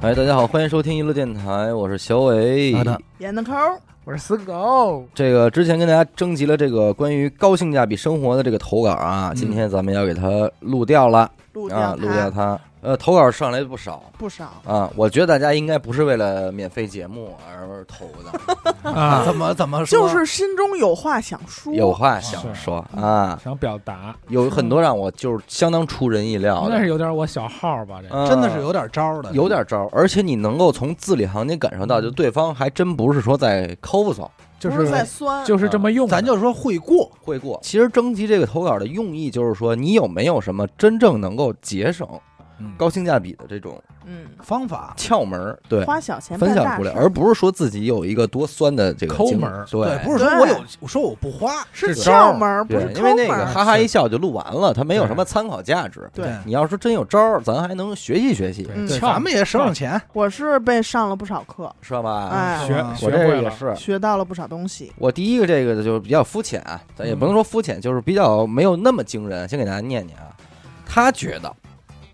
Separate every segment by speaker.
Speaker 1: 哎，大家好，欢迎收听一路电台，我是小伟。
Speaker 2: 好哎的
Speaker 3: 演的抠，
Speaker 2: 我是死狗，
Speaker 1: 这个之前跟大家征集了这个关于高性价比生活的这个投稿
Speaker 2: 嗯
Speaker 1: 啊，今天咱们要给它录掉了、
Speaker 3: 录
Speaker 1: 啊，
Speaker 3: 掉
Speaker 1: 录掉
Speaker 3: 它
Speaker 1: 它。呃，投稿上来不少
Speaker 3: 不少，
Speaker 1: 啊，我觉得大家应该不是为了免费节目而投 的，
Speaker 2: 啊，怎么怎么
Speaker 3: 就是心中有话想说，
Speaker 1: 有话想
Speaker 4: 是
Speaker 1: 说啊，
Speaker 4: 想表达，
Speaker 1: 有很多让我就是相当出人意料
Speaker 4: 应
Speaker 1: 的
Speaker 4: 该是，有点我小号吧，这
Speaker 1: 啊
Speaker 2: 真的是有点招儿的，
Speaker 1: 有点招儿，而且你能够从字里行间感受到，就对方还真不是说在抠搜。
Speaker 4: 就
Speaker 3: 不
Speaker 4: 是
Speaker 3: 是在酸，
Speaker 4: 就是这么用的，
Speaker 2: 咱就说会过，
Speaker 1: 会过。其实征集这个投稿的用意就是说，你有没有什么真正能够节省、
Speaker 2: 嗯
Speaker 1: 高性价比的这种
Speaker 3: 嗯，
Speaker 2: 方法
Speaker 1: 窍门儿？对，
Speaker 3: 花小钱
Speaker 1: 分
Speaker 3: 办
Speaker 1: 享
Speaker 3: 大
Speaker 1: 出来，
Speaker 3: 事，
Speaker 1: 而不是说自己有一个多酸的这个
Speaker 4: 抠
Speaker 1: 经
Speaker 4: 门儿
Speaker 1: 对，
Speaker 2: 不是说
Speaker 3: 对
Speaker 2: 我有，我说我不花，
Speaker 3: 是
Speaker 4: 是招儿
Speaker 3: 窍门儿，不
Speaker 1: 对
Speaker 3: 是抠
Speaker 1: 因为那
Speaker 3: 门
Speaker 1: 个
Speaker 3: 儿。
Speaker 1: 哈哈一笑就录完了，它没有什么参考价值。
Speaker 3: 对
Speaker 1: 你要说真有招儿，咱还能学习学习，
Speaker 4: 对
Speaker 3: 嗯
Speaker 4: 对
Speaker 2: 咱们也省省钱，
Speaker 3: 我是被上了不少课，
Speaker 1: 是吧？
Speaker 3: 哎
Speaker 4: 学
Speaker 2: 啊
Speaker 4: 学
Speaker 1: 我这个
Speaker 4: 会
Speaker 1: 也
Speaker 4: 了，
Speaker 1: 是。
Speaker 3: 学到了不少东西。
Speaker 1: 我第一个这个的就是比较肤浅啊，咱也不能说肤浅，就是比较没有那么惊人。先给大家念念啊，他觉得，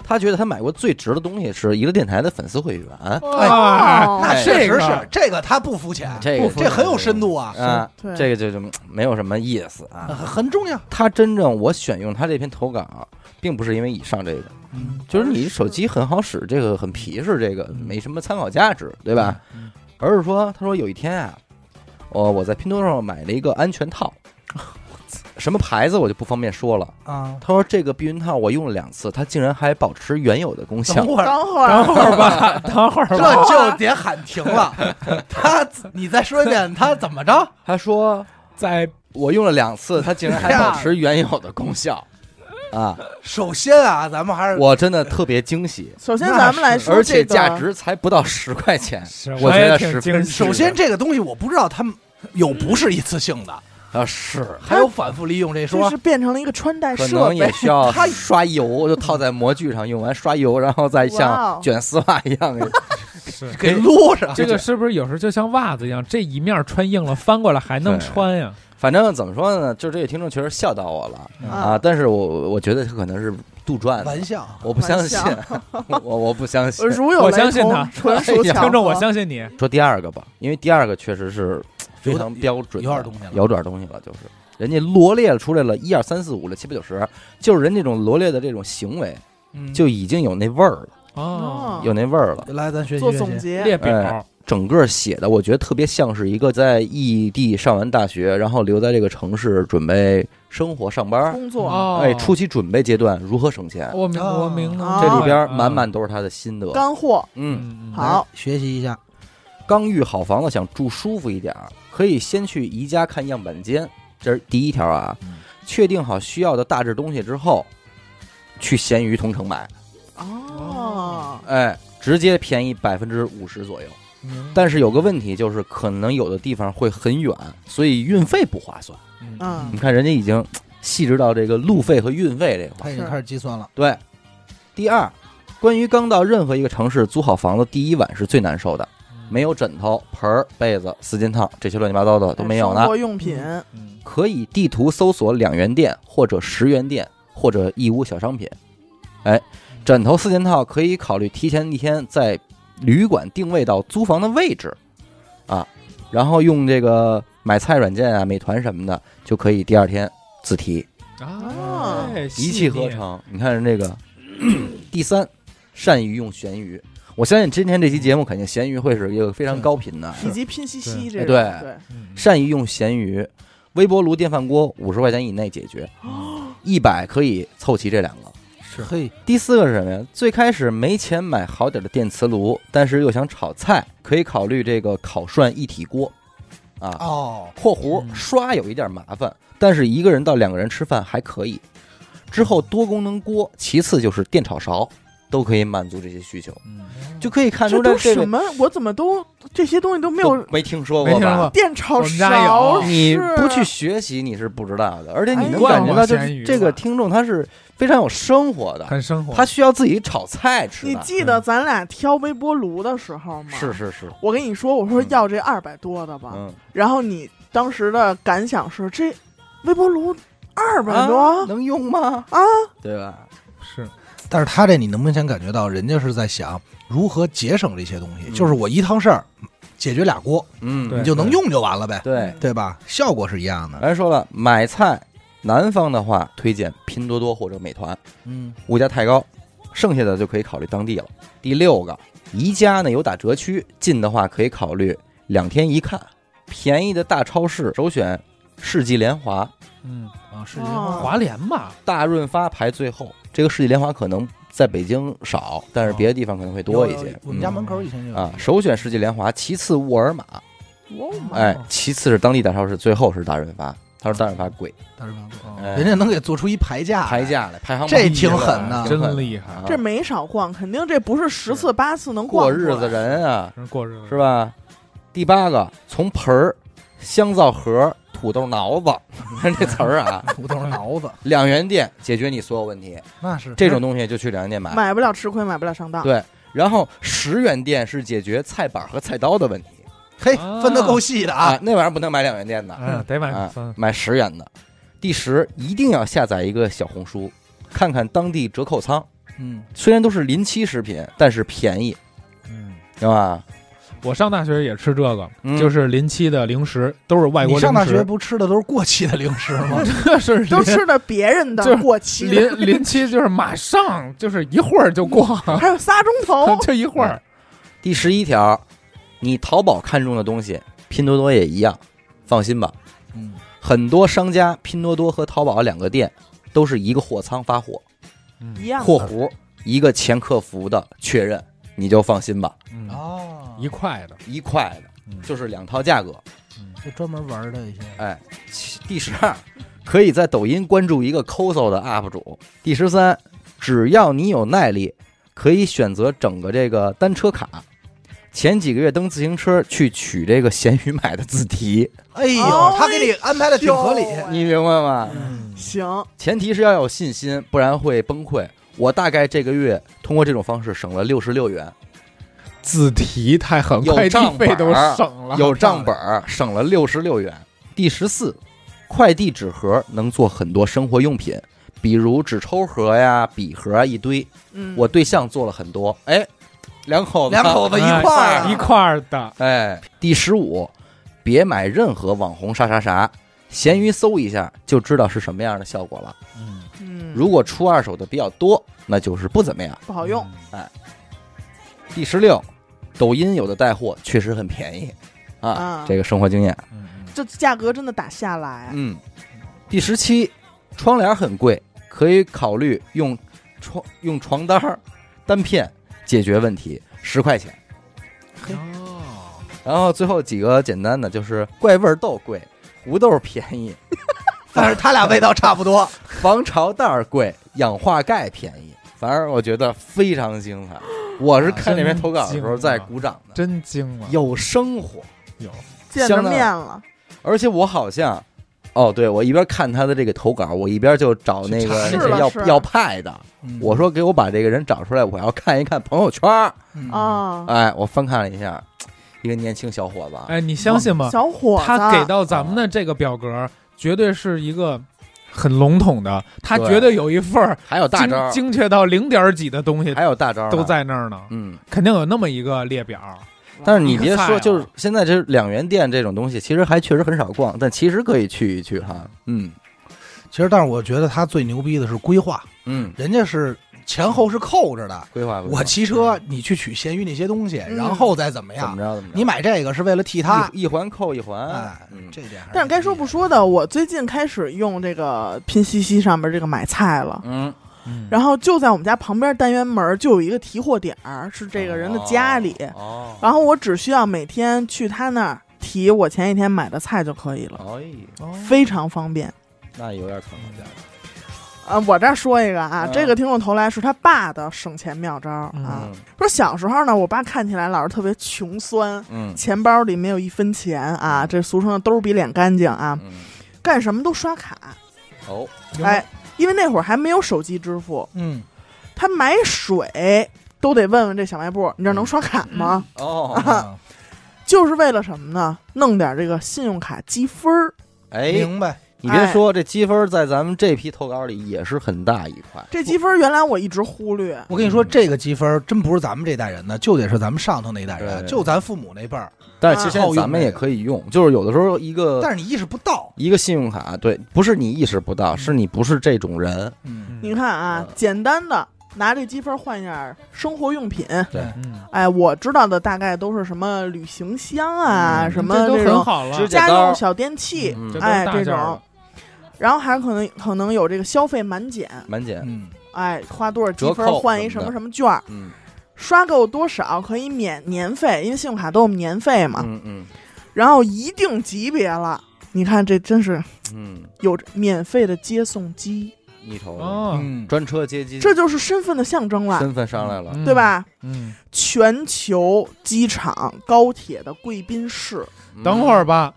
Speaker 1: 他觉得他买过最值的东西是一个电台的粉丝会员，
Speaker 4: 哎
Speaker 3: 哦
Speaker 2: 那确实
Speaker 4: 这
Speaker 2: 是
Speaker 4: 个
Speaker 2: 这个他不肤浅，
Speaker 1: 这个
Speaker 4: 不
Speaker 2: 这很有深度啊，
Speaker 1: 啊，
Speaker 3: 对
Speaker 1: 这个就就没有什么意思啊。
Speaker 2: 很很重要，
Speaker 1: 他真正我选用他这篇投稿，并不是因为以上这个，
Speaker 2: 嗯
Speaker 1: 就是你手机很好使，这个很皮实，这个没什么参考价值，对吧？
Speaker 4: 嗯？
Speaker 1: 而是说，他说有一天啊，我我在拼多多上买了一个安全 套，什么牌子我就不方便说了。
Speaker 2: 啊，
Speaker 1: 他说这个避孕套我用了两次，它竟然还保持原有的功效
Speaker 2: 等。会儿。
Speaker 3: 等会
Speaker 4: 等
Speaker 3: 儿，
Speaker 4: 会儿吧，等会儿
Speaker 2: 这
Speaker 4: 吧，
Speaker 2: 就得喊停 了，他你再说一遍，他怎么着？
Speaker 1: 他说
Speaker 4: 在
Speaker 1: 我用了两次，它竟然还保持原有的功效。啊，
Speaker 2: 首先啊，咱们还是
Speaker 1: 我真的特别惊喜，
Speaker 3: 首先咱们来说
Speaker 1: 而
Speaker 3: 这
Speaker 1: 且
Speaker 3: 个
Speaker 1: 价值才不到十块钱，
Speaker 4: 是
Speaker 1: 我觉
Speaker 4: 也
Speaker 1: 得
Speaker 4: 挺
Speaker 1: 十
Speaker 4: 惊
Speaker 1: 分
Speaker 4: 喜的。
Speaker 2: 首先这个东西我不知道他们有不是一次性的，
Speaker 1: 啊，是
Speaker 2: 还有反复利用这
Speaker 3: 就
Speaker 2: 说
Speaker 3: 是，变成了一个穿戴
Speaker 1: 可
Speaker 3: 设
Speaker 1: 能也
Speaker 3: 备，
Speaker 1: 需要
Speaker 2: 它
Speaker 1: 刷油，就套在模具上，用完刷油，然后再
Speaker 3: 哇
Speaker 1: 像
Speaker 3: 哦
Speaker 1: 卷丝袜一样给
Speaker 4: 是
Speaker 2: 给撸上。
Speaker 4: 这个是不是有时候就像袜子一样，这一面穿硬了，翻过来还能
Speaker 1: 对
Speaker 4: 穿呀？
Speaker 1: 反正怎么说呢，就这个听众确实笑到我了
Speaker 3: 啊
Speaker 1: 啊，但是我我觉得他可能是杜撰的
Speaker 2: 玩，笑，啊
Speaker 1: 我不相信
Speaker 3: 玩，
Speaker 1: 我我不相信。
Speaker 3: 如有
Speaker 4: 我
Speaker 3: 雷
Speaker 4: 相信
Speaker 3: 同
Speaker 4: 他
Speaker 3: 纯属
Speaker 1: 哎呀
Speaker 3: 巧合。
Speaker 4: 听众，我相信你。
Speaker 1: 说第二个吧，因为第二个确实是非常标准的，
Speaker 2: 有点东西了
Speaker 1: 有点东西了，就是人家罗列出来了，一二三四五六七八九十，就是人这种罗列的这种行为
Speaker 2: 嗯
Speaker 1: 就已经有那味儿了，
Speaker 4: 哦，
Speaker 1: 有那味儿了。
Speaker 2: 来咱学习
Speaker 3: 做
Speaker 2: 学习
Speaker 3: 总结，
Speaker 4: 列表
Speaker 1: 整个写的，我觉得特别像是一个在异地上完大学，然后留在这个城市准备生活上班，
Speaker 3: 工作
Speaker 4: 哦，
Speaker 1: 哎，初期准备阶段如何省钱，
Speaker 4: 我明
Speaker 2: 哦嗯
Speaker 4: 我明白
Speaker 3: 哦
Speaker 1: 这里边满满都是他的心得。
Speaker 3: 干货
Speaker 1: 嗯，
Speaker 4: 嗯嗯嗯
Speaker 3: 好
Speaker 2: 来学习一下。
Speaker 1: 刚遇好房子，想住舒服一点儿，可以先去宜家看样板间，这是第一条啊。确定好需要的大致东西之后，去闲鱼同城买，
Speaker 3: 哦，
Speaker 1: 哎，直接便宜百分之五十左右。
Speaker 4: 明白
Speaker 1: 但是有个问题就是，可能有的地方会很远，所以运费不划算。
Speaker 3: 嗯
Speaker 1: 你看人家已经细致到这个路费和运费这块。
Speaker 2: 他已经
Speaker 3: 是
Speaker 2: 开始计算了，
Speaker 1: 对，第二，关于刚到任何一个城市租好房子，第一晚是最难受的，没有枕头、盆儿、被子、四件套这些乱七八糟的都没有呢
Speaker 3: 生。活用品，
Speaker 4: 嗯
Speaker 1: 可以地图搜索两元店或者十元店或者义乌小商品。哎，枕头四件套可以考虑提前一天在旅馆定位到租房的位置啊，然后用这个买菜软件啊、美团什么的，就可以第二天自提，
Speaker 4: 啊，哎
Speaker 1: 一气呵。成。你看这个 第三，善于用闲鱼。我相信今天这期节目肯定闲鱼会是一个非常高频的，
Speaker 3: 以及拼夕夕这
Speaker 1: 哎
Speaker 3: 种，
Speaker 1: 对
Speaker 3: 对，
Speaker 4: 细腻嗯
Speaker 1: 善于用闲鱼，微波炉、电饭锅五十块钱以内解决，一百可以凑齐这两个。
Speaker 4: 是
Speaker 2: 嘿，
Speaker 1: 第四个是什么呀？最开始没钱买好点的电磁炉，但是又想炒菜，可以考虑这个烤涮一体锅，啊。
Speaker 2: 哦，
Speaker 1: （括弧
Speaker 4: 嗯
Speaker 1: 刷有一点麻烦，但是一个人到两个人吃饭还可以。）之后多功能锅，其次就是电炒勺，都可以满足这些需求，
Speaker 4: 嗯
Speaker 1: 就可以看出
Speaker 3: 这
Speaker 1: 来
Speaker 3: 都
Speaker 1: 这
Speaker 3: 什
Speaker 1: 个
Speaker 3: 么？我怎么都这些东西都没有
Speaker 1: 都没听说
Speaker 4: 没
Speaker 1: 过
Speaker 4: 听说
Speaker 1: 吧
Speaker 4: 过？
Speaker 3: 电炒
Speaker 4: 我们家
Speaker 3: 勺
Speaker 4: 有
Speaker 3: 是，
Speaker 1: 你不去学习你是不知道的，而且你能
Speaker 3: 哎
Speaker 1: 感觉到，就
Speaker 4: 惯我闲
Speaker 1: 是
Speaker 4: 鱼啊
Speaker 1: 这个
Speaker 4: 了
Speaker 1: 听众他是非常有生活的，
Speaker 4: 很生活。
Speaker 1: 他需要自己炒菜吃
Speaker 3: 你
Speaker 1: 的。
Speaker 3: 记得咱俩挑微波炉的时候吗？
Speaker 1: 嗯是是是，
Speaker 3: 我跟你说，我说
Speaker 1: 嗯
Speaker 3: 要这二百多的吧，
Speaker 1: 嗯，
Speaker 3: 然后你当时的感想是这微波炉二百
Speaker 1: 啊
Speaker 3: 多
Speaker 1: 能用吗？
Speaker 3: 啊
Speaker 1: 对吧？
Speaker 4: 是
Speaker 2: 但是他这你能明显感觉到，人家是在想如何节省这些东西，
Speaker 1: 嗯
Speaker 2: 就是我一趟事儿解决俩锅，
Speaker 1: 嗯，
Speaker 4: 对
Speaker 2: 你就能用就完了呗，
Speaker 1: 对。哎
Speaker 2: 对吧？效果是一样的。
Speaker 1: 人说了，买菜南方的话推荐拼多多或者美团，
Speaker 2: 嗯
Speaker 1: 物价太高，剩下的就可以考虑当地了。第六个，宜家呢有打折区，近的话可以考虑两天一看，便宜的大超市首选世纪联华，
Speaker 4: 嗯，
Speaker 2: 啊，是
Speaker 3: 这样哦
Speaker 4: 华联吧，
Speaker 1: 大润发排最后。这个世纪联华可能在北京少，但是
Speaker 3: 哦
Speaker 1: 别的地方可能会多一些。
Speaker 2: 我们家
Speaker 1: 嗯
Speaker 2: 门口以前就有
Speaker 1: 啊，首选世纪联华，其次沃尔玛，
Speaker 3: 我
Speaker 4: 哦
Speaker 3: 妈，
Speaker 1: 哎，其次是当地大超市，最后是大润发。他说大润发贵，
Speaker 2: 大润发
Speaker 4: 哦
Speaker 2: 广
Speaker 1: 哎
Speaker 2: 场，人家能给做出一排价来，
Speaker 1: 排价来排行榜，
Speaker 2: 哎这挺狠的
Speaker 4: 真厉害，
Speaker 1: 啊
Speaker 3: 这没少逛，肯定这不是十次八次能逛
Speaker 1: 过
Speaker 3: 出
Speaker 1: 日
Speaker 3: 来
Speaker 1: 子人啊，
Speaker 4: 真过日子
Speaker 1: 是？吧？第八个，从盆儿、香皂盒、土豆挠子，这词儿 啊，
Speaker 2: 土豆挠 子，
Speaker 1: 两元店解决你所有问题，
Speaker 2: 那是
Speaker 1: 这种东西就去两元店买。
Speaker 3: 买不了吃亏，买不了上当
Speaker 1: 对。然后十元店是解决菜板和菜刀的问题
Speaker 2: 嘿
Speaker 4: 啊
Speaker 2: 分得够细的
Speaker 1: 啊
Speaker 2: 啊，，
Speaker 1: 那玩意儿不能买两元店的，
Speaker 4: 嗯，得买
Speaker 1: 啊
Speaker 4: 三
Speaker 1: 买十元的。第十，一定要下载一个小红书，看看当地折扣仓，
Speaker 2: 嗯
Speaker 1: 虽然都是临期食品，但是便宜，
Speaker 4: 嗯，
Speaker 1: 对吧？
Speaker 4: 我上大学也吃这个，
Speaker 1: 嗯
Speaker 4: 就是临期的零食都是外
Speaker 2: 你
Speaker 4: 国
Speaker 2: 上大
Speaker 4: 零
Speaker 2: 学
Speaker 4: 食，
Speaker 2: 不吃的都是过期的零食吗？
Speaker 4: 这是
Speaker 3: 都
Speaker 4: 临
Speaker 3: 吃的别人
Speaker 4: 就
Speaker 3: 的
Speaker 4: 是
Speaker 3: 过期的，
Speaker 4: 临临期就是马上就是一会儿就过，，
Speaker 3: 还有仨钟 头
Speaker 4: 就一会儿，
Speaker 1: 第十一条，你淘宝看中的东西，拼多多也一样，放心吧，
Speaker 2: 嗯，
Speaker 1: 很多商家拼多多和淘宝两个店都是一个货仓发货，
Speaker 3: 一
Speaker 4: 嗯
Speaker 3: 样
Speaker 1: 货弧一个前客服的确认，你就放心吧，
Speaker 4: 嗯，
Speaker 2: 哦，
Speaker 4: 一块的，
Speaker 1: 一块的
Speaker 4: 嗯
Speaker 1: 就是两套价格。
Speaker 2: 就专门玩的一些，
Speaker 1: 哎，其第十二，可以在抖音关注一个抠搜的 UP 主。第十三，只要你有耐力，可以选择整个这个单车卡。前几个月蹬自行车去取这个闲鱼买的字题，
Speaker 2: 哎呦
Speaker 3: 哦，
Speaker 2: 他给你安排的挺合理，
Speaker 3: 哎呦
Speaker 1: 你明白吗？
Speaker 2: 嗯
Speaker 3: 行，
Speaker 1: 前提是要有信心，不然会崩溃。我大概这个月通过这种方式省了六十六元，
Speaker 4: 自提太狠，
Speaker 1: 有
Speaker 4: 快
Speaker 1: 账
Speaker 4: 递费
Speaker 1: 本
Speaker 4: 都
Speaker 1: 儿
Speaker 4: 省了，
Speaker 1: 有账本儿省了六十六元。第十四，快递纸盒能做很多生活用品，比如纸抽盒呀、笔盒啊一堆。
Speaker 3: 嗯，
Speaker 1: 我对象做了很多，哎，两口子，
Speaker 2: 两口子一块
Speaker 3: 哎
Speaker 2: 儿啊
Speaker 4: 一块儿的，
Speaker 1: 哎。第十五，别买任何网红啥啥啥，闲鱼搜一下就知道是什么样的效果了。
Speaker 4: 嗯，
Speaker 3: 嗯
Speaker 1: 如果出二手的比较多，那就是不怎么样。
Speaker 3: 不好用，
Speaker 1: 第十六，抖音有的带货确实很便宜啊，
Speaker 3: 啊
Speaker 1: 这个生活经验。
Speaker 4: 嗯。嗯
Speaker 3: 这价格真的打下来，
Speaker 1: 嗯，第十七，窗帘很贵，可以考虑用床用床单儿单片解决问题，十块钱。
Speaker 2: 嘿
Speaker 4: 哦，
Speaker 1: 然后最后几个简单的就是怪味儿豆贵，胡豆便宜，
Speaker 2: 但是他俩味道差不多，
Speaker 1: 防潮袋儿贵，氧化钙便宜。反正我觉得非常精彩，我是看这篇投稿的时候在鼓掌的，
Speaker 4: 真精了，
Speaker 1: 有生活。
Speaker 4: 有
Speaker 3: 见着
Speaker 1: 相当
Speaker 3: 面了，
Speaker 1: 而且我好像，哦，对，我一边看他的这个投稿，我一边就找那个
Speaker 2: 去
Speaker 1: 那些
Speaker 2: 查
Speaker 3: 是了
Speaker 1: 要
Speaker 3: 是了
Speaker 1: 要派的。我说给我把这个人找出来，我要看一看朋友圈。
Speaker 2: 嗯，
Speaker 3: 啊，
Speaker 1: 哎，我翻看了一下，一个年轻小伙子，
Speaker 4: 哎，你相信吗？
Speaker 3: 小伙子，
Speaker 4: 他给到咱们的这个表格，绝对是一个很笼统的，他绝对有一份儿
Speaker 1: 还有大
Speaker 4: 精
Speaker 1: 招，
Speaker 4: 精确到零点儿几的东西
Speaker 1: 还有大招呢
Speaker 4: 都。在那儿呢，
Speaker 1: 嗯，
Speaker 4: 肯定有那么一个列表。
Speaker 1: 但是你别
Speaker 4: 一个菜
Speaker 1: 说，
Speaker 4: 啊
Speaker 1: 就是现在这两元店这种东西，其实还确实很少逛，但其实可以去一去哈。嗯
Speaker 2: 其实但是我觉得他最牛逼的是规划，
Speaker 1: 嗯，
Speaker 2: 人家是前后是扣着的。
Speaker 1: 规划规划
Speaker 2: 我骑车，你去取闲鱼那些东西，
Speaker 3: 嗯
Speaker 2: 然后再怎么
Speaker 1: 怎么
Speaker 2: 样？
Speaker 1: 着怎么着，
Speaker 2: 你买这个是为了替他，
Speaker 1: 一一环扣一环，
Speaker 2: 哎
Speaker 1: 嗯，
Speaker 2: 这点还。
Speaker 3: 但是该说不说的，我最近开始用这个拼夕夕上面这个买菜了。
Speaker 1: 嗯
Speaker 4: 嗯，
Speaker 3: 然后就在我们家旁边单元门儿就有一个提货点儿，是这个人的家里。啊
Speaker 1: 哦，
Speaker 3: 然后我只需要每天去他那儿提我前一天买的菜就可以了，
Speaker 1: 后哎呦，
Speaker 4: 哦
Speaker 3: 非常方便。
Speaker 1: 那有点可能性。
Speaker 3: 啊，我这儿说一个啊，
Speaker 1: 嗯
Speaker 3: 这个听众投来是他爸的省钱妙招儿啊。
Speaker 1: 嗯
Speaker 3: 说小时候呢，我爸看起来老是特别穷酸，
Speaker 1: 嗯
Speaker 3: 钱包里没有一分钱啊，这俗称的兜儿比脸干净啊，
Speaker 1: 嗯，
Speaker 3: 干什么都刷卡。
Speaker 1: 哦，
Speaker 3: 哎，因为那会儿还没有手机支付，
Speaker 2: 嗯，
Speaker 3: 他买水都得问问这小卖部，你这儿能刷卡吗？
Speaker 1: 哦，
Speaker 2: 啊
Speaker 3: 就是为了什么呢？弄点这个信用卡积分儿。
Speaker 1: 哎，
Speaker 2: 明白。
Speaker 1: 你别说，这积分在咱们这批投稿里也是很大一块。
Speaker 3: 这积分原来我一直忽略，
Speaker 2: 我跟你
Speaker 1: 嗯
Speaker 2: 说，这个积分真不是咱们这代人的，就得是咱们上头那一代人，
Speaker 1: 对
Speaker 2: 就咱父母那辈儿。
Speaker 1: 但是其实现
Speaker 2: 啊
Speaker 1: 在咱们也可以用，就是有的时候一个
Speaker 2: 但是你意识不到，
Speaker 1: 一个信用卡，对，不是你意识不到，是你不是这种人，
Speaker 2: 嗯，
Speaker 3: 你看啊，
Speaker 1: 嗯
Speaker 3: 简单的拿这积分换一下生活用品。
Speaker 4: 嗯，
Speaker 3: 哎，我知道的大概都是什么旅行箱啊，
Speaker 1: 嗯
Speaker 3: 什么
Speaker 4: 这都
Speaker 3: 那
Speaker 4: 很
Speaker 3: 种
Speaker 4: 好了，
Speaker 1: 指
Speaker 3: 家
Speaker 1: 剪刀
Speaker 3: 用小电器，
Speaker 1: 嗯
Speaker 4: 这都
Speaker 3: 哎
Speaker 4: 大
Speaker 3: 这
Speaker 4: 件儿
Speaker 3: 种
Speaker 4: 了
Speaker 3: 然后还可能可能有这个消费满减，
Speaker 1: 满减，
Speaker 2: 嗯，
Speaker 3: 哎，花多少积
Speaker 1: 折扣
Speaker 3: 分换一
Speaker 1: 什
Speaker 3: 什
Speaker 1: 么的
Speaker 3: 么什么券儿，
Speaker 1: 嗯
Speaker 3: 刷够多少可以免年费，因为信用卡都有年费嘛。
Speaker 1: 嗯嗯
Speaker 3: 然后一定级别了，你看这真是
Speaker 1: 嗯，
Speaker 3: 有免费的接送机，
Speaker 1: 你瞅瞅，
Speaker 4: 哦，
Speaker 2: 嗯
Speaker 1: 专车接机，
Speaker 3: 这就是身份的象征了，
Speaker 1: 身份上来了，
Speaker 4: 嗯
Speaker 3: 对？吧？
Speaker 4: 嗯，
Speaker 3: 全球机场高铁的贵宾室
Speaker 4: 嗯等会
Speaker 1: 嗯
Speaker 4: 儿吧，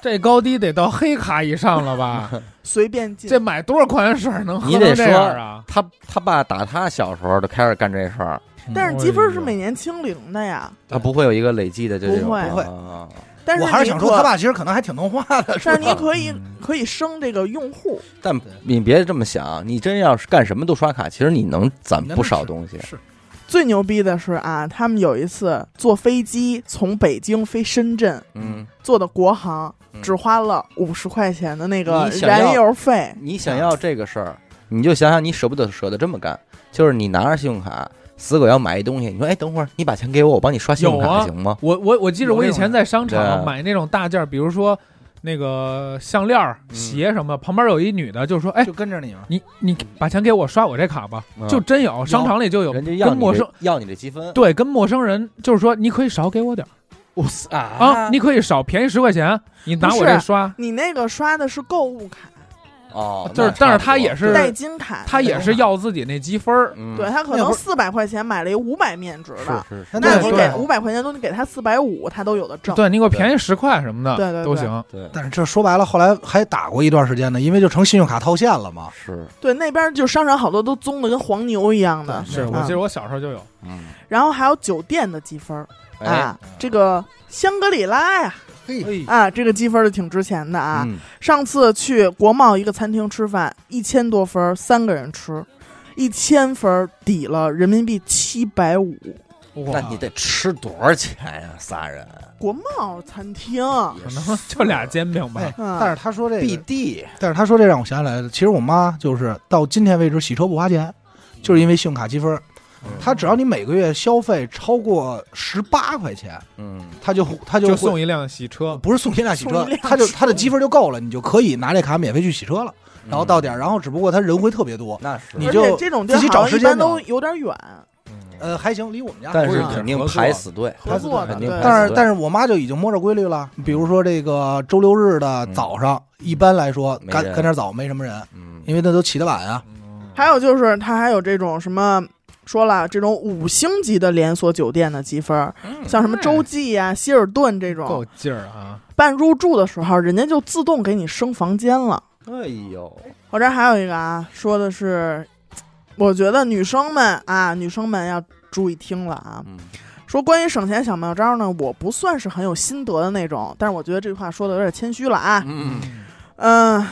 Speaker 4: 这高低得到黑卡以上了吧？
Speaker 3: 随便进，
Speaker 4: 这买多少矿泉水能喝
Speaker 1: 你
Speaker 4: 成
Speaker 1: 得
Speaker 4: 这样啊？
Speaker 1: 他他爸打他小时候就开始干这事儿，
Speaker 3: 但
Speaker 4: 嗯
Speaker 3: 是积分
Speaker 4: 哎
Speaker 3: 是
Speaker 4: 呦
Speaker 3: 每年清零的呀。
Speaker 1: 他不会有一个累计的这种，
Speaker 3: 不会
Speaker 2: 不会
Speaker 1: 啊
Speaker 3: 但是
Speaker 2: 我还是
Speaker 3: 你
Speaker 2: 想说，
Speaker 3: 可
Speaker 2: 他爸其实可能还挺能花的，
Speaker 3: 但是
Speaker 2: 吧
Speaker 3: 你可以
Speaker 4: 嗯
Speaker 3: 可以升这个用户，
Speaker 1: 但你别这么想，你真要是干什么都刷卡，其实你能攒嗯不少东西。
Speaker 2: 是
Speaker 3: 最牛逼的是啊，他们有一次坐飞机从北京飞深圳，
Speaker 1: 嗯，
Speaker 3: 坐的国航，
Speaker 1: 嗯
Speaker 3: 只花了五十块钱的那个
Speaker 1: 你想要
Speaker 3: 燃油费。
Speaker 1: 你想要这个事儿，你就想想你舍不得舍得这么干，就是你拿着信用卡，死狗要买一东西，你说哎，等会儿你把钱给我，我帮你刷信用
Speaker 4: 有
Speaker 1: 卡
Speaker 4: 啊
Speaker 1: 行吗？
Speaker 4: 我我我记得
Speaker 2: 有
Speaker 4: 我
Speaker 2: 这
Speaker 4: 以
Speaker 2: 种
Speaker 4: 前
Speaker 2: 的
Speaker 4: 在商
Speaker 1: 对
Speaker 4: 场买那种大件儿，比如说那个项链儿、
Speaker 1: 嗯
Speaker 4: 鞋什么的，旁边有一女的就说：“哎，
Speaker 2: 就跟着你嘛。
Speaker 4: 你你把钱给我刷我这卡吧。”
Speaker 1: 嗯
Speaker 4: 就真有，商场里就有，
Speaker 1: 人家要
Speaker 4: 跟
Speaker 1: 你
Speaker 4: 陌
Speaker 1: 这
Speaker 4: 生
Speaker 1: 要你这积分，
Speaker 4: 对，跟陌生人就是说，你可以少给我点儿
Speaker 1: 哇塞
Speaker 4: 啊，你可以少便宜十块钱，你拿
Speaker 3: 不
Speaker 4: 我这
Speaker 3: 是
Speaker 4: 刷，
Speaker 3: 你那个刷的是购物卡、
Speaker 1: 哦，
Speaker 4: 就是
Speaker 1: 那，
Speaker 4: 但
Speaker 1: 差
Speaker 4: 是他
Speaker 1: 不多
Speaker 4: 也是
Speaker 3: 代金卡，
Speaker 4: 他也是要自己那积分儿，
Speaker 1: 嗯
Speaker 3: 对他可
Speaker 2: 那会
Speaker 3: 能
Speaker 2: 儿
Speaker 3: 四百块钱买了一五百面值的，
Speaker 1: 是是
Speaker 2: 那
Speaker 3: 那
Speaker 2: 那
Speaker 3: 你
Speaker 2: 会
Speaker 4: 儿
Speaker 3: 给
Speaker 2: 儿
Speaker 3: 五百块钱都得给他四百五，他都有的挣。
Speaker 4: 对你给我便宜十块什么的，
Speaker 3: 对对对
Speaker 4: 都行。
Speaker 1: 对，
Speaker 2: 但是这说白了，后来还打过一段时间呢，因为就成信用卡套现了嘛。
Speaker 1: 是
Speaker 3: 对那边就商场好多都棕的跟黄牛一样的，
Speaker 2: 对
Speaker 4: 是
Speaker 2: 嗯
Speaker 4: 我记得我小时候就有，
Speaker 1: 嗯，
Speaker 3: 然后还有酒店的积分儿
Speaker 1: 哎
Speaker 3: 啊，这个香格里拉呀
Speaker 2: 嘿，
Speaker 4: 哎
Speaker 3: 啊，这个积分儿就挺值钱的啊。
Speaker 1: 嗯
Speaker 3: 上次去国贸一个餐厅吃饭，一千多分儿，三个人吃，一千分儿抵了人民币七百五。
Speaker 1: 那
Speaker 4: 哇，
Speaker 1: 你得吃多少钱呀？仨人啊
Speaker 3: 国贸餐厅，
Speaker 1: 也
Speaker 4: 可能就俩煎饼吧
Speaker 2: 哎，，
Speaker 3: 嗯
Speaker 2: 但是他说这
Speaker 1: 必
Speaker 2: 个，
Speaker 1: 地，
Speaker 2: 但是他说这让我想起来了，其实我妈就是到今天为止洗车不花钱，就是因为信用卡积分。她只要你每个月消费超过十八块钱，
Speaker 1: 嗯
Speaker 2: 她就她就
Speaker 4: 就
Speaker 2: 会
Speaker 4: 送一辆洗车，
Speaker 2: 不是送你俩洗
Speaker 3: 送
Speaker 2: 车
Speaker 3: 一辆，
Speaker 2: 她就
Speaker 3: 车
Speaker 2: 她的积分就够了，你就可以拿这卡免费去洗车了。然
Speaker 1: 嗯
Speaker 2: 后到点儿，然后只不过他人会特别多，
Speaker 1: 那是
Speaker 2: 你
Speaker 3: 而
Speaker 2: 就
Speaker 3: 且这种地
Speaker 2: 自己
Speaker 3: 儿
Speaker 2: 找
Speaker 3: 好像
Speaker 2: 时
Speaker 3: 一般
Speaker 2: 间
Speaker 3: 都
Speaker 2: 呢
Speaker 3: 有点远，
Speaker 2: 呃，还行，离我们家
Speaker 1: 嗯但
Speaker 2: 不
Speaker 1: 是
Speaker 2: 远
Speaker 1: 肯定
Speaker 4: 合作
Speaker 1: 排死队，
Speaker 3: 合作的
Speaker 1: 肯定
Speaker 3: 对
Speaker 1: 排。
Speaker 2: 但
Speaker 1: 呃死
Speaker 2: 是
Speaker 1: 队
Speaker 2: 但是我妈就已经摸着规律了，比如说这个周六日的早上，一般来说
Speaker 1: 嗯没
Speaker 2: 赶
Speaker 1: 人
Speaker 2: 赶点早没什么人，
Speaker 1: 嗯
Speaker 2: 因为那都起得晚啊。
Speaker 4: 嗯
Speaker 3: 还有就是它还有这种什么。说了这种五星级的连锁酒店的积分儿，
Speaker 2: 嗯
Speaker 3: 像什么洲际呀、希尔顿这
Speaker 4: 够
Speaker 3: 种，
Speaker 4: 劲儿啊！
Speaker 3: 办入住的时候人家就自动给你升房间了。
Speaker 1: 哎呦，
Speaker 3: 我这儿还有一个啊，说的是，我觉得女生们啊，女生们要注意听了啊。
Speaker 1: 嗯
Speaker 3: 说关于省钱小妙招呢，我不算是很有心得的那种，但是我觉得这句话说的有点谦虚了啊。
Speaker 1: 嗯
Speaker 3: 嗯、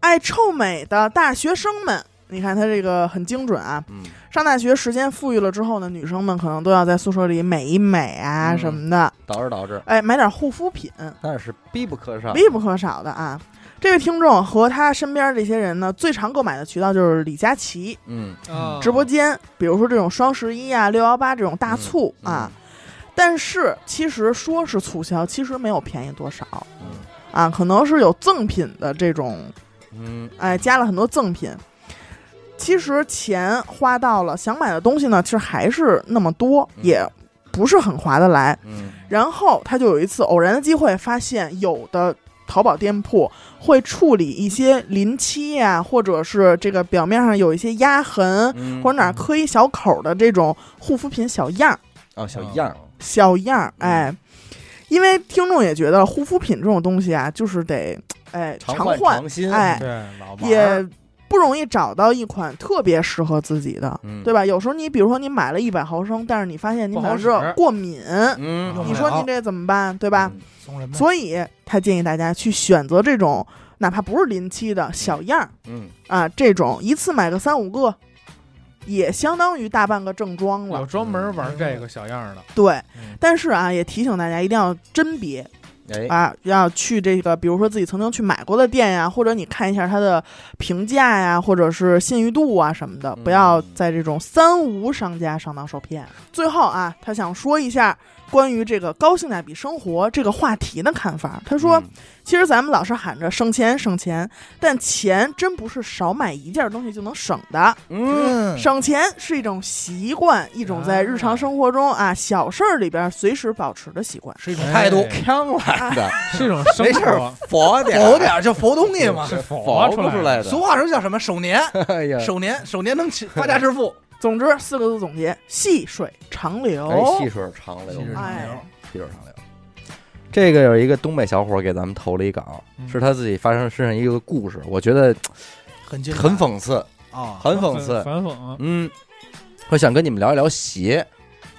Speaker 3: 爱臭美的大学生们，你看他这个很精准啊。
Speaker 1: 嗯
Speaker 3: 上大学时间富裕了之后呢，女生们可能都要在宿舍里美一美啊
Speaker 1: 嗯啊
Speaker 3: 什么的，
Speaker 1: 导致导致，
Speaker 3: 哎，买点护肤品，
Speaker 1: 那是必不可少，
Speaker 3: 必不可少的啊。这位听众和他身边这些人呢，最常购买的渠道就是李佳琦，
Speaker 1: 嗯
Speaker 4: 啊
Speaker 3: 直播间，比如说这种双十一啊、六幺八这种大促啊。
Speaker 1: 嗯
Speaker 3: 但是其实说是促销，其实没有便宜多少
Speaker 1: 嗯
Speaker 3: 啊，可能是有赠品的这种，
Speaker 1: 嗯
Speaker 3: 哎，加了很多赠品。其实钱花到了，想买的东西呢，其实还是那么多，
Speaker 1: 嗯
Speaker 3: 也不是很划得来。
Speaker 1: 嗯
Speaker 3: 然后他就有一次偶然的机会，发现有的淘宝店铺会处理一些临期呀、或者是这个表面上有一些压痕，
Speaker 1: 嗯
Speaker 3: 或者哪儿刻一小口儿的这种护肤品小样儿，
Speaker 1: 啊小
Speaker 3: 嗯
Speaker 1: 样儿，
Speaker 3: 小样儿，哎，因为听众也觉得护肤品这种东西啊，就是得，哎，常
Speaker 1: 换
Speaker 3: 换，
Speaker 1: 常新，
Speaker 3: 哎
Speaker 4: 对老玩儿
Speaker 3: 也不容易找到一款特别适合自己的，
Speaker 1: 嗯
Speaker 3: 对吧？有时候你比如说你买了一百毫升，但是你发现你
Speaker 4: 不
Speaker 3: 可
Speaker 4: 好
Speaker 3: 能是
Speaker 4: 使
Speaker 3: 过敏，
Speaker 1: 嗯
Speaker 2: 用
Speaker 3: 你
Speaker 2: 不
Speaker 3: 说
Speaker 2: 了
Speaker 3: 您这怎么办，对吧？
Speaker 1: 嗯
Speaker 2: 送人呗
Speaker 3: 所以他建议大家去选择这种哪怕不是临期的小样儿
Speaker 1: 嗯，
Speaker 3: 啊，这种一次买个三五个，也相当于大半个正装了
Speaker 4: 我。专门玩这个小样儿的，
Speaker 3: 对
Speaker 4: 嗯，
Speaker 3: 但是啊，也提醒大家一定要甄别
Speaker 1: 哎，
Speaker 3: 啊，要去这个，比如说自己曾经去买过的店呀，或者你看一下它的评价呀，或者是信誉度啊什么的，
Speaker 1: 嗯
Speaker 3: 不要在这种三无商家上当受骗。最后啊，他想说一下关于这个高性价比生活这个话题的看法。他说，
Speaker 1: 嗯
Speaker 3: 其实咱们老是喊着省钱省钱，但钱真不是少买一件东西就能省的。
Speaker 1: 嗯，
Speaker 3: 省钱是一种习惯，一种在日常生活中啊小事儿里边随时保持的习惯。
Speaker 2: 是一种
Speaker 1: 态度
Speaker 4: 哎
Speaker 1: 强来的，
Speaker 4: 是一种生
Speaker 1: 没事儿
Speaker 4: 活，
Speaker 1: 佛点
Speaker 2: 佛点儿就佛东西嘛。
Speaker 4: 是佛
Speaker 1: 佛
Speaker 4: 出
Speaker 1: 出
Speaker 4: 来
Speaker 1: 来的，
Speaker 2: 俗话说叫什么？首 年，
Speaker 1: 哎呀，
Speaker 2: 首年，首年能起发家致富。
Speaker 3: 总之，四个字总结：细水长流。
Speaker 1: 哎，细水长流
Speaker 2: 细，水长流
Speaker 3: 哎，
Speaker 1: 细水长流。这个有一个东北小伙给咱们投了一稿，
Speaker 4: 嗯
Speaker 1: 是他自己发生身上一个故事，我觉得
Speaker 2: 很精彩
Speaker 1: 很讽刺，
Speaker 2: 啊！
Speaker 1: 很讽刺。
Speaker 4: 反讽，
Speaker 1: 嗯，我想跟你们聊一聊鞋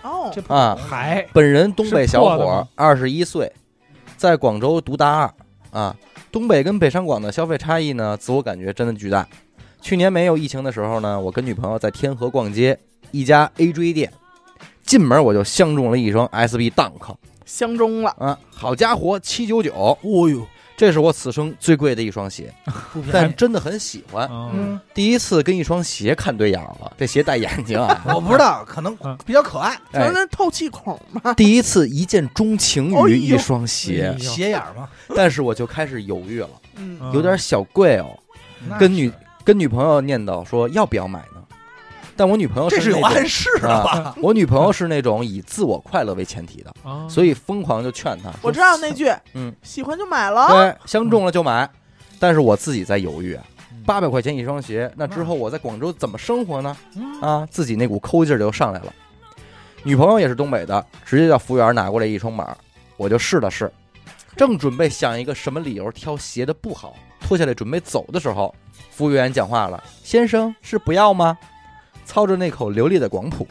Speaker 3: 哦，
Speaker 2: 这不
Speaker 1: 啊。
Speaker 4: 还
Speaker 1: 本人东北小
Speaker 4: 是破的
Speaker 1: 伙
Speaker 4: 吗，
Speaker 1: 二十一岁，在广州读大二啊。东北跟北上广的消费差异呢，自我感觉真的巨大。去年没有疫情的时候呢，我跟女朋友在天河逛街，一家 AJ 店，进门我就相中了一双 SB Dunk
Speaker 3: 相中了，
Speaker 1: 啊，好家伙，七九九，
Speaker 2: 哦呦，
Speaker 1: 这是我此生最贵的一双鞋，
Speaker 2: 不便宜
Speaker 1: 但真的很喜欢。
Speaker 4: 嗯
Speaker 2: 嗯，
Speaker 1: 第一次跟一双鞋看对眼儿了，这鞋戴眼睛 啊，
Speaker 2: 我不知道，可能
Speaker 4: 嗯
Speaker 2: 比较可爱，
Speaker 3: 就是
Speaker 1: 哎，
Speaker 3: 那透气孔嘛。
Speaker 1: 第一次一见钟情
Speaker 3: 哎
Speaker 1: 于
Speaker 3: 呦
Speaker 1: 一双
Speaker 4: 哎
Speaker 1: 鞋
Speaker 4: 呦，
Speaker 2: 斜眼儿嘛，
Speaker 1: 但是我就开始犹豫了。
Speaker 3: 嗯，
Speaker 4: 嗯
Speaker 1: 有点小贵哦，
Speaker 2: 那
Speaker 1: 跟
Speaker 4: 啊
Speaker 2: 是
Speaker 1: 女跟女朋友念叨说要不要买呢？但我女朋友
Speaker 2: 这是有
Speaker 1: 哦那种啊
Speaker 2: 暗示的吧？
Speaker 1: 我女朋友是那种以自我快乐为前提的，
Speaker 3: 嗯
Speaker 4: 啊，
Speaker 1: 所以疯狂就劝她。
Speaker 3: 我知道那句，
Speaker 1: 嗯，
Speaker 3: 喜欢就买了。
Speaker 1: 对，相中了就买，但是我自己在犹豫啊
Speaker 4: 嗯。
Speaker 1: 八百块钱一双鞋，那之后我在广州怎么生活呢？
Speaker 4: 嗯
Speaker 1: 啊，自己那股抠劲儿就上来了。女朋友也是东北的，直接叫服务员拿过来一双码，我就试了试，正准备想一个什么理由挑鞋的不好，脱下来准备走的时候，服务员讲话了：“先生是不要吗？”操着那口流利的广普，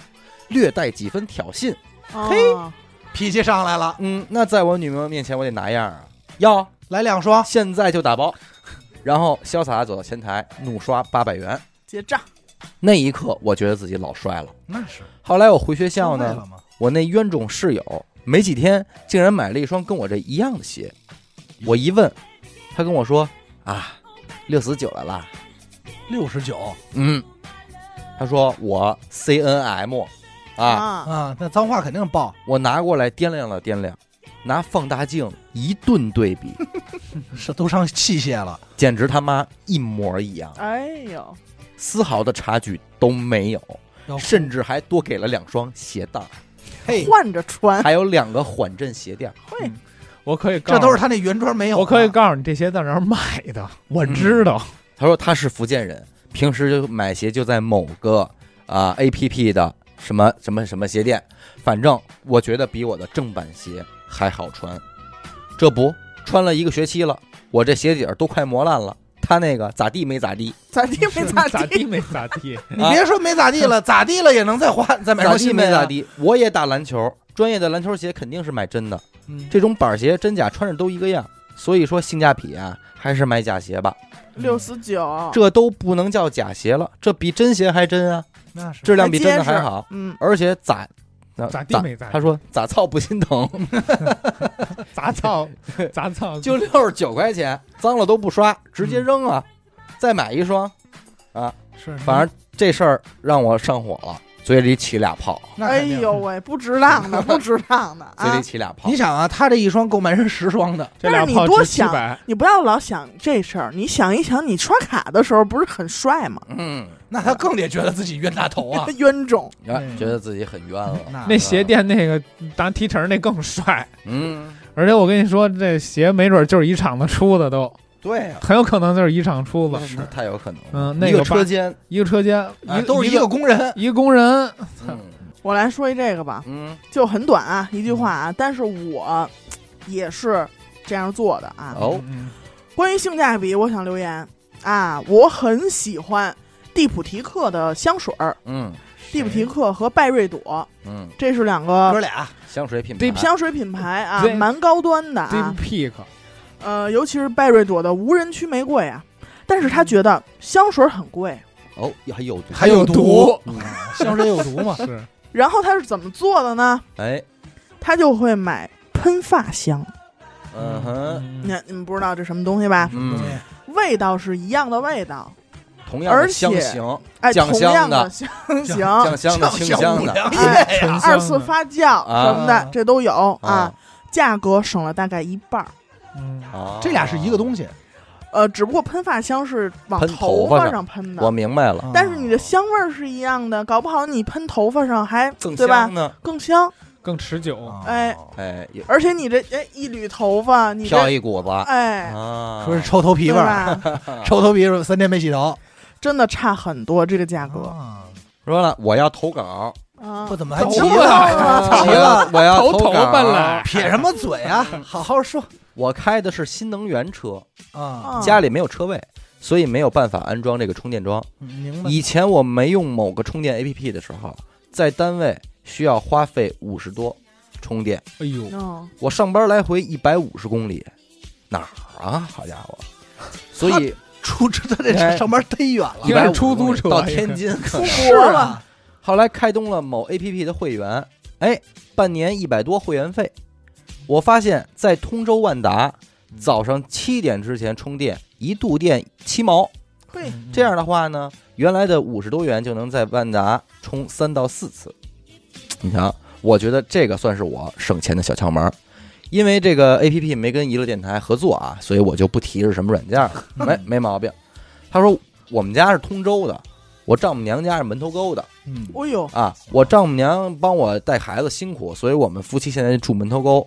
Speaker 1: 略带几分挑衅。
Speaker 3: 哦嘿，
Speaker 2: 脾气上来了，
Speaker 1: 嗯，那在我女朋友面前我得哪样啊？要，
Speaker 2: 来两双，
Speaker 1: 现在就打包。然后潇洒地走到前台，怒刷八百元。
Speaker 3: 结账。
Speaker 1: 那一刻，我觉得自己老帅了。
Speaker 2: 那是
Speaker 1: 后来我回学校
Speaker 2: 消费
Speaker 1: 呢，
Speaker 2: 了吗？
Speaker 1: 我那冤种室友没几天，竟然买了一双跟我这一样的鞋。我一问，他跟我说啊，六十九了啦。
Speaker 2: 六十九
Speaker 1: 嗯，他说我 C N M，啊，
Speaker 3: 啊，
Speaker 2: 啊，那脏话肯定爆，
Speaker 1: 我拿过来掂量了掂量，拿放大镜一顿对 比，嗯
Speaker 2: 是都上器械了，
Speaker 1: 简直他妈一模一样，
Speaker 3: 哎呦，
Speaker 1: 丝毫的差距都没有，
Speaker 2: 要
Speaker 1: 甚至还多给了两双鞋带儿，
Speaker 2: 嘿，
Speaker 3: 换着穿。
Speaker 1: 还有两个缓震鞋垫儿。
Speaker 3: 会
Speaker 4: 嗯我可以告
Speaker 2: 这
Speaker 4: 诉，
Speaker 2: 都是他那原装没有的，
Speaker 4: 我可以告诉你，这些在哪儿买的，我
Speaker 1: 嗯
Speaker 4: 知 道。
Speaker 1: 他说他是福建人，平时就买鞋就在某个啊、A P P 的什么什么什么鞋店，反正我觉得比我的正版鞋还好穿。这不穿了一个学期了，我这鞋底儿都快磨烂了。他那个咋地没咋地，
Speaker 3: 咋地没 咋
Speaker 4: 咋
Speaker 3: 地，
Speaker 4: 地没咋 地，
Speaker 2: 你别说没咋地了，咋地了也能再换再买
Speaker 1: 咋
Speaker 2: 双
Speaker 1: 地
Speaker 2: 新
Speaker 1: 没
Speaker 2: 的
Speaker 1: 咋
Speaker 2: 呀。
Speaker 1: 地。我也打篮球，专业的篮球鞋肯定是买真的，
Speaker 2: 嗯
Speaker 1: 这种板鞋真假穿着都一个样。所以说性价比啊，还是买假鞋吧。
Speaker 3: 六十九，
Speaker 1: 这都不能叫假鞋了，这比真鞋还真啊，
Speaker 2: 那是
Speaker 1: 质量比真的还好。
Speaker 3: 嗯，
Speaker 1: 而且咋咋
Speaker 4: 咋地没咋地
Speaker 1: 他说咋操不心疼，
Speaker 4: 咋操咋操，
Speaker 1: 就六十九块钱，脏了都不刷，直接扔啊，
Speaker 4: 嗯
Speaker 1: 再买一双。
Speaker 2: 是，
Speaker 1: 反正这事儿让我上火了，嘴里起俩泡，
Speaker 2: 那
Speaker 3: 哎
Speaker 2: 肯定
Speaker 3: 呦喂，不值当的，不值当 的
Speaker 1: 嘴
Speaker 3: 啊
Speaker 1: 里！起俩泡
Speaker 2: 你。想啊，他这一双购买是十双 的，
Speaker 4: 这
Speaker 3: 但
Speaker 4: 俩
Speaker 3: 是你
Speaker 4: 炮
Speaker 3: 多
Speaker 4: 值七
Speaker 3: 想啊
Speaker 4: 百，
Speaker 3: 你不要老想这事儿，你想一想，你刷卡的时候不是很帅吗？。
Speaker 1: 嗯，
Speaker 2: 那他更得觉得自己冤大头啊
Speaker 3: 冤种，
Speaker 4: 嗯
Speaker 1: 哎觉得自己很冤了。
Speaker 2: 那
Speaker 4: 那鞋店那个拿提成那更帅，
Speaker 1: 嗯，
Speaker 4: 而且我跟你说，这鞋没准就是一厂子出的都，
Speaker 1: 对
Speaker 2: 啊
Speaker 1: 呀，
Speaker 4: 很有可能就是一厂出
Speaker 1: 那
Speaker 4: 的，
Speaker 1: 那太有可能了。
Speaker 4: 嗯那
Speaker 1: 一
Speaker 4: 个
Speaker 1: 个
Speaker 4: 吧
Speaker 1: 车间，
Speaker 4: 一个车间，一
Speaker 2: 啊
Speaker 4: 个
Speaker 2: 都是
Speaker 4: 一
Speaker 2: 一个工人，
Speaker 4: 一个工人，
Speaker 1: 嗯
Speaker 3: 我来说一这个吧，
Speaker 1: 嗯
Speaker 3: 就很短啊，一句话
Speaker 4: 嗯
Speaker 3: 啊，但是我也是这样做的啊。
Speaker 1: 哦
Speaker 4: 嗯，
Speaker 3: 关于性价比，我想留言啊，我很喜欢蒂普提克的香水儿，
Speaker 1: 嗯
Speaker 3: 蒂普提克和拜瑞朵，
Speaker 1: 嗯，
Speaker 3: 这是两
Speaker 2: 哥
Speaker 3: 个
Speaker 2: 俩
Speaker 1: 香水品
Speaker 4: 对
Speaker 1: 牌，
Speaker 3: 香水品牌啊
Speaker 4: 对，
Speaker 3: 蛮高端的
Speaker 4: 嗯
Speaker 3: 啊。
Speaker 4: ，Deep Peak，
Speaker 3: 呃，尤其是拜瑞朵的无人区玫瑰啊。但是他觉得香水很贵，
Speaker 1: 哦，还有毒
Speaker 2: 还有毒，香水有毒嘛？
Speaker 4: 是
Speaker 3: 然后他是怎么做的呢？
Speaker 1: 哎，
Speaker 3: 他就会买喷发香。
Speaker 1: 嗯哼，
Speaker 3: 你你们不知道这什么东西吧？
Speaker 1: 嗯，
Speaker 3: 味道是一样的味道，
Speaker 1: 同样的
Speaker 3: 而且
Speaker 1: 香型，
Speaker 3: 哎，
Speaker 1: 酱
Speaker 3: 同样
Speaker 1: 香的
Speaker 3: 的香型，
Speaker 2: 啊
Speaker 1: 酱香的、清香的
Speaker 3: 哎，
Speaker 4: 醇香
Speaker 3: 二次
Speaker 4: 的
Speaker 3: 发酵什么的
Speaker 2: 啊，
Speaker 3: 这都有啊。价格省了大概一半儿，
Speaker 4: 嗯
Speaker 1: 啊，
Speaker 2: 这俩是一个东
Speaker 1: 西，
Speaker 2: 西，
Speaker 3: 呃，只不过喷发香是往
Speaker 1: 喷
Speaker 3: 头
Speaker 1: 头发
Speaker 3: 上喷
Speaker 1: 我
Speaker 3: 的，
Speaker 1: 明白了，
Speaker 2: 啊
Speaker 3: 但是你的香味儿是一样的，搞不好你喷头发上还
Speaker 1: 更
Speaker 3: 对吧
Speaker 1: 香呢，
Speaker 3: 更香，
Speaker 4: 更持久。
Speaker 2: 啊
Speaker 3: 哎
Speaker 1: 哎，也
Speaker 3: 而且你这哎一缕头发，你
Speaker 1: 飘
Speaker 3: 这
Speaker 1: 一股子
Speaker 3: 哎，
Speaker 1: 啊，
Speaker 2: 说是臭头皮
Speaker 3: 对
Speaker 2: 味儿，
Speaker 3: 吧？
Speaker 2: 臭头皮味儿三天没洗头，
Speaker 3: 真的差很多这个价格
Speaker 2: 啊
Speaker 1: 说了，我要投稿，
Speaker 3: 啊
Speaker 2: 不，怎么还急
Speaker 4: 头
Speaker 3: 发
Speaker 2: 了，
Speaker 3: 啊
Speaker 2: 急了，
Speaker 1: 我要
Speaker 4: 头
Speaker 1: 稿啊
Speaker 4: 发了，
Speaker 2: 撇什么嘴啊？好好说
Speaker 1: 我开的是新能源车，
Speaker 2: 啊，
Speaker 1: 家里没有车位，所以没有办法安装这个充电桩。
Speaker 2: 明白？
Speaker 1: 以前我没用某个充电 APP 的时候，在单位需要花费五十多充电，
Speaker 4: 哎呦，
Speaker 3: 嗯，
Speaker 1: 我上班来回一百五十公里，哪儿啊？好家伙！所以
Speaker 2: 出这他这
Speaker 1: 哎
Speaker 2: 上班忒远了
Speaker 4: 应，该是出租车
Speaker 1: 150公里到天津可能。
Speaker 2: 是啊，
Speaker 1: 后来开通了某 APP 的会员，哎，半年一百多会员费。我发现，在通州万达，早上七点之前充电，一度电七毛。
Speaker 4: 嗯
Speaker 3: 嘿，
Speaker 1: 这样的话呢，原来的五十多元就能在万达充三到四次。你瞧，我觉得这个算是我省钱的小窍门儿。因为这个 A P P 没跟娱乐电台合作啊，所以我就不提是什么软件了，没没毛病。他说我们家是通州的，我丈母娘家是门头沟的
Speaker 2: 嗯，
Speaker 3: 哎呦，
Speaker 1: 啊，我丈母娘帮我带孩子辛苦，所以我们夫妻现在住门头沟。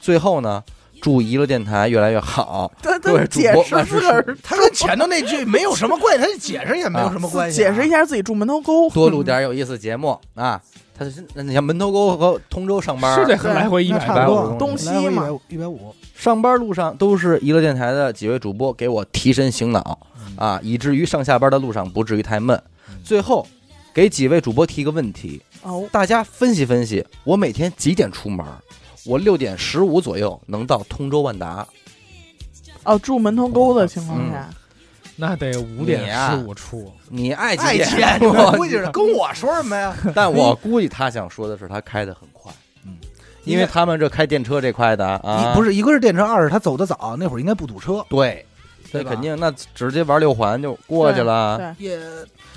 Speaker 1: 最后呢，祝娱乐电台越来越好，
Speaker 3: 他
Speaker 1: 各位
Speaker 3: 他
Speaker 1: 主
Speaker 3: 解
Speaker 1: 播
Speaker 3: 释
Speaker 1: 万
Speaker 3: 自
Speaker 1: 事
Speaker 3: 个儿
Speaker 2: 他跟前头那句没有什么关系，他解释也没有什么关系，啊
Speaker 3: 解释一下自己住门头沟，
Speaker 1: 多录点有意思的节目啊。他是你像门头沟和通州上班
Speaker 4: 是得
Speaker 3: 对
Speaker 4: 来回一
Speaker 2: 那
Speaker 4: 百
Speaker 2: 差不
Speaker 4: 多。
Speaker 2: 多
Speaker 3: 东西嘛
Speaker 2: 一百五，
Speaker 1: 上班路上都是娱乐电台的几位主播给我提神醒脑
Speaker 2: 嗯
Speaker 1: 啊，以至于上下班的路上不至于太闷
Speaker 2: 嗯。
Speaker 1: 最后，给几位主播提个问题，
Speaker 3: 哦，
Speaker 1: 大家分析分析，我每天几点出门？我六点十五左右能到通州万达。
Speaker 3: 哦，住门头沟的情况下，
Speaker 4: 那得五点十五出，
Speaker 1: 你爱
Speaker 2: 爱
Speaker 1: 几
Speaker 2: 钱，你们
Speaker 1: 我
Speaker 2: 估计是跟我说什么呀？
Speaker 1: 但我估计他想说的是，他开的很快
Speaker 2: 嗯，
Speaker 1: 因为他们这开电车这块的啊，
Speaker 2: 一不是一个是电车，二是他走的早，那会儿应该不堵车，
Speaker 1: 对，这
Speaker 2: 对吧
Speaker 1: 肯定那直接玩六环就过去了。
Speaker 3: 对，
Speaker 2: 也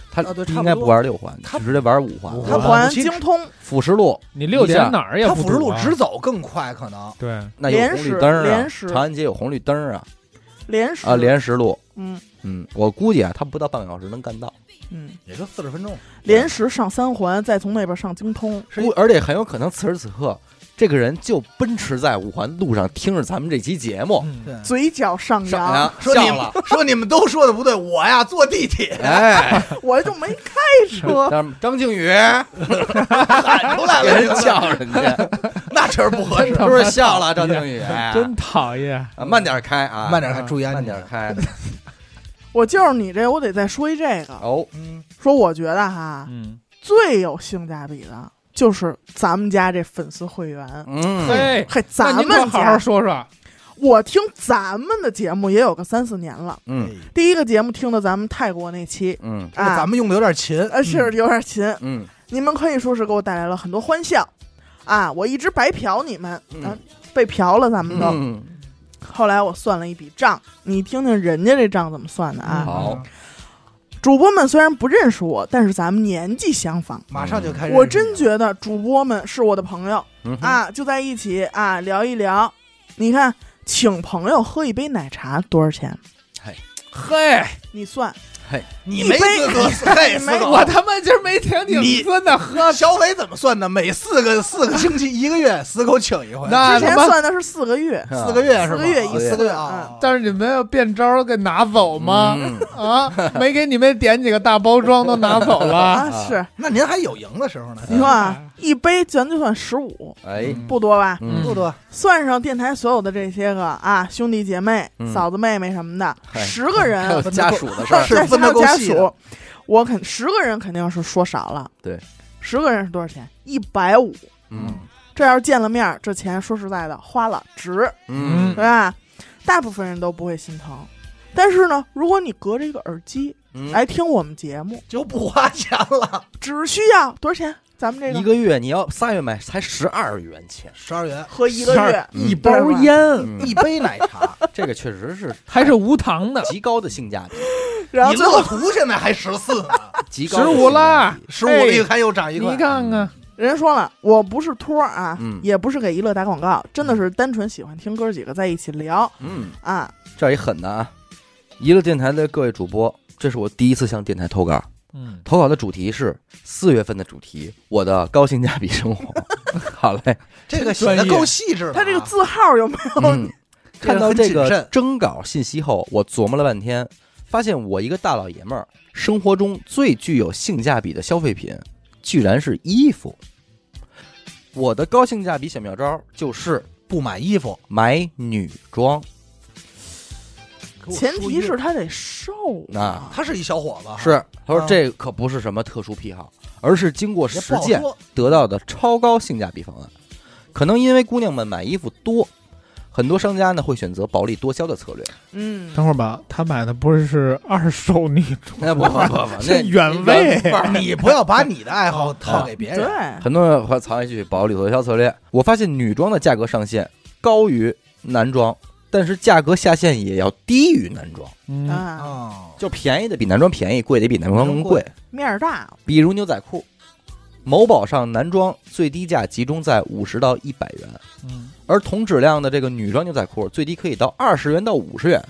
Speaker 1: 他
Speaker 2: 啊对差不多
Speaker 1: 应该不玩六环，
Speaker 2: 他
Speaker 1: 直接玩五环
Speaker 4: 五
Speaker 1: 了。
Speaker 3: 他
Speaker 4: 我
Speaker 3: 环
Speaker 2: 不清
Speaker 3: 精通，
Speaker 1: 辅食路
Speaker 4: 你六
Speaker 1: 一下
Speaker 4: 点哪儿也
Speaker 2: 他
Speaker 4: 不
Speaker 2: 辅食
Speaker 4: 堵
Speaker 2: 路
Speaker 4: 啊
Speaker 2: 直走更快，可能
Speaker 4: 对，
Speaker 1: 那有红
Speaker 3: 莲石
Speaker 1: 绿灯儿啊
Speaker 3: 莲，石
Speaker 1: 长安街有红绿灯儿啊，
Speaker 3: 连时
Speaker 1: 啊，莲石路，
Speaker 3: 嗯
Speaker 1: 嗯，我估计啊，他不到半个小时能干到，
Speaker 3: 嗯，
Speaker 2: 也就四十分钟。
Speaker 3: 连时上三环，再从那边上精通，
Speaker 1: 不，而且很有可能此时此刻，这个人就奔驰在五环路上，听着咱们这期节目，
Speaker 4: 嗯
Speaker 2: 对，
Speaker 3: 嘴角上
Speaker 1: 上
Speaker 3: 扬，
Speaker 1: 呀
Speaker 2: 说你
Speaker 1: 笑
Speaker 2: 们
Speaker 1: 了，
Speaker 2: 说你们都说的不对，我呀坐地铁
Speaker 1: 哎，
Speaker 3: 我就没开 车，
Speaker 1: 张张靖宇
Speaker 2: 喊出来
Speaker 1: 给人
Speaker 2: 了，
Speaker 1: 叫人 家，
Speaker 2: 那确实不合适
Speaker 1: 是。不是笑了？张靖宇，
Speaker 4: 真讨厌。
Speaker 1: 啊慢点开啊，
Speaker 2: 慢点开，注意安
Speaker 1: 慢
Speaker 2: 全。
Speaker 1: 点开，
Speaker 3: 我就是你这，我得再说一这个，
Speaker 1: 哦，
Speaker 2: 嗯，
Speaker 3: 说我觉得哈，
Speaker 4: 嗯，
Speaker 3: 最有性价比的就是咱们家这粉丝会员，
Speaker 1: 嗯，
Speaker 4: 嘿，那
Speaker 3: 嘿，咱
Speaker 4: 您可
Speaker 3: 们
Speaker 4: 好好
Speaker 3: 家，
Speaker 4: 说说。
Speaker 3: 我听咱们的节目也有个三四年了，
Speaker 1: 嗯
Speaker 3: 第一个节目听的咱们泰国那期
Speaker 1: 嗯
Speaker 2: 哎这个
Speaker 3: 啊
Speaker 2: 咱。们用的有点勤，哎
Speaker 3: 呃，是有点勤，
Speaker 1: 嗯，
Speaker 3: 你们可以说是给我带来了很多欢笑，啊，我一直白嫖你们，
Speaker 1: 嗯
Speaker 3: 啊被嫖了咱们都。
Speaker 1: 嗯，
Speaker 3: 后来我算了一笔账，你听听人家这账怎么算的啊？
Speaker 1: 嗯好，
Speaker 3: 主播们虽然不认识我，但是咱们年纪相仿，
Speaker 2: 马上就开始。
Speaker 3: 我真觉得主播们是我的朋友
Speaker 1: 嗯哼，
Speaker 3: 啊，就在一起啊聊一聊。你看，请朋友喝一杯奶茶多少钱？
Speaker 4: 嘿，
Speaker 3: 你算，
Speaker 2: 你没资格嘿，四
Speaker 3: 没
Speaker 2: 个
Speaker 4: 我他妈今儿没听
Speaker 2: 你
Speaker 4: 你真的喝，
Speaker 2: 小伟怎么算的？每四个四个星期一个月死狗请一回，
Speaker 4: 那
Speaker 3: 之前
Speaker 4: 他妈。
Speaker 3: 算的是四个月，
Speaker 2: 四个月是吧？
Speaker 3: 四个月一嗯
Speaker 1: 次
Speaker 2: 四个月啊，
Speaker 4: 但是你们要变招儿给拿走吗？
Speaker 1: 嗯
Speaker 4: 啊，没给你们点几个大包装都拿走了。
Speaker 3: 啊是，
Speaker 2: 那您还有赢的时候呢，
Speaker 3: 你说啊，一杯咱就算十五，
Speaker 1: 哎，
Speaker 3: 不多吧？
Speaker 1: 嗯
Speaker 2: 多多
Speaker 3: 算上电台所有的这些个啊兄弟姐妹、
Speaker 1: 嗯
Speaker 3: 嫂子妹妹什么的，
Speaker 1: 嗨
Speaker 3: 十个人
Speaker 1: 还有家属的事儿，
Speaker 2: 是分
Speaker 3: 还
Speaker 2: 得
Speaker 3: 有
Speaker 2: 够
Speaker 3: 家
Speaker 2: 细的
Speaker 3: 属，我肯十个人肯定是说少了，
Speaker 1: 对，
Speaker 3: 十个人是多少钱？一百五。
Speaker 1: 嗯
Speaker 3: 这要是见了面儿，这钱说实在的花了值，
Speaker 1: 嗯
Speaker 3: 对吧？大部分人都不会心疼。但是呢，如果你隔着一个耳机
Speaker 1: 嗯，
Speaker 2: 哎
Speaker 3: 来听我们节目，
Speaker 2: 就不花钱了，
Speaker 3: 只需要多少钱？咱们这
Speaker 1: 一
Speaker 3: 个
Speaker 1: 个月你要仨月买才十二元钱，
Speaker 2: 十二元
Speaker 3: 喝一个
Speaker 4: 12
Speaker 3: 月，
Speaker 1: 嗯
Speaker 4: 一包烟，
Speaker 1: 嗯
Speaker 2: 一杯奶茶，
Speaker 1: 这个确实是
Speaker 4: 还是无糖的，
Speaker 1: 极高的性价比，
Speaker 3: 然后
Speaker 2: 你
Speaker 3: 最后
Speaker 2: 乐图现在还十四呢，
Speaker 1: 极高的
Speaker 4: 十
Speaker 1: 性价比
Speaker 4: 五啦，
Speaker 2: 嗯十五
Speaker 4: 哎
Speaker 2: 里看又涨一
Speaker 4: 你
Speaker 2: 块，
Speaker 4: 看看，
Speaker 3: 人家说了，我不是托儿啊，
Speaker 1: 嗯
Speaker 3: 也不是给娱乐打广告，真的是单纯喜欢听哥几个在一起聊
Speaker 1: 嗯，
Speaker 3: 啊。
Speaker 1: 这儿也狠的啊！娱乐电台的各位主播，这是我第一次向电台投稿，
Speaker 4: 嗯，
Speaker 1: 投稿的主题是四月份的主题，我的高性价比生 活。好嘞，
Speaker 2: 这个写的够细致了啊，
Speaker 3: 他这个字号有没 有？
Speaker 1: 嗯，看到这
Speaker 2: 这个
Speaker 1: 个
Speaker 2: 很谨慎
Speaker 1: 征稿信息后，我琢磨了半天，发现我一个大老爷们儿，生活中最具有性价比的消费品，居然是衣服。我的高性价比小妙招就是
Speaker 2: 不买衣服，
Speaker 1: 买女装。
Speaker 2: 给我说
Speaker 3: 前
Speaker 2: 一
Speaker 3: 提
Speaker 2: 个
Speaker 3: 是他得瘦
Speaker 1: 啊
Speaker 2: 他是一小伙子，
Speaker 1: 是，他说
Speaker 2: 啊
Speaker 1: 这可不是什么特殊癖好，而是经过
Speaker 2: 也
Speaker 1: 实
Speaker 2: 不好
Speaker 1: 践
Speaker 2: 说
Speaker 1: 得到的超高性价比方案。可能因为姑娘们买衣服多，很多商家呢会选择薄利多销的策略。
Speaker 3: 嗯，
Speaker 4: 等会儿吧，他买的不是是二手女装，
Speaker 1: 那不不不不，那
Speaker 4: 是原味，
Speaker 2: 你哎不要把你的爱好套给别
Speaker 3: 对
Speaker 2: 人，，
Speaker 1: 很多人会藏一句薄利多销策略。我发现女装的价格上限高于男装，但是价格下限也要低于男装，
Speaker 4: 嗯，
Speaker 3: 啊，
Speaker 2: 哦，
Speaker 1: 就便宜的比男装便宜，贵的也比男装更
Speaker 2: 更贵
Speaker 1: 贵。
Speaker 3: 面儿大，
Speaker 1: 比如牛仔裤，某宝上男装最低价集中在五十到一百元，
Speaker 4: 嗯
Speaker 1: 而同质量的这个女装牛仔裤最低可以到二十元到五十元。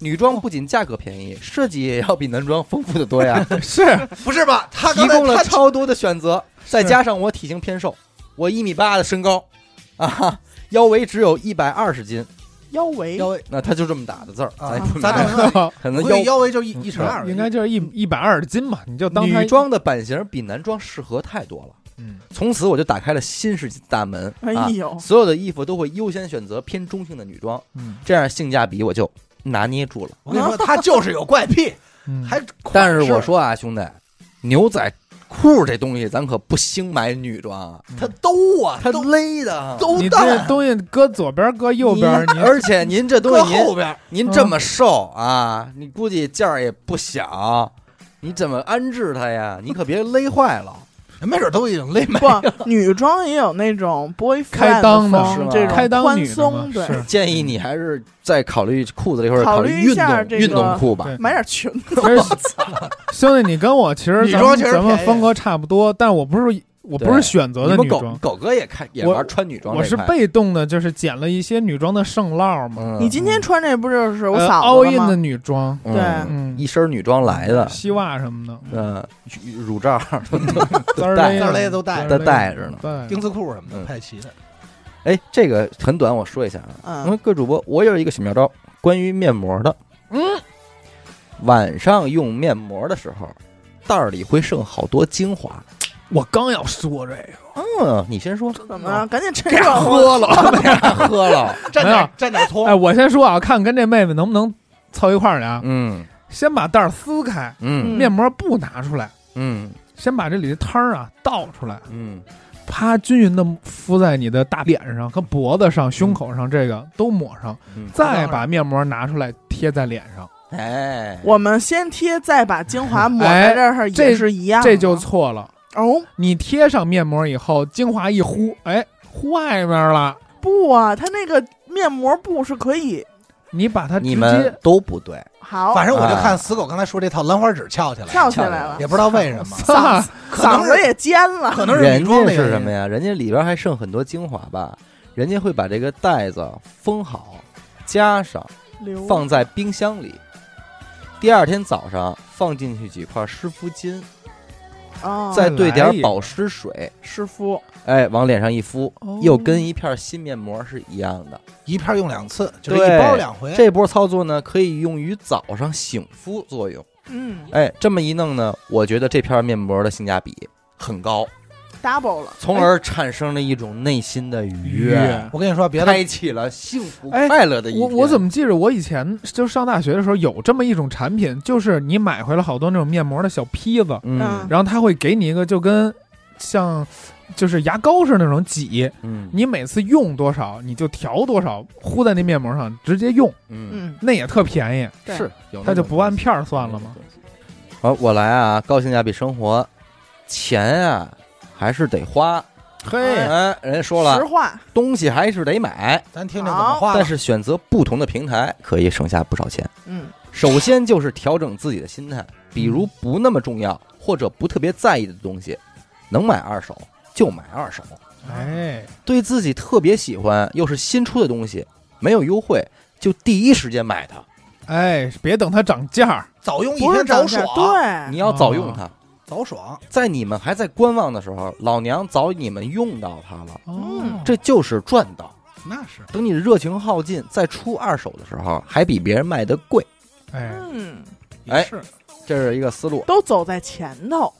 Speaker 1: 女装不仅价格便宜，设计也要比男装丰富的多呀，
Speaker 4: 是
Speaker 2: 不是吧？他
Speaker 1: 提
Speaker 2: 刚才
Speaker 1: 供了
Speaker 2: 他
Speaker 1: 超多的选择。再加上我体型偏瘦，我一米八的身高，啊，腰围只有一百二十斤，
Speaker 3: 腰围
Speaker 2: 腰围
Speaker 1: 那他就这么打的字儿，咱
Speaker 2: 哎啊
Speaker 1: 也不，
Speaker 2: 咱
Speaker 1: 买
Speaker 2: 等一下，
Speaker 1: 可能
Speaker 2: 我以为
Speaker 1: 腰。
Speaker 2: 腰围就一一尺二，
Speaker 4: 嗯应该就是一一百二十斤吧，你就当它
Speaker 1: 女，装的版型比男装适合太多了，
Speaker 4: 嗯，
Speaker 1: 从此我就打开了新世界的大门。
Speaker 3: 哎
Speaker 1: 啊，
Speaker 3: 呦
Speaker 1: 所有的衣服都会优先选择偏中性的女装，
Speaker 4: 嗯
Speaker 1: 这样性价比我就拿捏住了。
Speaker 2: 我跟你说，他就是有怪癖，
Speaker 4: 嗯，
Speaker 2: 还
Speaker 1: 但是我说啊，兄弟，牛仔裤这东西咱可不兴买女装啊，
Speaker 2: 他兜啊，
Speaker 1: 它
Speaker 2: 兜
Speaker 1: 勒的啊，
Speaker 2: 兜
Speaker 4: 你这
Speaker 2: 蛋
Speaker 4: 东西搁左边搁右边，
Speaker 1: 您
Speaker 4: 你
Speaker 1: 而且您这东
Speaker 2: 搁
Speaker 1: 西
Speaker 2: 后
Speaker 1: 您
Speaker 2: 边儿，
Speaker 1: 您这么瘦啊，你估计件儿也不小，你怎么安置它呀？你可别勒坏了。
Speaker 2: 没准都已经勒满。
Speaker 3: 不，女装也有那种 boy
Speaker 4: 开裆的
Speaker 1: 是吗
Speaker 3: 这种
Speaker 4: 开裆
Speaker 3: 宽
Speaker 4: 女的嘛
Speaker 3: 松，对，
Speaker 4: 是
Speaker 1: 建议你还是再考虑裤子这块儿，
Speaker 3: 考
Speaker 1: 考
Speaker 3: 虑
Speaker 1: 虑运
Speaker 3: 一下
Speaker 1: 动
Speaker 3: 这个
Speaker 1: 运动裤吧
Speaker 4: 对。
Speaker 3: 买点裙 子，
Speaker 4: 其
Speaker 1: 嗯
Speaker 4: 实兄弟，你跟我其实
Speaker 2: 女
Speaker 4: 咱
Speaker 2: 装
Speaker 4: 们
Speaker 2: 其实
Speaker 4: 咱们
Speaker 2: 便宜
Speaker 4: 风格差不多，但我不是我不
Speaker 1: 对
Speaker 4: 是选择
Speaker 1: 你
Speaker 4: 的
Speaker 1: 们
Speaker 4: 女
Speaker 1: 狗
Speaker 4: 装，
Speaker 1: 狗哥也看也
Speaker 4: 我
Speaker 1: 玩穿女装这
Speaker 4: 我
Speaker 1: 一
Speaker 4: 是
Speaker 1: 块，
Speaker 4: 被动的，就是捡了一些女装的剩烙嘛，
Speaker 1: 嗯
Speaker 3: 你今天穿这不就是我
Speaker 4: 呃
Speaker 3: 嫂
Speaker 4: all
Speaker 3: 子
Speaker 4: in 的
Speaker 3: 吗？
Speaker 4: 女装，
Speaker 1: 嗯
Speaker 3: 对
Speaker 4: 嗯
Speaker 1: 一身女装来的，
Speaker 4: 西袜什么的，
Speaker 1: 嗯，乳罩，
Speaker 4: 滋儿
Speaker 1: 带
Speaker 4: 勒
Speaker 2: 滋儿勒
Speaker 4: 的
Speaker 2: 都带
Speaker 4: 滋儿
Speaker 1: 都
Speaker 4: 勒
Speaker 1: 带着呢
Speaker 4: 对
Speaker 2: 丁字裤什么
Speaker 1: 嗯
Speaker 2: 的，派齐的，
Speaker 1: 哎，这个很短，我说一下啊。因为
Speaker 3: 嗯，
Speaker 1: 各位主播，我有一个小妙招，关于面膜的。
Speaker 4: 嗯，
Speaker 1: 晚上用面膜的时候，袋儿里会剩好多精华。
Speaker 4: 我刚要说这个，
Speaker 1: 嗯，你先 说，
Speaker 3: 怎么了？赶紧趁
Speaker 1: 给
Speaker 3: 热 乎，
Speaker 1: 喝了，给他喝了。
Speaker 2: 蘸
Speaker 4: 没有
Speaker 2: 点蘸点葱
Speaker 4: 哎，，我先说啊，看跟这妹妹能不能凑一块儿去啊？
Speaker 1: 嗯
Speaker 4: 先把袋儿撕开，
Speaker 1: 嗯
Speaker 4: 面膜不拿出来，
Speaker 1: 嗯
Speaker 4: 先把这里的汤儿啊倒出来，
Speaker 1: 嗯，
Speaker 4: 啪均匀的敷在你的大脸上、和脖子上、胸口上，这个都抹上，
Speaker 1: 嗯
Speaker 4: 再把面膜拿出来贴在脸上，
Speaker 1: 哎，
Speaker 3: 我们先贴，再把精华抹
Speaker 4: 哎
Speaker 3: 在这儿也
Speaker 4: 这
Speaker 3: 是一样的，
Speaker 4: 这就错了。
Speaker 3: 哦
Speaker 4: 你贴上面膜以后，精华一呼，哎，呼外面了。
Speaker 3: 不啊，它那个面膜布是可以
Speaker 4: 你把它直
Speaker 1: 你
Speaker 4: 接
Speaker 1: 们都不对，
Speaker 3: 好
Speaker 2: 反正我就看死狗刚才说这套兰花指翘起来，
Speaker 3: 翘起来了
Speaker 2: 也，不知道为什么，
Speaker 4: 撒
Speaker 2: 可
Speaker 3: 嗓
Speaker 2: 能
Speaker 3: 子
Speaker 2: 是
Speaker 3: 也尖了，
Speaker 2: 可能是
Speaker 1: 人
Speaker 2: 女装
Speaker 1: 家
Speaker 2: 那个
Speaker 1: 是什么呀？人家里边还剩很多精华吧？人家会把这个袋子封好，加上。
Speaker 3: 流
Speaker 1: 放在冰箱里，第二天早上放进去几块湿敷巾，
Speaker 4: 哦
Speaker 3: 啊，
Speaker 1: 再兑点保湿水，
Speaker 3: 湿敷，
Speaker 1: 哎，往脸上一敷，
Speaker 4: 哦
Speaker 1: 又跟一片新面膜是一样的。
Speaker 2: 一片用两次，就是
Speaker 1: 对
Speaker 2: 一包两
Speaker 4: 哎
Speaker 2: 回，
Speaker 1: 这波操作呢，可以用于早上醒敷作用。
Speaker 3: 嗯
Speaker 1: 哎，这么一弄呢，我觉得这片面膜的性价比很高，
Speaker 3: ，double 了，哎
Speaker 1: 从而产生了一种内心的愉悦，
Speaker 2: 我跟你说，别的
Speaker 1: 开启了幸福
Speaker 4: 哎
Speaker 1: 快乐的一
Speaker 4: 哦我
Speaker 1: 天。
Speaker 4: 我怎么记着我以前就上大学的时候有这么一种产品，就是你买回来好多那种面膜的小坯子，
Speaker 1: 嗯
Speaker 3: 嗯
Speaker 4: 然后它会给你一个就跟像就是牙膏是那种挤，
Speaker 1: 嗯
Speaker 4: 你每次用多少你就调多少，糊在那面膜上直接用，
Speaker 1: 嗯，
Speaker 3: 嗯，
Speaker 4: 那也特便宜。
Speaker 3: 对
Speaker 1: 是，有
Speaker 4: 它
Speaker 1: 那
Speaker 4: 就
Speaker 1: 种
Speaker 4: 不按
Speaker 1: 东西嗯
Speaker 4: 片儿算了吗？？
Speaker 1: 好，我来啊，高性价比生活，钱啊还是得花。
Speaker 4: 嘿，
Speaker 1: 哎，人家说
Speaker 3: 实
Speaker 1: 了，
Speaker 3: 话，
Speaker 1: 东西还是得买，
Speaker 2: 咱听听怎么花
Speaker 4: 啊
Speaker 1: 啊但
Speaker 2: 的。
Speaker 1: 是选择不同的平台可以省下不少钱。
Speaker 3: 嗯，
Speaker 1: 首先就是调整自己的心态，比如不那么重要或者不特别在意的东西，能买二手就买二手。
Speaker 4: 哎，
Speaker 1: 对自己特别喜欢又是新出的东西，没有优惠就第一时间买它。
Speaker 4: 哎，别等它涨价儿，
Speaker 2: 早用一
Speaker 3: 不是
Speaker 2: 天
Speaker 3: 涨
Speaker 2: 早
Speaker 3: 价，
Speaker 2: 爽，
Speaker 3: 对，
Speaker 1: 你要早用它，
Speaker 2: 早爽。
Speaker 1: 在你们还在观望的时候，老娘早你们用到它了，
Speaker 3: 嗯
Speaker 1: 这就是赚到。
Speaker 2: 那是
Speaker 1: 等你热情耗尽，再出二手的时候，还比别人卖的贵，
Speaker 4: 哎，
Speaker 3: 嗯，
Speaker 1: 哎
Speaker 2: 也是
Speaker 1: 这是一个思路。
Speaker 3: 都走在前头，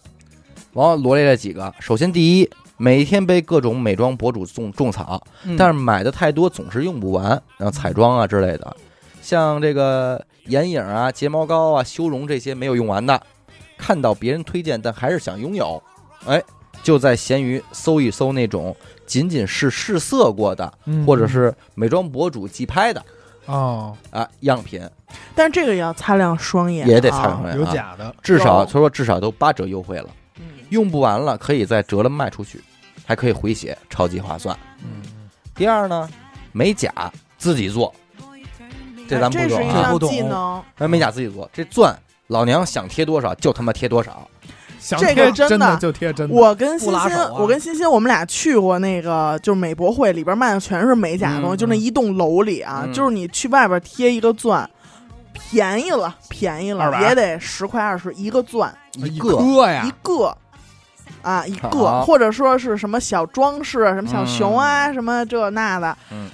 Speaker 1: 然后罗列了几个，首先第一，每天被各种美妆博主种种草，但是买的太多总是用不完，然后彩妆啊之类的，像这个眼影啊、睫毛膏啊、修容这些没有用完的，看到别人推荐但还是想拥有，哎，就在闲鱼搜一搜那种仅仅是试色过的，
Speaker 4: 嗯
Speaker 1: 或者是美妆博主寄拍的
Speaker 4: 哦，
Speaker 1: 啊样品，
Speaker 3: 但这个也要擦亮双眼，
Speaker 1: 也得擦亮
Speaker 3: 啊。
Speaker 1: 双眼
Speaker 4: 有
Speaker 1: 啊，
Speaker 4: 假的，
Speaker 1: 至少
Speaker 3: 有
Speaker 1: 他说至少都八折优惠了，
Speaker 3: 嗯
Speaker 1: 用不完了可以再折了卖出去，还可以回血，超级划算。
Speaker 4: 嗯，
Speaker 1: 第二呢，美甲自己做，这咱不
Speaker 3: 哎这是
Speaker 1: 懂
Speaker 3: 一
Speaker 1: 啊。
Speaker 2: 这
Speaker 3: 项
Speaker 2: 不懂
Speaker 3: 技能，
Speaker 1: 让美甲自己做，这钻老娘想贴多少就他妈贴多少。
Speaker 4: 想
Speaker 3: 这个
Speaker 4: 贴
Speaker 3: 真的
Speaker 4: 的就贴真的，
Speaker 3: 我跟欣
Speaker 2: 不拉
Speaker 3: 欣，
Speaker 2: 手啊
Speaker 3: 我跟欣欣，我们俩去过那个，就是美博会里边卖的全是美甲的东
Speaker 1: 嗯
Speaker 3: 西，就那一栋楼里啊，
Speaker 1: 嗯
Speaker 3: 就是你去外边贴一个钻，便宜了，便宜了，
Speaker 4: 200
Speaker 3: 也得十块二十一个钻，
Speaker 4: 一
Speaker 1: 个
Speaker 4: 个哎呀
Speaker 3: 哎一，个。啊，一个
Speaker 1: 好
Speaker 3: 或者说是什么小装饰，什么小熊啊，什么这那的，
Speaker 1: 嗯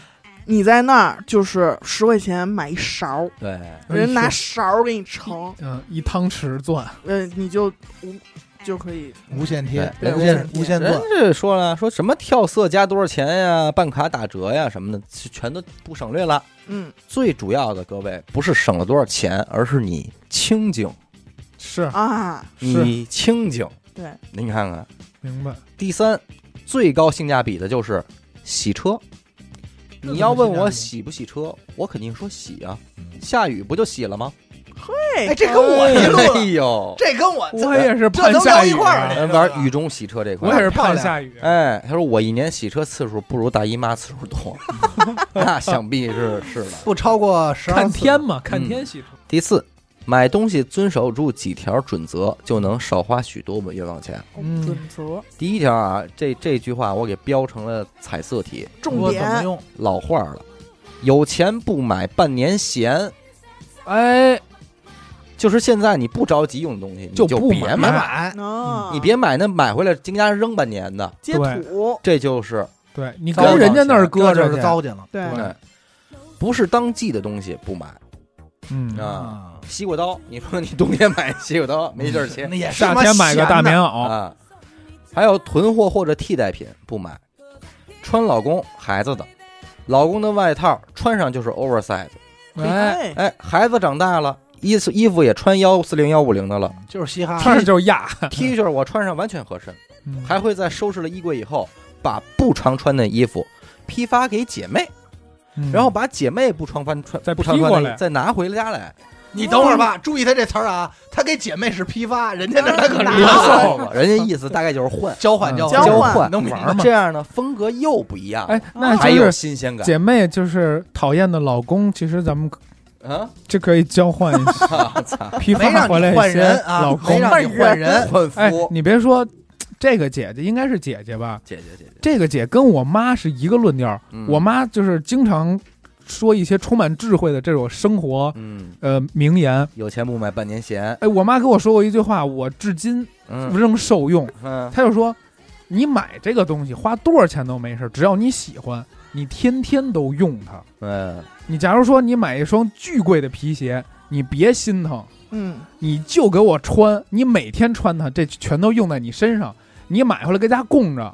Speaker 3: 你在那儿就是十块钱买一勺，
Speaker 1: 对，
Speaker 4: 哎呦
Speaker 3: 人拿勺给你盛，
Speaker 4: 嗯一汤匙钻，
Speaker 3: 呃，你就无就可以
Speaker 2: 无限贴，
Speaker 1: 对
Speaker 2: 无
Speaker 1: 人
Speaker 2: 限无限
Speaker 1: 人
Speaker 2: 做，
Speaker 1: 这说了，说什么跳色加多少钱呀，办卡打折呀什么的，全都不省略了。
Speaker 3: 嗯
Speaker 1: 最主要的，各位不是省了多少钱，而是你清静，
Speaker 4: 是
Speaker 3: 啊，
Speaker 4: 是
Speaker 1: 你清静。
Speaker 3: 对，
Speaker 1: 您看看，
Speaker 4: 明白，
Speaker 1: 第三，最高性价比的就是洗车。你要问我洗不洗车，我肯定说洗啊。下雨不就洗了吗？
Speaker 2: 哎，这跟我一路
Speaker 1: 哎
Speaker 2: 的，
Speaker 1: 呦，
Speaker 2: 这跟我
Speaker 4: 我也是
Speaker 2: 这
Speaker 4: 盼
Speaker 2: 能
Speaker 4: 下
Speaker 2: 聊
Speaker 4: 雨
Speaker 2: 一
Speaker 4: 啊，
Speaker 2: 块儿呢，
Speaker 1: 玩雨中洗车这块，
Speaker 4: 我也是
Speaker 2: 漂
Speaker 4: 盼
Speaker 2: 亮
Speaker 4: 下雨，
Speaker 1: 哎，他说我一年洗车次数不如大姨妈次数多， 那想必是是的。
Speaker 2: 不超过十二
Speaker 4: 看
Speaker 2: 次
Speaker 4: 天嘛，看天洗车，
Speaker 1: 第四，买东西遵守住几条准则，就能少花许多冤枉钱。
Speaker 4: 嗯
Speaker 3: 准则
Speaker 1: 第一条啊，这这句话我给标成了彩色题，
Speaker 3: 重
Speaker 2: 我怎么
Speaker 3: 点，
Speaker 2: 用？
Speaker 1: 老话儿了，有钱不买半年闲，
Speaker 4: 哎，
Speaker 1: 就是现在你不着急用的东西，你
Speaker 4: 就
Speaker 1: 就
Speaker 4: 不
Speaker 1: 别
Speaker 4: 买
Speaker 2: 没
Speaker 1: 买，
Speaker 2: 买，
Speaker 3: 啊，
Speaker 1: 嗯你别买那买回来经家扔半年的，
Speaker 3: 接土，
Speaker 1: 这就是
Speaker 4: 对你
Speaker 1: 糟
Speaker 4: 跟人
Speaker 1: 践
Speaker 4: 家那儿搁
Speaker 2: 这
Speaker 4: 着
Speaker 2: 就是
Speaker 4: 去
Speaker 2: 糟践了
Speaker 3: 对
Speaker 4: 对
Speaker 1: 哎不是当季的东西不买
Speaker 4: 嗯
Speaker 1: 啊
Speaker 2: 啊！
Speaker 1: 西瓜刀，你说你冬天买西瓜刀没地儿切
Speaker 2: 那也是
Speaker 4: 夏
Speaker 2: 妈
Speaker 4: 天买个
Speaker 2: 闲
Speaker 4: 大
Speaker 2: 的
Speaker 4: 棉袄，
Speaker 1: 啊，还有囤货或者替代品不买，穿老公孩子的，老公的外套穿上就是 oversize，
Speaker 4: 哎，
Speaker 3: 哎，
Speaker 1: 哎，孩子长大了，衣服衣服也穿幺四零幺五零的 了
Speaker 2: 就是嘻哈，
Speaker 4: 穿上就压，
Speaker 1: ，T 恤我穿上完全合身，
Speaker 4: 嗯
Speaker 1: 还会在收拾了衣柜以后，把不常穿的衣服批发给姐妹，
Speaker 4: 嗯
Speaker 1: 然后把姐妹不常穿穿
Speaker 4: 再
Speaker 1: 不常
Speaker 4: 批过
Speaker 1: 穿
Speaker 4: 来
Speaker 1: 的再拿回家来，
Speaker 2: 你等会儿吧，注意他这词儿啊，他给姐妹是批发，人家那儿他可是
Speaker 1: 别
Speaker 2: 拿货
Speaker 1: 笑话，人家意思大概就是 换
Speaker 2: 交换
Speaker 4: 嗯
Speaker 2: 交
Speaker 3: 交
Speaker 2: 换，
Speaker 1: 换
Speaker 2: 能明白
Speaker 4: 玩嘛
Speaker 1: 这样呢风格又不一样，
Speaker 4: 哎，那
Speaker 1: 还
Speaker 4: 就
Speaker 1: 有
Speaker 4: 是
Speaker 1: 新鲜感
Speaker 4: 姐妹就是讨厌的老公，其实咱们可
Speaker 1: 啊！
Speaker 4: 这可以交换一下，
Speaker 1: 我操，
Speaker 4: 批
Speaker 2: 没
Speaker 4: 发
Speaker 2: 让
Speaker 4: 回来
Speaker 2: 你
Speaker 4: 一
Speaker 2: 换
Speaker 4: 些
Speaker 2: 人啊，
Speaker 4: 老
Speaker 2: 没
Speaker 4: 公。
Speaker 2: 让你换人，
Speaker 1: 换
Speaker 4: 哎
Speaker 1: 肤，，
Speaker 4: 你别说，这个姐姐应该是姐姐吧？
Speaker 1: 姐姐姐姐，
Speaker 4: 这个姐跟我妈是一个论调，
Speaker 1: 嗯
Speaker 4: 我妈就是经常说一些充满智慧的这种生活
Speaker 1: 嗯，
Speaker 4: 呃名言。
Speaker 1: 有钱不买半年闲，
Speaker 4: 哎，我妈跟我说过一句话，我至今
Speaker 1: 嗯
Speaker 4: 仍受用。
Speaker 1: 嗯，
Speaker 4: 她就说：“你买这个东西花多少钱都没事，只要你喜欢，你天天都用它。
Speaker 1: 嗯，
Speaker 4: 你假如说你买一双巨贵的皮鞋，你别心疼，
Speaker 3: 嗯，
Speaker 4: 你就给我穿，你每天穿它，这全都用在你身上，你买回来搁家供着，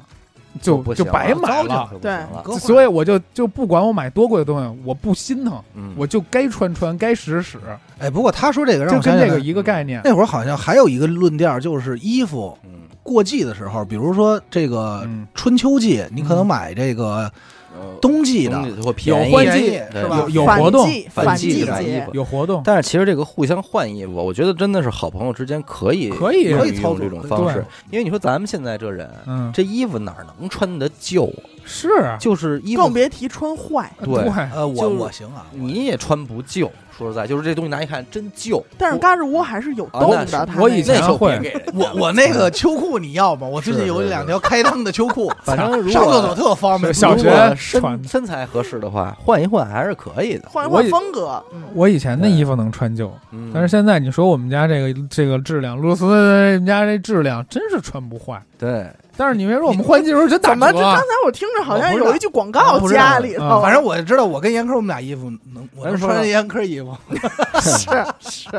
Speaker 4: 就
Speaker 1: 不
Speaker 4: 就
Speaker 1: 行了
Speaker 4: 白买
Speaker 2: 糟践
Speaker 4: 了。
Speaker 1: 可不
Speaker 3: 对
Speaker 1: 行了，
Speaker 2: 哥
Speaker 4: 所以我就就不管我买多贵的东西，我不心疼，
Speaker 1: 嗯，
Speaker 4: 我就该穿穿，该使使，
Speaker 2: 哎，不过他说这个让
Speaker 4: 就
Speaker 2: 我
Speaker 4: 跟
Speaker 2: 想起
Speaker 4: 这
Speaker 2: 来
Speaker 4: 个一个概念。
Speaker 2: 那会儿好像还有一个论调，就是衣服
Speaker 1: 嗯
Speaker 2: 过季的时候，比如说这个
Speaker 4: 嗯，
Speaker 2: 春秋季，你可能买这个
Speaker 1: 呃
Speaker 2: 嗯冬季的，
Speaker 1: 东西会
Speaker 4: 有
Speaker 1: 便宜
Speaker 4: 换
Speaker 2: 便宜
Speaker 4: 季
Speaker 1: 对
Speaker 2: 是吧
Speaker 4: 有？有
Speaker 3: 反
Speaker 4: 活动
Speaker 3: 季
Speaker 1: 反
Speaker 3: 反
Speaker 1: 季
Speaker 3: 季
Speaker 1: 买衣
Speaker 3: 节
Speaker 1: 服，
Speaker 4: 有活动，
Speaker 1: 但是其实这个互相换衣服，我觉得真的是好朋友之间可以
Speaker 4: 可以
Speaker 1: 用
Speaker 2: 可以操作
Speaker 1: 这种
Speaker 2: 可以
Speaker 1: 方
Speaker 4: 对
Speaker 1: 式，因为你说咱们现在这人，
Speaker 4: 嗯，
Speaker 1: 这衣服哪能穿得旧啊？
Speaker 4: 是
Speaker 1: 就是衣服
Speaker 3: 更别提穿坏。
Speaker 1: 对
Speaker 2: 呃，我
Speaker 1: 就是
Speaker 2: 我行啊，我
Speaker 1: 你也穿不旧。说实在，就是这东西拿一看真旧。
Speaker 3: 但是
Speaker 1: 我
Speaker 3: 嘎吱窝还是有
Speaker 1: 啊
Speaker 3: 洞
Speaker 1: 那是
Speaker 3: 的，它
Speaker 4: 我
Speaker 3: 那
Speaker 4: 以
Speaker 3: 个
Speaker 4: 前
Speaker 1: 那就
Speaker 4: 会
Speaker 1: 别给人家
Speaker 2: 我嗯
Speaker 1: 了
Speaker 2: 我那个秋裤你要吗？我最近有两条开裆的秋裤，
Speaker 1: 反正如果
Speaker 2: 上厕所特方便。
Speaker 4: 小
Speaker 1: 如
Speaker 4: 学
Speaker 1: 果
Speaker 4: 穿
Speaker 1: 身身材合适的话，换一换还是可以的。
Speaker 3: 嗯换一
Speaker 4: 我
Speaker 3: 换
Speaker 4: 以
Speaker 3: 风格，嗯，
Speaker 4: 我以前的衣服能穿旧，
Speaker 1: 嗯，
Speaker 4: 但是现在你说我们家这个这个质量，露丝我们家这质量真是穿不坏。
Speaker 1: 对，
Speaker 4: 但是你别说我们换季的时候真打
Speaker 3: 怎么
Speaker 4: 折
Speaker 3: 这刚
Speaker 4: 啊，
Speaker 3: 才我听着好像
Speaker 2: 我不知道
Speaker 3: 有一句广告
Speaker 2: 我不知道啊
Speaker 3: 家里
Speaker 4: 嗯
Speaker 3: 头，
Speaker 2: 反正我知道，我跟严科我们俩衣服能，我能
Speaker 1: 咱说
Speaker 2: 穿
Speaker 1: 说
Speaker 2: 严科衣服。
Speaker 3: 是是，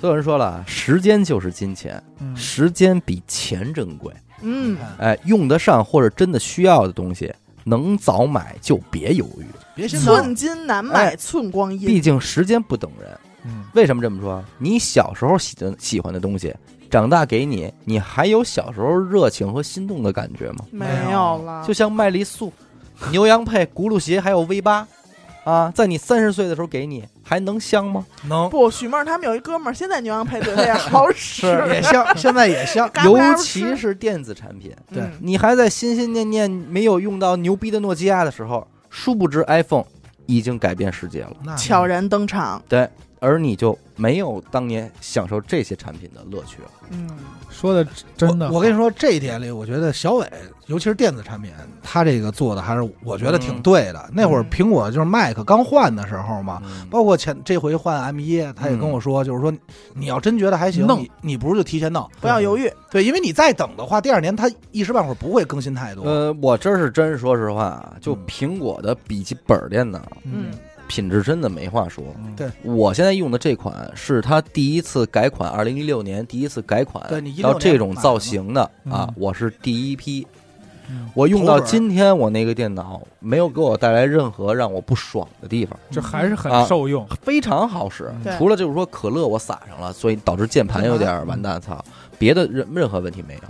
Speaker 1: 所有人说了啊，时间就是金钱，
Speaker 4: 嗯
Speaker 1: 时间比钱珍贵。
Speaker 3: 嗯，
Speaker 1: 哎，用得上或者真的需要的东西，能早买就别犹豫。
Speaker 2: 别心疼，
Speaker 3: 寸金难买寸光阴
Speaker 1: 毕，竟时间不等人。
Speaker 4: 嗯，
Speaker 1: 为什么这么说？你小时候喜的喜欢的东西，长大给你，你还有小时候热情和心动的感觉吗？
Speaker 3: 没
Speaker 4: 没
Speaker 3: 有
Speaker 4: 有
Speaker 3: 了，
Speaker 1: 就像麦丽素、 牛羊配、轱辘鞋，还有 V 八，啊，在你三十岁的时候给你，还能香吗？
Speaker 2: 能
Speaker 3: 不，许梦儿他们有一哥们儿，现在牛羊配对他也好使，
Speaker 2: 也像，现在也像。
Speaker 3: 嘎
Speaker 1: 尤
Speaker 3: 嘎
Speaker 1: 其是电子产品，
Speaker 3: 嗯
Speaker 2: 对
Speaker 1: 你还在心心念念没有用到牛逼的诺基亚的时候，殊不知 iPhone 已经改变世界了，
Speaker 2: 那
Speaker 3: 悄然登场，
Speaker 1: 而你就没有当年享受这些产品的乐趣了。
Speaker 3: 嗯，
Speaker 4: 说的真的，
Speaker 2: 我，我跟你说，这一点里，我觉得小伟，尤其是电子产品，他这个做的还是我觉得挺对的。那会儿苹果就是 Mac 刚换的时候
Speaker 1: 啊
Speaker 2: 嘛，包括前这回换 M 一，他也跟我说，就是说你要真觉得还行，
Speaker 4: 弄
Speaker 2: 你你不如就提前弄，
Speaker 3: 不要犹
Speaker 2: 豫。
Speaker 3: 豫，
Speaker 2: 对，因为你再等的话，第二年它一时半会儿不会更新太多。
Speaker 1: 呃，我这是真说实话啊，就
Speaker 2: 嗯
Speaker 1: 苹果的笔记本电脑
Speaker 3: 嗯，
Speaker 1: 品质真的没话说。
Speaker 4: 嗯
Speaker 2: 对
Speaker 1: 我现在用的这款是它第一次改款，二零一六年第一次改款
Speaker 2: 对你16
Speaker 1: 到这种
Speaker 2: 年买的
Speaker 1: 造
Speaker 2: 嘛
Speaker 1: 型的啊
Speaker 4: 嗯，
Speaker 1: 我是第一批。
Speaker 4: 嗯
Speaker 1: 我用
Speaker 2: 头
Speaker 1: 到
Speaker 2: 本儿
Speaker 1: 今天，我那个电脑没有给我带来任何让我不爽的地方，
Speaker 4: 这还是很
Speaker 1: 啊
Speaker 4: 受用，
Speaker 1: 非常好使
Speaker 4: 嗯
Speaker 3: 对。
Speaker 1: 除了就是说可乐我撒上了，所以导致键盘有点儿
Speaker 2: 嗯
Speaker 1: 完蛋，操，别的任任何问题没有。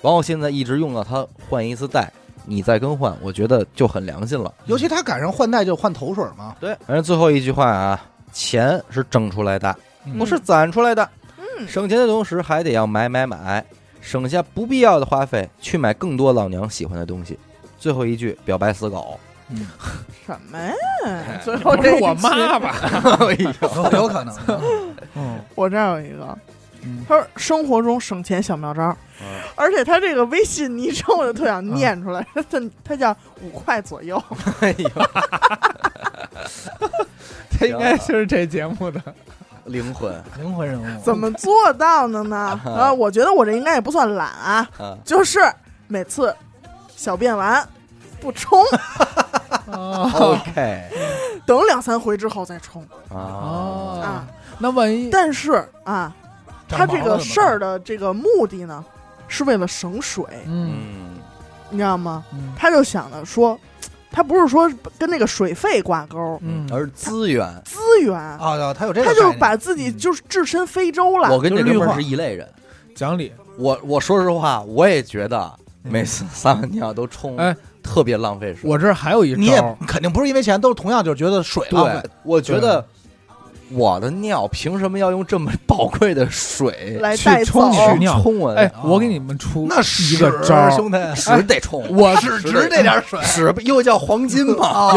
Speaker 1: 然后现在一直用到它换一次代，你再更换，我觉得就很良心了。
Speaker 2: 尤其他赶上换代就换头水嘛，
Speaker 1: 对，反正最后一句话啊，钱是挣出来的，
Speaker 2: 嗯
Speaker 1: 不是攒出来的。
Speaker 3: 嗯
Speaker 1: 省钱的同时还得要买买买，省下不必要的花费，去买更多老娘喜欢的东西。最后一句表白死狗，
Speaker 3: 什么呀？最后
Speaker 4: 哎不是
Speaker 3: 这
Speaker 4: 我
Speaker 3: 一期
Speaker 4: 妈吧？
Speaker 2: 有有可能。
Speaker 4: 嗯
Speaker 3: 我这儿有一个，
Speaker 4: 嗯啊
Speaker 3: 他说生活中省钱小妙招儿，
Speaker 1: 嗯
Speaker 3: 而且他这个微信昵称我就特想念出来，他他叫五块左右，
Speaker 1: 哎 呦，
Speaker 4: 这应该就是这节目的，
Speaker 1: 灵魂
Speaker 2: 灵魂人物
Speaker 3: 怎么做到的呢？啊，我觉得我这应该也不算懒啊，
Speaker 1: 啊！
Speaker 3: 就是每次小便完不 冲，
Speaker 4: 啊
Speaker 1: OK
Speaker 3: 等两三回之后再冲
Speaker 1: 啊，
Speaker 4: 哦
Speaker 3: 啊。
Speaker 4: 那万一
Speaker 3: 但是啊，他这个事儿的这个目的呢，是为了省水，
Speaker 4: 嗯
Speaker 1: 嗯
Speaker 3: 你知道吗？
Speaker 4: 嗯
Speaker 3: 他就想着说，他不是说跟那个水费挂钩，
Speaker 4: 嗯，
Speaker 1: 而资源，
Speaker 3: 资源。
Speaker 2: 啊，对他有这个
Speaker 3: 他
Speaker 2: 概念，
Speaker 3: 就把自己就是置身非洲了，
Speaker 1: 我跟这
Speaker 2: 就
Speaker 1: 哥
Speaker 2: 是绿
Speaker 1: 们儿
Speaker 2: 化
Speaker 1: 是一类人。
Speaker 4: 讲理，
Speaker 1: 我我说实话，我也觉得每次撒完尿都冲，
Speaker 4: 哎，
Speaker 1: 特别浪费水。
Speaker 4: 我这儿还有一
Speaker 2: 你
Speaker 4: 招
Speaker 2: 也
Speaker 4: 儿，
Speaker 2: 肯定不是因为钱，都是同样就是觉得水浪费
Speaker 1: 对。，我觉得我的尿凭什么要用这么宝贵的水
Speaker 3: 来
Speaker 4: 去
Speaker 3: 带走
Speaker 4: 冲，
Speaker 1: 去
Speaker 4: 尿
Speaker 1: 冲我的？
Speaker 4: 哎，我给你们出
Speaker 2: 那
Speaker 4: 一
Speaker 2: 屎
Speaker 4: 个招儿，
Speaker 2: 兄弟，
Speaker 1: 屎得冲，
Speaker 4: 我
Speaker 2: 只值这点水。
Speaker 1: 啊屎又叫黄金
Speaker 4: 哦
Speaker 1: 嘛？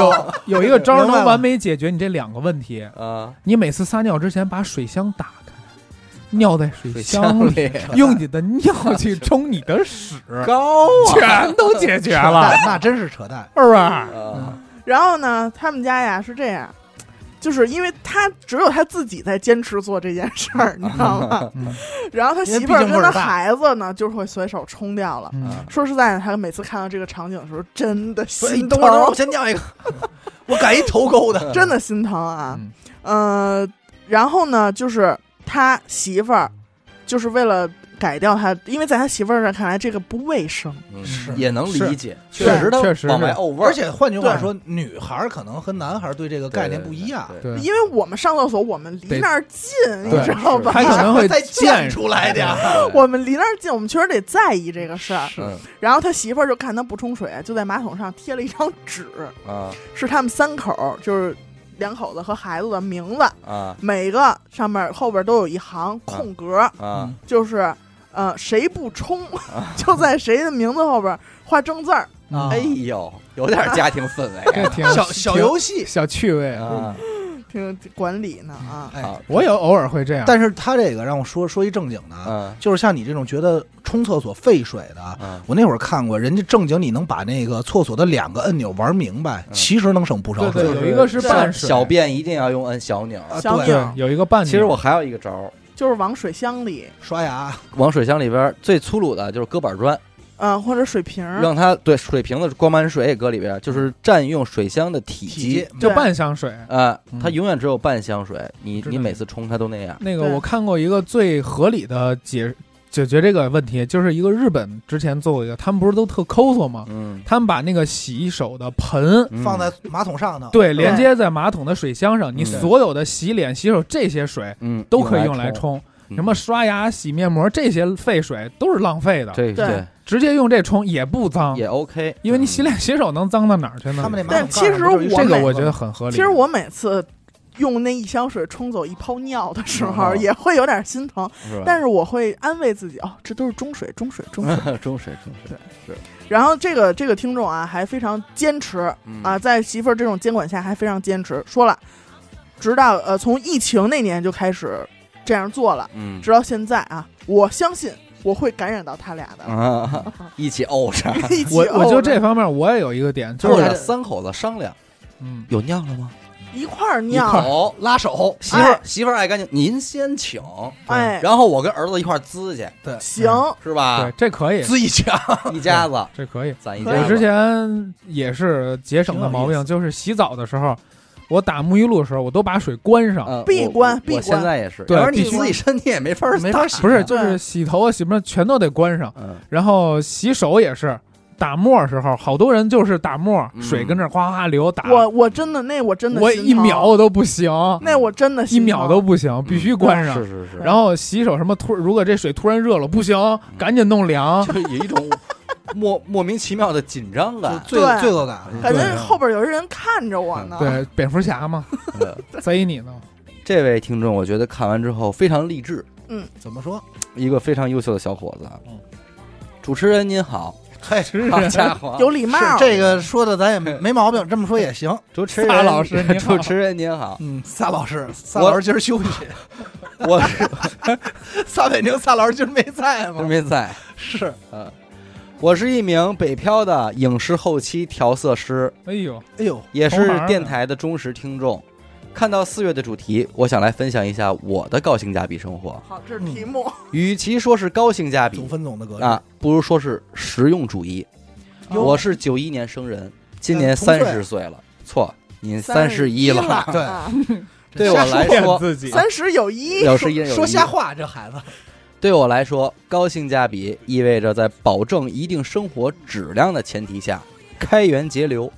Speaker 2: 有
Speaker 4: 有一个招儿
Speaker 2: 明白
Speaker 4: 能
Speaker 2: 了
Speaker 4: 完美解决你这两个问题。
Speaker 1: 啊，
Speaker 4: 你每次撒尿之前把水箱打开，尿在水箱里，
Speaker 1: 里
Speaker 4: 用你的尿去冲你的屎，
Speaker 1: 高
Speaker 4: 全都解决了，
Speaker 2: 那真是扯 淡。
Speaker 4: 是吧？
Speaker 1: 啊，
Speaker 3: 然后呢，他们家呀是这样，就是因为他只有他自己在坚持做这件事儿，你知道吗？
Speaker 4: 嗯
Speaker 3: 然后他媳妇儿跟他孩子呢，就是会随手冲掉了。
Speaker 4: 嗯，
Speaker 3: 说实在的，他每次看到这个场景的时候，真的
Speaker 1: 所以
Speaker 3: 心
Speaker 1: 等会儿，等会儿，
Speaker 3: 疼
Speaker 1: 我，先 尿一个。
Speaker 2: 我改一头沟的，
Speaker 3: 真的心疼啊。
Speaker 4: 嗯
Speaker 3: 呃，然后呢，就是他媳妇儿，就是为了改掉它，因为在他媳妇儿那看来，这个不卫生。
Speaker 1: 嗯
Speaker 2: 是
Speaker 1: 也能理
Speaker 2: 是
Speaker 1: 解，
Speaker 4: 确
Speaker 1: 确实它
Speaker 4: 确实
Speaker 1: 往
Speaker 4: 是
Speaker 1: 外沤味儿，
Speaker 2: 而且换句话
Speaker 3: 对
Speaker 2: 说，女孩儿可能和男孩儿对这个
Speaker 1: 对
Speaker 2: 概念不一样，，
Speaker 1: 对
Speaker 4: 对，
Speaker 3: 因为我们上厕所，我们离
Speaker 4: 得
Speaker 3: 那儿近，你
Speaker 4: 对
Speaker 3: 知道
Speaker 1: 是
Speaker 3: 吧？
Speaker 4: 他可能会
Speaker 2: 再
Speaker 4: 见
Speaker 2: 溅出来点儿。
Speaker 1: 对对
Speaker 3: 我们离那儿近，我们确实得在意这个事儿。
Speaker 1: 嗯
Speaker 3: 然后他媳妇儿就看他不冲水，就在马桶上贴了一张纸，
Speaker 1: 啊
Speaker 3: 是他们三口儿，就是两口子和孩子的名字，
Speaker 1: 啊
Speaker 3: 每个上面后边都有一行空格，
Speaker 1: 啊
Speaker 3: 就是呃谁不冲，
Speaker 4: 啊
Speaker 3: 就在谁的名字后边画正字儿。
Speaker 4: 嗯
Speaker 1: 哎呦，有点家庭氛围
Speaker 4: 这
Speaker 1: 啊
Speaker 4: 挺
Speaker 2: 小哎小
Speaker 4: 挺
Speaker 2: 游戏，
Speaker 4: 小嗯趣味。
Speaker 1: 啊，
Speaker 3: 挺管理呢啊，
Speaker 2: 哎
Speaker 1: 好，
Speaker 4: 我也偶尔会这样，
Speaker 2: 但是他这个让我说说一正经的啊，
Speaker 1: 嗯
Speaker 2: 就是像你这种觉得冲厕所费水的啊，
Speaker 1: 嗯
Speaker 2: 我那会儿看过，人家正经你能把那个厕所的两个按钮玩明白，
Speaker 1: 嗯
Speaker 2: 其实能省不少
Speaker 4: 对对，
Speaker 2: 水。
Speaker 1: 就是
Speaker 4: 有一个是
Speaker 1: 小
Speaker 4: 半水，
Speaker 1: 小便一定要用按小钮儿。
Speaker 2: 啊
Speaker 3: 小
Speaker 2: 对
Speaker 4: 对
Speaker 3: 钮儿，
Speaker 4: 有一个半。
Speaker 1: 其实我还有一个招儿，
Speaker 3: 就是往水箱里，
Speaker 2: 刷牙，
Speaker 1: 往水箱里边儿最粗鲁的就是搁板砖，
Speaker 3: 嗯、或者水瓶儿，
Speaker 1: 让它对水瓶子灌满水也搁里边儿，就是占用水箱的体
Speaker 2: 体积
Speaker 1: 积。
Speaker 4: 就
Speaker 3: 对
Speaker 4: 半香水。
Speaker 1: 啊，
Speaker 4: 嗯
Speaker 1: 它永远只有半箱水，你
Speaker 4: 知道
Speaker 1: 你每次冲它都那样。
Speaker 4: 那个
Speaker 3: 对
Speaker 4: 我看过一个最合理的解解决这个问题，就是一个日本之前做过一个，他们不是都特抠搜吗？
Speaker 1: 嗯，
Speaker 4: 他们把那个洗手的盆。
Speaker 1: 嗯
Speaker 2: 放在马桶上头。
Speaker 4: 对，连接在马桶的水箱上，你
Speaker 1: 嗯
Speaker 4: 所有的洗脸、洗手这些水
Speaker 1: 嗯
Speaker 4: 都可以用
Speaker 1: 来
Speaker 4: 来冲，
Speaker 1: 嗯
Speaker 4: 什么刷牙、洗面膜这些废水都是浪费的，
Speaker 1: 对
Speaker 3: 对
Speaker 4: 直接用这冲也不脏，
Speaker 1: 也 OK，
Speaker 4: 因为你洗脸洗手能脏到哪儿去呢？
Speaker 2: 他们那马
Speaker 3: 但
Speaker 2: 桶盖
Speaker 3: 其实
Speaker 2: 不是有一
Speaker 3: 我
Speaker 4: 这
Speaker 2: 扇
Speaker 4: 个
Speaker 2: 子
Speaker 4: 我觉得很合理。
Speaker 3: 其实我每次用那一箱水冲走一泡尿的时候，
Speaker 1: 嗯
Speaker 3: 也会有点心疼，
Speaker 1: 是吧？嗯
Speaker 3: 但是我会安慰自己，哦，这都是中水，中水，中水。
Speaker 1: 中水中水
Speaker 3: 然后这个这个听众啊，还非常坚持
Speaker 1: 嗯
Speaker 3: 啊，，在媳妇儿这种监管下还非常坚持，说了，直到呃从疫情那年就开始这样做了，
Speaker 1: 嗯
Speaker 3: 直到现在啊，我相信我会感染到他俩的。
Speaker 1: 啊， 一起沤上，
Speaker 3: 一起
Speaker 4: 我我就
Speaker 3: 呕
Speaker 4: 这
Speaker 3: 着
Speaker 4: 方面我也有一个点，就
Speaker 1: 就是是三口子商量，
Speaker 4: 嗯，
Speaker 1: 有尿了吗？
Speaker 3: 一块儿
Speaker 1: 一块
Speaker 3: 尿，
Speaker 1: 儿哦
Speaker 2: 拉手，
Speaker 1: 媳
Speaker 4: 哎
Speaker 1: 妇儿媳妇儿爱干净，您先请，
Speaker 3: 哎，
Speaker 1: 然后我跟儿子一块儿滋去，
Speaker 3: 行，
Speaker 1: 是吧
Speaker 4: 对，？这可以，
Speaker 2: 滋一枪，
Speaker 1: 一家子，
Speaker 4: 这可以。
Speaker 1: 咱一
Speaker 3: 可以
Speaker 1: 家
Speaker 4: 我
Speaker 1: 子。
Speaker 4: 之前也是节省的毛
Speaker 2: 挺有
Speaker 4: 病，就是洗澡的时候，我打沐浴露的时候，我都把水关上。
Speaker 1: 呃
Speaker 3: 闭
Speaker 1: 我
Speaker 3: 关
Speaker 1: 我
Speaker 3: 闭
Speaker 1: 我
Speaker 3: 关
Speaker 1: 现在也是，
Speaker 4: 对
Speaker 1: 要不然你
Speaker 3: 闭关
Speaker 1: 自己身体也没法儿
Speaker 2: 没法
Speaker 1: 洗。
Speaker 2: 洗。
Speaker 4: 哎不是，就
Speaker 3: 对
Speaker 4: 是洗头啊、洗面全都得关上，
Speaker 1: 嗯，
Speaker 4: 然后洗手也是，打沫儿时候，好多人就是打沫儿，
Speaker 1: 嗯
Speaker 4: 水跟这儿哗哗流打，
Speaker 3: 我我真的那我真的
Speaker 4: 我
Speaker 3: 心
Speaker 4: 一
Speaker 3: 疼
Speaker 4: 秒我都不行，
Speaker 3: 那我真的
Speaker 4: 一
Speaker 3: 心
Speaker 4: 秒
Speaker 3: 疼
Speaker 4: 都不行，必须关上。
Speaker 1: 嗯是是是，
Speaker 4: 然后洗手什么突，如果这水突然热了，不行，
Speaker 1: 嗯
Speaker 4: 赶紧弄 凉。
Speaker 1: 就是有一种莫莫名其妙的紧张
Speaker 2: 就
Speaker 1: 感。
Speaker 2: 罪
Speaker 3: 对
Speaker 2: 罪恶感，
Speaker 3: 感
Speaker 4: 对
Speaker 3: 觉后边有人看着我呢。
Speaker 4: 对，蝙蝠侠嘛，
Speaker 1: 呃
Speaker 4: 贼你呢。
Speaker 1: 这位听众，我觉得看完之后非常励志，
Speaker 2: 怎么说？
Speaker 1: 一个非常优秀的小伙子啊
Speaker 4: 嗯。
Speaker 1: 主持人您 好，
Speaker 2: 嘿，是
Speaker 3: 啊
Speaker 1: 好家伙，
Speaker 3: 有礼貌
Speaker 2: 是，这个说的咱也没没毛病，这么说也行。
Speaker 1: 主持人
Speaker 4: 撒老师您 好
Speaker 1: 主持人您好，
Speaker 2: 嗯，撒老师，撒
Speaker 1: 我
Speaker 2: 老师今儿休息，
Speaker 1: 我
Speaker 2: 撒北京撒老师今儿没在
Speaker 1: 真
Speaker 2: 吗？
Speaker 1: 没在。
Speaker 2: 是，
Speaker 1: 嗯，我是一名北漂的影视后期调色师，
Speaker 4: 哎呦，
Speaker 2: 哎呦，
Speaker 1: 也
Speaker 4: 同行
Speaker 1: 是
Speaker 4: 啊
Speaker 1: 电台的忠实听众。看到四月的主题，我想来分享一下我的高性价比生活。
Speaker 3: 好，这是题目。
Speaker 1: 与其说是高性价比
Speaker 2: 总分总的格局
Speaker 1: 啊，不如说是实用主义。
Speaker 3: 哟
Speaker 1: 我是九一年生人，今年
Speaker 2: 嗯同岁
Speaker 1: 三十岁了。错，您嗯三十一
Speaker 3: 了，
Speaker 1: 了。
Speaker 2: 对
Speaker 3: 啊
Speaker 1: 对我来
Speaker 4: 骗
Speaker 1: 说，
Speaker 4: 自己
Speaker 3: 三十有一，
Speaker 1: 有是因有
Speaker 2: 说
Speaker 1: 一
Speaker 2: 瞎话，这孩子
Speaker 1: 对我来说，高性价比意味着在保证一定生活质量的前提下，开源节流，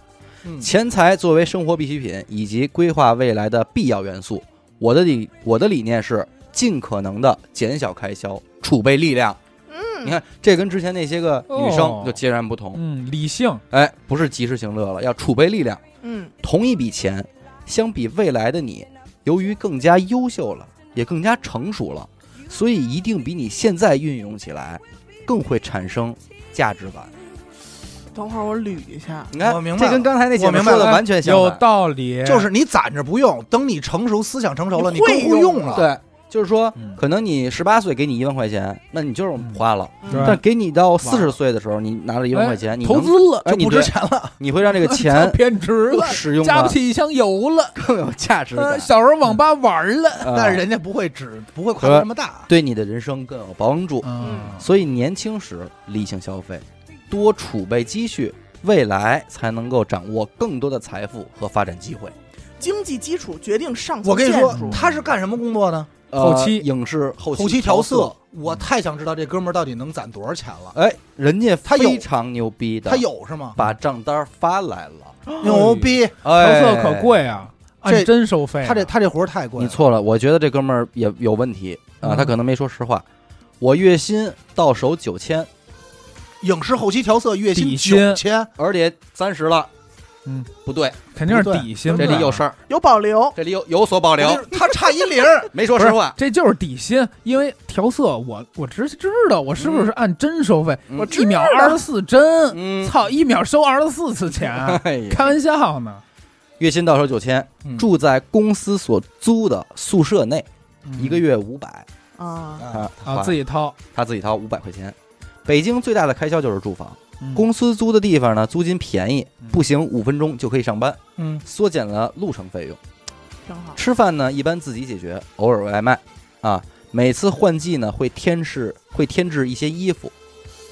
Speaker 2: 嗯
Speaker 1: 钱财作为生活必需品以及规划未来的必要元素。我的理我的理念是尽可能的减小开销，储备力量。嗯，你看这跟之前那些个女
Speaker 4: 哦
Speaker 1: 生就截然不同。
Speaker 4: 嗯，理性，
Speaker 1: 哎，不是及时行乐了，要储备力量。
Speaker 3: 嗯，
Speaker 1: 同一笔钱，相比未来的你，由于更加优秀了，也更加成熟了，所以一定比你现在运用起来更会产生价值感。
Speaker 3: 嗯等会儿我捋一下。
Speaker 1: 你看，
Speaker 2: 我明白
Speaker 1: 这跟刚才那姐
Speaker 2: 我
Speaker 1: 妹
Speaker 2: 明白
Speaker 1: 说的
Speaker 2: 了
Speaker 1: 完全相
Speaker 4: 有
Speaker 1: 反。
Speaker 4: 道理，
Speaker 2: 就是你攒着不用，等你成熟思想成熟了，
Speaker 3: 你
Speaker 2: 你
Speaker 3: 会
Speaker 2: 更会用
Speaker 3: 用
Speaker 2: 了。
Speaker 1: 对，就是说
Speaker 2: 嗯，
Speaker 1: 可能你十八岁给你一万块钱，那你就是花了；
Speaker 3: 嗯
Speaker 4: 对
Speaker 2: 嗯
Speaker 1: 但给你到四十岁的时候，你拿了一万块钱，你
Speaker 4: 投
Speaker 1: 能
Speaker 4: 资了，
Speaker 1: 哎，你
Speaker 2: 不
Speaker 1: 对
Speaker 2: 值钱了，
Speaker 1: 你会让这个 钱
Speaker 4: 偏值了，
Speaker 1: 使用
Speaker 4: 加不
Speaker 1: 的
Speaker 4: 起一箱油了。
Speaker 1: 更有价值
Speaker 4: 呃，
Speaker 1: 感，
Speaker 4: 小时候网吧玩了，
Speaker 1: 呃
Speaker 2: 但是人家不会只不会跨度这么大。
Speaker 1: 对你的人生更有帮助。
Speaker 4: 嗯，
Speaker 1: 所以年轻时理性消费，多储备积蓄，未来才能够掌握更多的财富和发展机会。
Speaker 3: 经济基础决定上层
Speaker 2: 我跟你
Speaker 3: 建
Speaker 2: 说
Speaker 3: 筑，
Speaker 2: 他是干什么工作呢？
Speaker 1: 呃
Speaker 4: 后期
Speaker 1: 影视后
Speaker 2: 后期
Speaker 1: 调
Speaker 2: 调色，，我太想知道这哥们儿到底能攒多少钱了。
Speaker 1: 哎，人家
Speaker 2: 他有
Speaker 1: 非常牛逼的，
Speaker 2: 他有是吗？
Speaker 1: 把账单发来了，
Speaker 2: 牛逼！
Speaker 4: 调
Speaker 1: 哎，
Speaker 4: 色可。贵啊，
Speaker 2: 这
Speaker 4: 按帧收费啊。
Speaker 2: 他这他这活儿太贵了。
Speaker 1: 你错了，我觉得这哥们儿也有问题啊，
Speaker 4: 嗯
Speaker 1: 他可能没说实话。我月薪到手九千，
Speaker 2: 影视后期调色月薪
Speaker 4: 底
Speaker 2: 九
Speaker 4: 薪
Speaker 2: 千，
Speaker 1: 而且三十了，
Speaker 4: 嗯，
Speaker 1: 不对，
Speaker 4: 肯定是底薪
Speaker 1: 这
Speaker 4: 呗，
Speaker 1: 里有事儿，
Speaker 3: 有保留，
Speaker 1: 这里有有所保留，
Speaker 2: 他差一零。
Speaker 1: 没说实话。
Speaker 4: 这就是底薪，因为调色我我只知道我是不是按帧收费，
Speaker 1: 嗯
Speaker 4: 一秒二十四帧，
Speaker 1: 嗯，
Speaker 4: 操，一秒收二十四 次钱，啊
Speaker 1: 哎呀，
Speaker 4: 开玩笑呢。
Speaker 1: 月薪到手九千，
Speaker 2: 嗯
Speaker 1: 住在公司所租的宿舍内，
Speaker 4: 嗯
Speaker 1: 一个月五百
Speaker 3: 啊，
Speaker 1: 啊，
Speaker 4: 啊自
Speaker 1: 己
Speaker 4: 己掏，
Speaker 1: 他自己掏五百块钱。北京最大的开销就是住房，
Speaker 4: 嗯
Speaker 1: 公司租的地方呢，租金便宜
Speaker 4: 嗯，
Speaker 1: 步行五分钟就可以上班，
Speaker 2: 嗯，
Speaker 1: 缩减了路程费用。
Speaker 3: 挺好。
Speaker 1: 吃饭呢，一般自己解决，偶尔外卖啊。每次换季呢，会添置会添置一些衣服。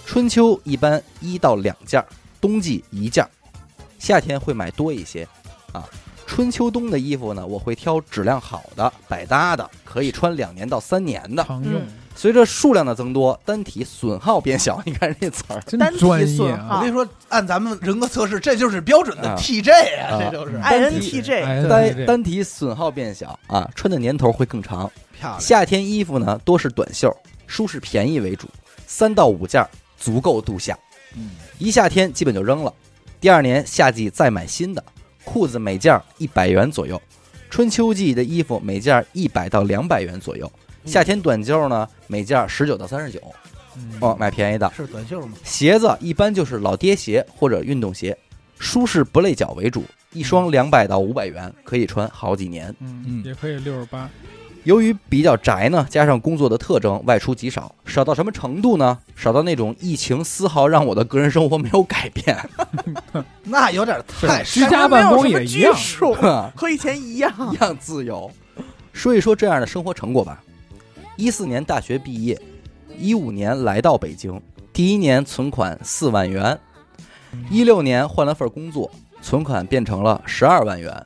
Speaker 1: 春秋一般一到两件儿，冬季一件儿，夏天会买多一些啊。春秋冬的衣服呢，我会挑质量好的、百搭的，可以穿两年到三年的。
Speaker 4: 常
Speaker 3: 嗯
Speaker 4: 用，
Speaker 1: 随着数量的增多，单体损耗变小。你看这词儿，
Speaker 4: 真
Speaker 3: 单体
Speaker 4: 专业
Speaker 3: 损
Speaker 4: 啊
Speaker 3: 耗
Speaker 2: 我跟你说，按咱们人格测试，这就是标准的
Speaker 1: 啊
Speaker 2: TJ 啊，
Speaker 1: 啊
Speaker 2: 这就是
Speaker 4: 嗯
Speaker 2: 哎
Speaker 4: 哎
Speaker 3: INTJ
Speaker 1: 单
Speaker 4: 对对
Speaker 1: 单体损耗变小啊，穿的年头会更长。
Speaker 2: 漂亮。
Speaker 1: 夏天衣服呢多是短袖，舒适便宜为主，三到五件儿足够度夏。
Speaker 2: 嗯
Speaker 1: 一夏天基本就扔了，第二年夏季再买新的。裤子每件一百元左右，春秋季的衣服每件一百到两百元左右。夏天短袖呢，每件十九到三十九，
Speaker 4: 嗯
Speaker 1: 哦，买便宜的。
Speaker 2: 是短袖吗？
Speaker 1: 鞋子一般就是老爹鞋或者运动鞋，舒适不累脚为主，一双两百到五百元可以穿好几年。
Speaker 4: 嗯，也可以六十八，
Speaker 1: 由于比较宅呢，加上工作的特征，外出极少，少到什么程度呢？少到那种疫情丝毫让我的个人生活没有改变。
Speaker 2: 那有点太
Speaker 4: 居家办公也一样
Speaker 3: 没有什么拘束
Speaker 1: 一
Speaker 3: 和以前一样。
Speaker 1: 样自由。说一说这样的生活成果吧。一四年大学毕业，一五年来到北京，第一年存款四万元，一六年换了份工作，存款变成了十二万元。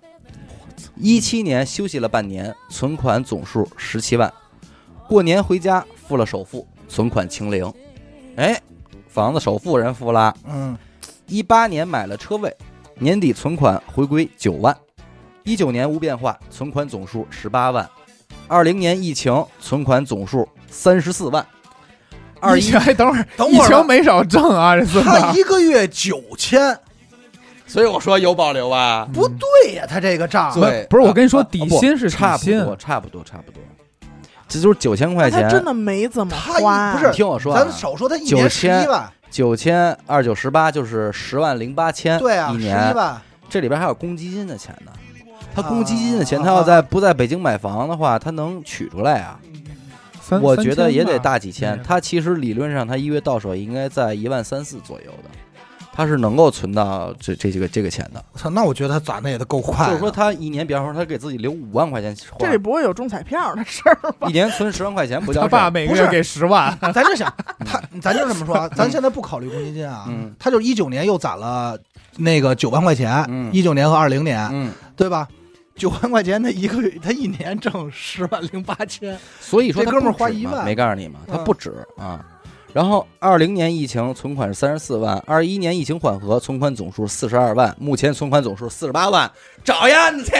Speaker 1: 一七年休息了半年，存款总数十七万。过年回家付了首付，存款清零。哎，房子首付人付了，
Speaker 2: 嗯，
Speaker 1: 一八年买了车位，年底存款回归九万，一九年无变化，存款总数十八万，二零年疫情存款总数三十四万，二
Speaker 4: 疫
Speaker 1: 一
Speaker 4: 情，哎，等会儿，
Speaker 2: 等
Speaker 4: 疫
Speaker 2: 会儿
Speaker 4: 情
Speaker 2: 吧
Speaker 4: 没少挣啊，这四
Speaker 2: 他
Speaker 4: 万
Speaker 2: 一个月九千，
Speaker 1: 所以我说有保留吧。
Speaker 2: 不对呀，他这个账
Speaker 4: 不
Speaker 1: 对，
Speaker 4: 不是我跟你说
Speaker 1: 啊
Speaker 4: 底
Speaker 1: 啊不
Speaker 4: 薪是底
Speaker 1: 差不
Speaker 4: 薪
Speaker 1: 多，差不多，差不多，这就是九千块
Speaker 3: 那他
Speaker 1: 钱。
Speaker 3: 真的没怎么
Speaker 2: 他一
Speaker 3: 花，
Speaker 2: 不是
Speaker 1: 你听我说啊
Speaker 2: 咱，少说他一年十
Speaker 1: 9000
Speaker 2: 一万，
Speaker 1: 九千二九十八就是十万零八千，
Speaker 2: 对啊，
Speaker 1: 一
Speaker 2: 十一
Speaker 1: 年
Speaker 2: 万，
Speaker 1: 这里边还有公积金的钱呢。他
Speaker 2: 啊
Speaker 1: 公积金的钱，他要在不在北京买房的话，他能取出来啊。
Speaker 4: 三
Speaker 1: 我
Speaker 4: 三
Speaker 1: 觉得
Speaker 4: 千
Speaker 1: 也得
Speaker 4: 吧
Speaker 1: 大几千。嗯他其实理论上，他一月到手应该在一万三四左右的，他是能够存到这这这个这个钱的。
Speaker 2: 我操，那我觉得他攒的也得够快
Speaker 1: 就
Speaker 2: 的。
Speaker 1: 是说，他一年，比方说他给自己留五万块钱花
Speaker 3: 这，里不会有中彩票的事儿吧
Speaker 1: 一？年存十万块 钱不叫
Speaker 4: 他
Speaker 1: 事
Speaker 4: 爸
Speaker 1: 儿。
Speaker 4: 每
Speaker 2: 不
Speaker 4: 个
Speaker 2: 是
Speaker 4: 月给十 万，
Speaker 2: 咱就想他，咱就这么说啊，咱现在不考虑公积金啊，
Speaker 1: 嗯
Speaker 2: 他就一九年又攒了那个九万块钱，
Speaker 1: 嗯
Speaker 2: 一九年和二零年，
Speaker 1: 嗯，
Speaker 2: 对吧？九万块钱，他一个月，他一年挣十万零八千，
Speaker 1: 所以说他
Speaker 2: 这哥们儿
Speaker 1: 不止
Speaker 2: 花一
Speaker 1: 嘛
Speaker 2: 万
Speaker 1: 没告诉你吗？他
Speaker 2: 嗯
Speaker 1: 不止啊。然后，二零年疫情存款是三十四万，二一年疫情缓和，存款总数四十二万，目前存款总数四十八万，找样去。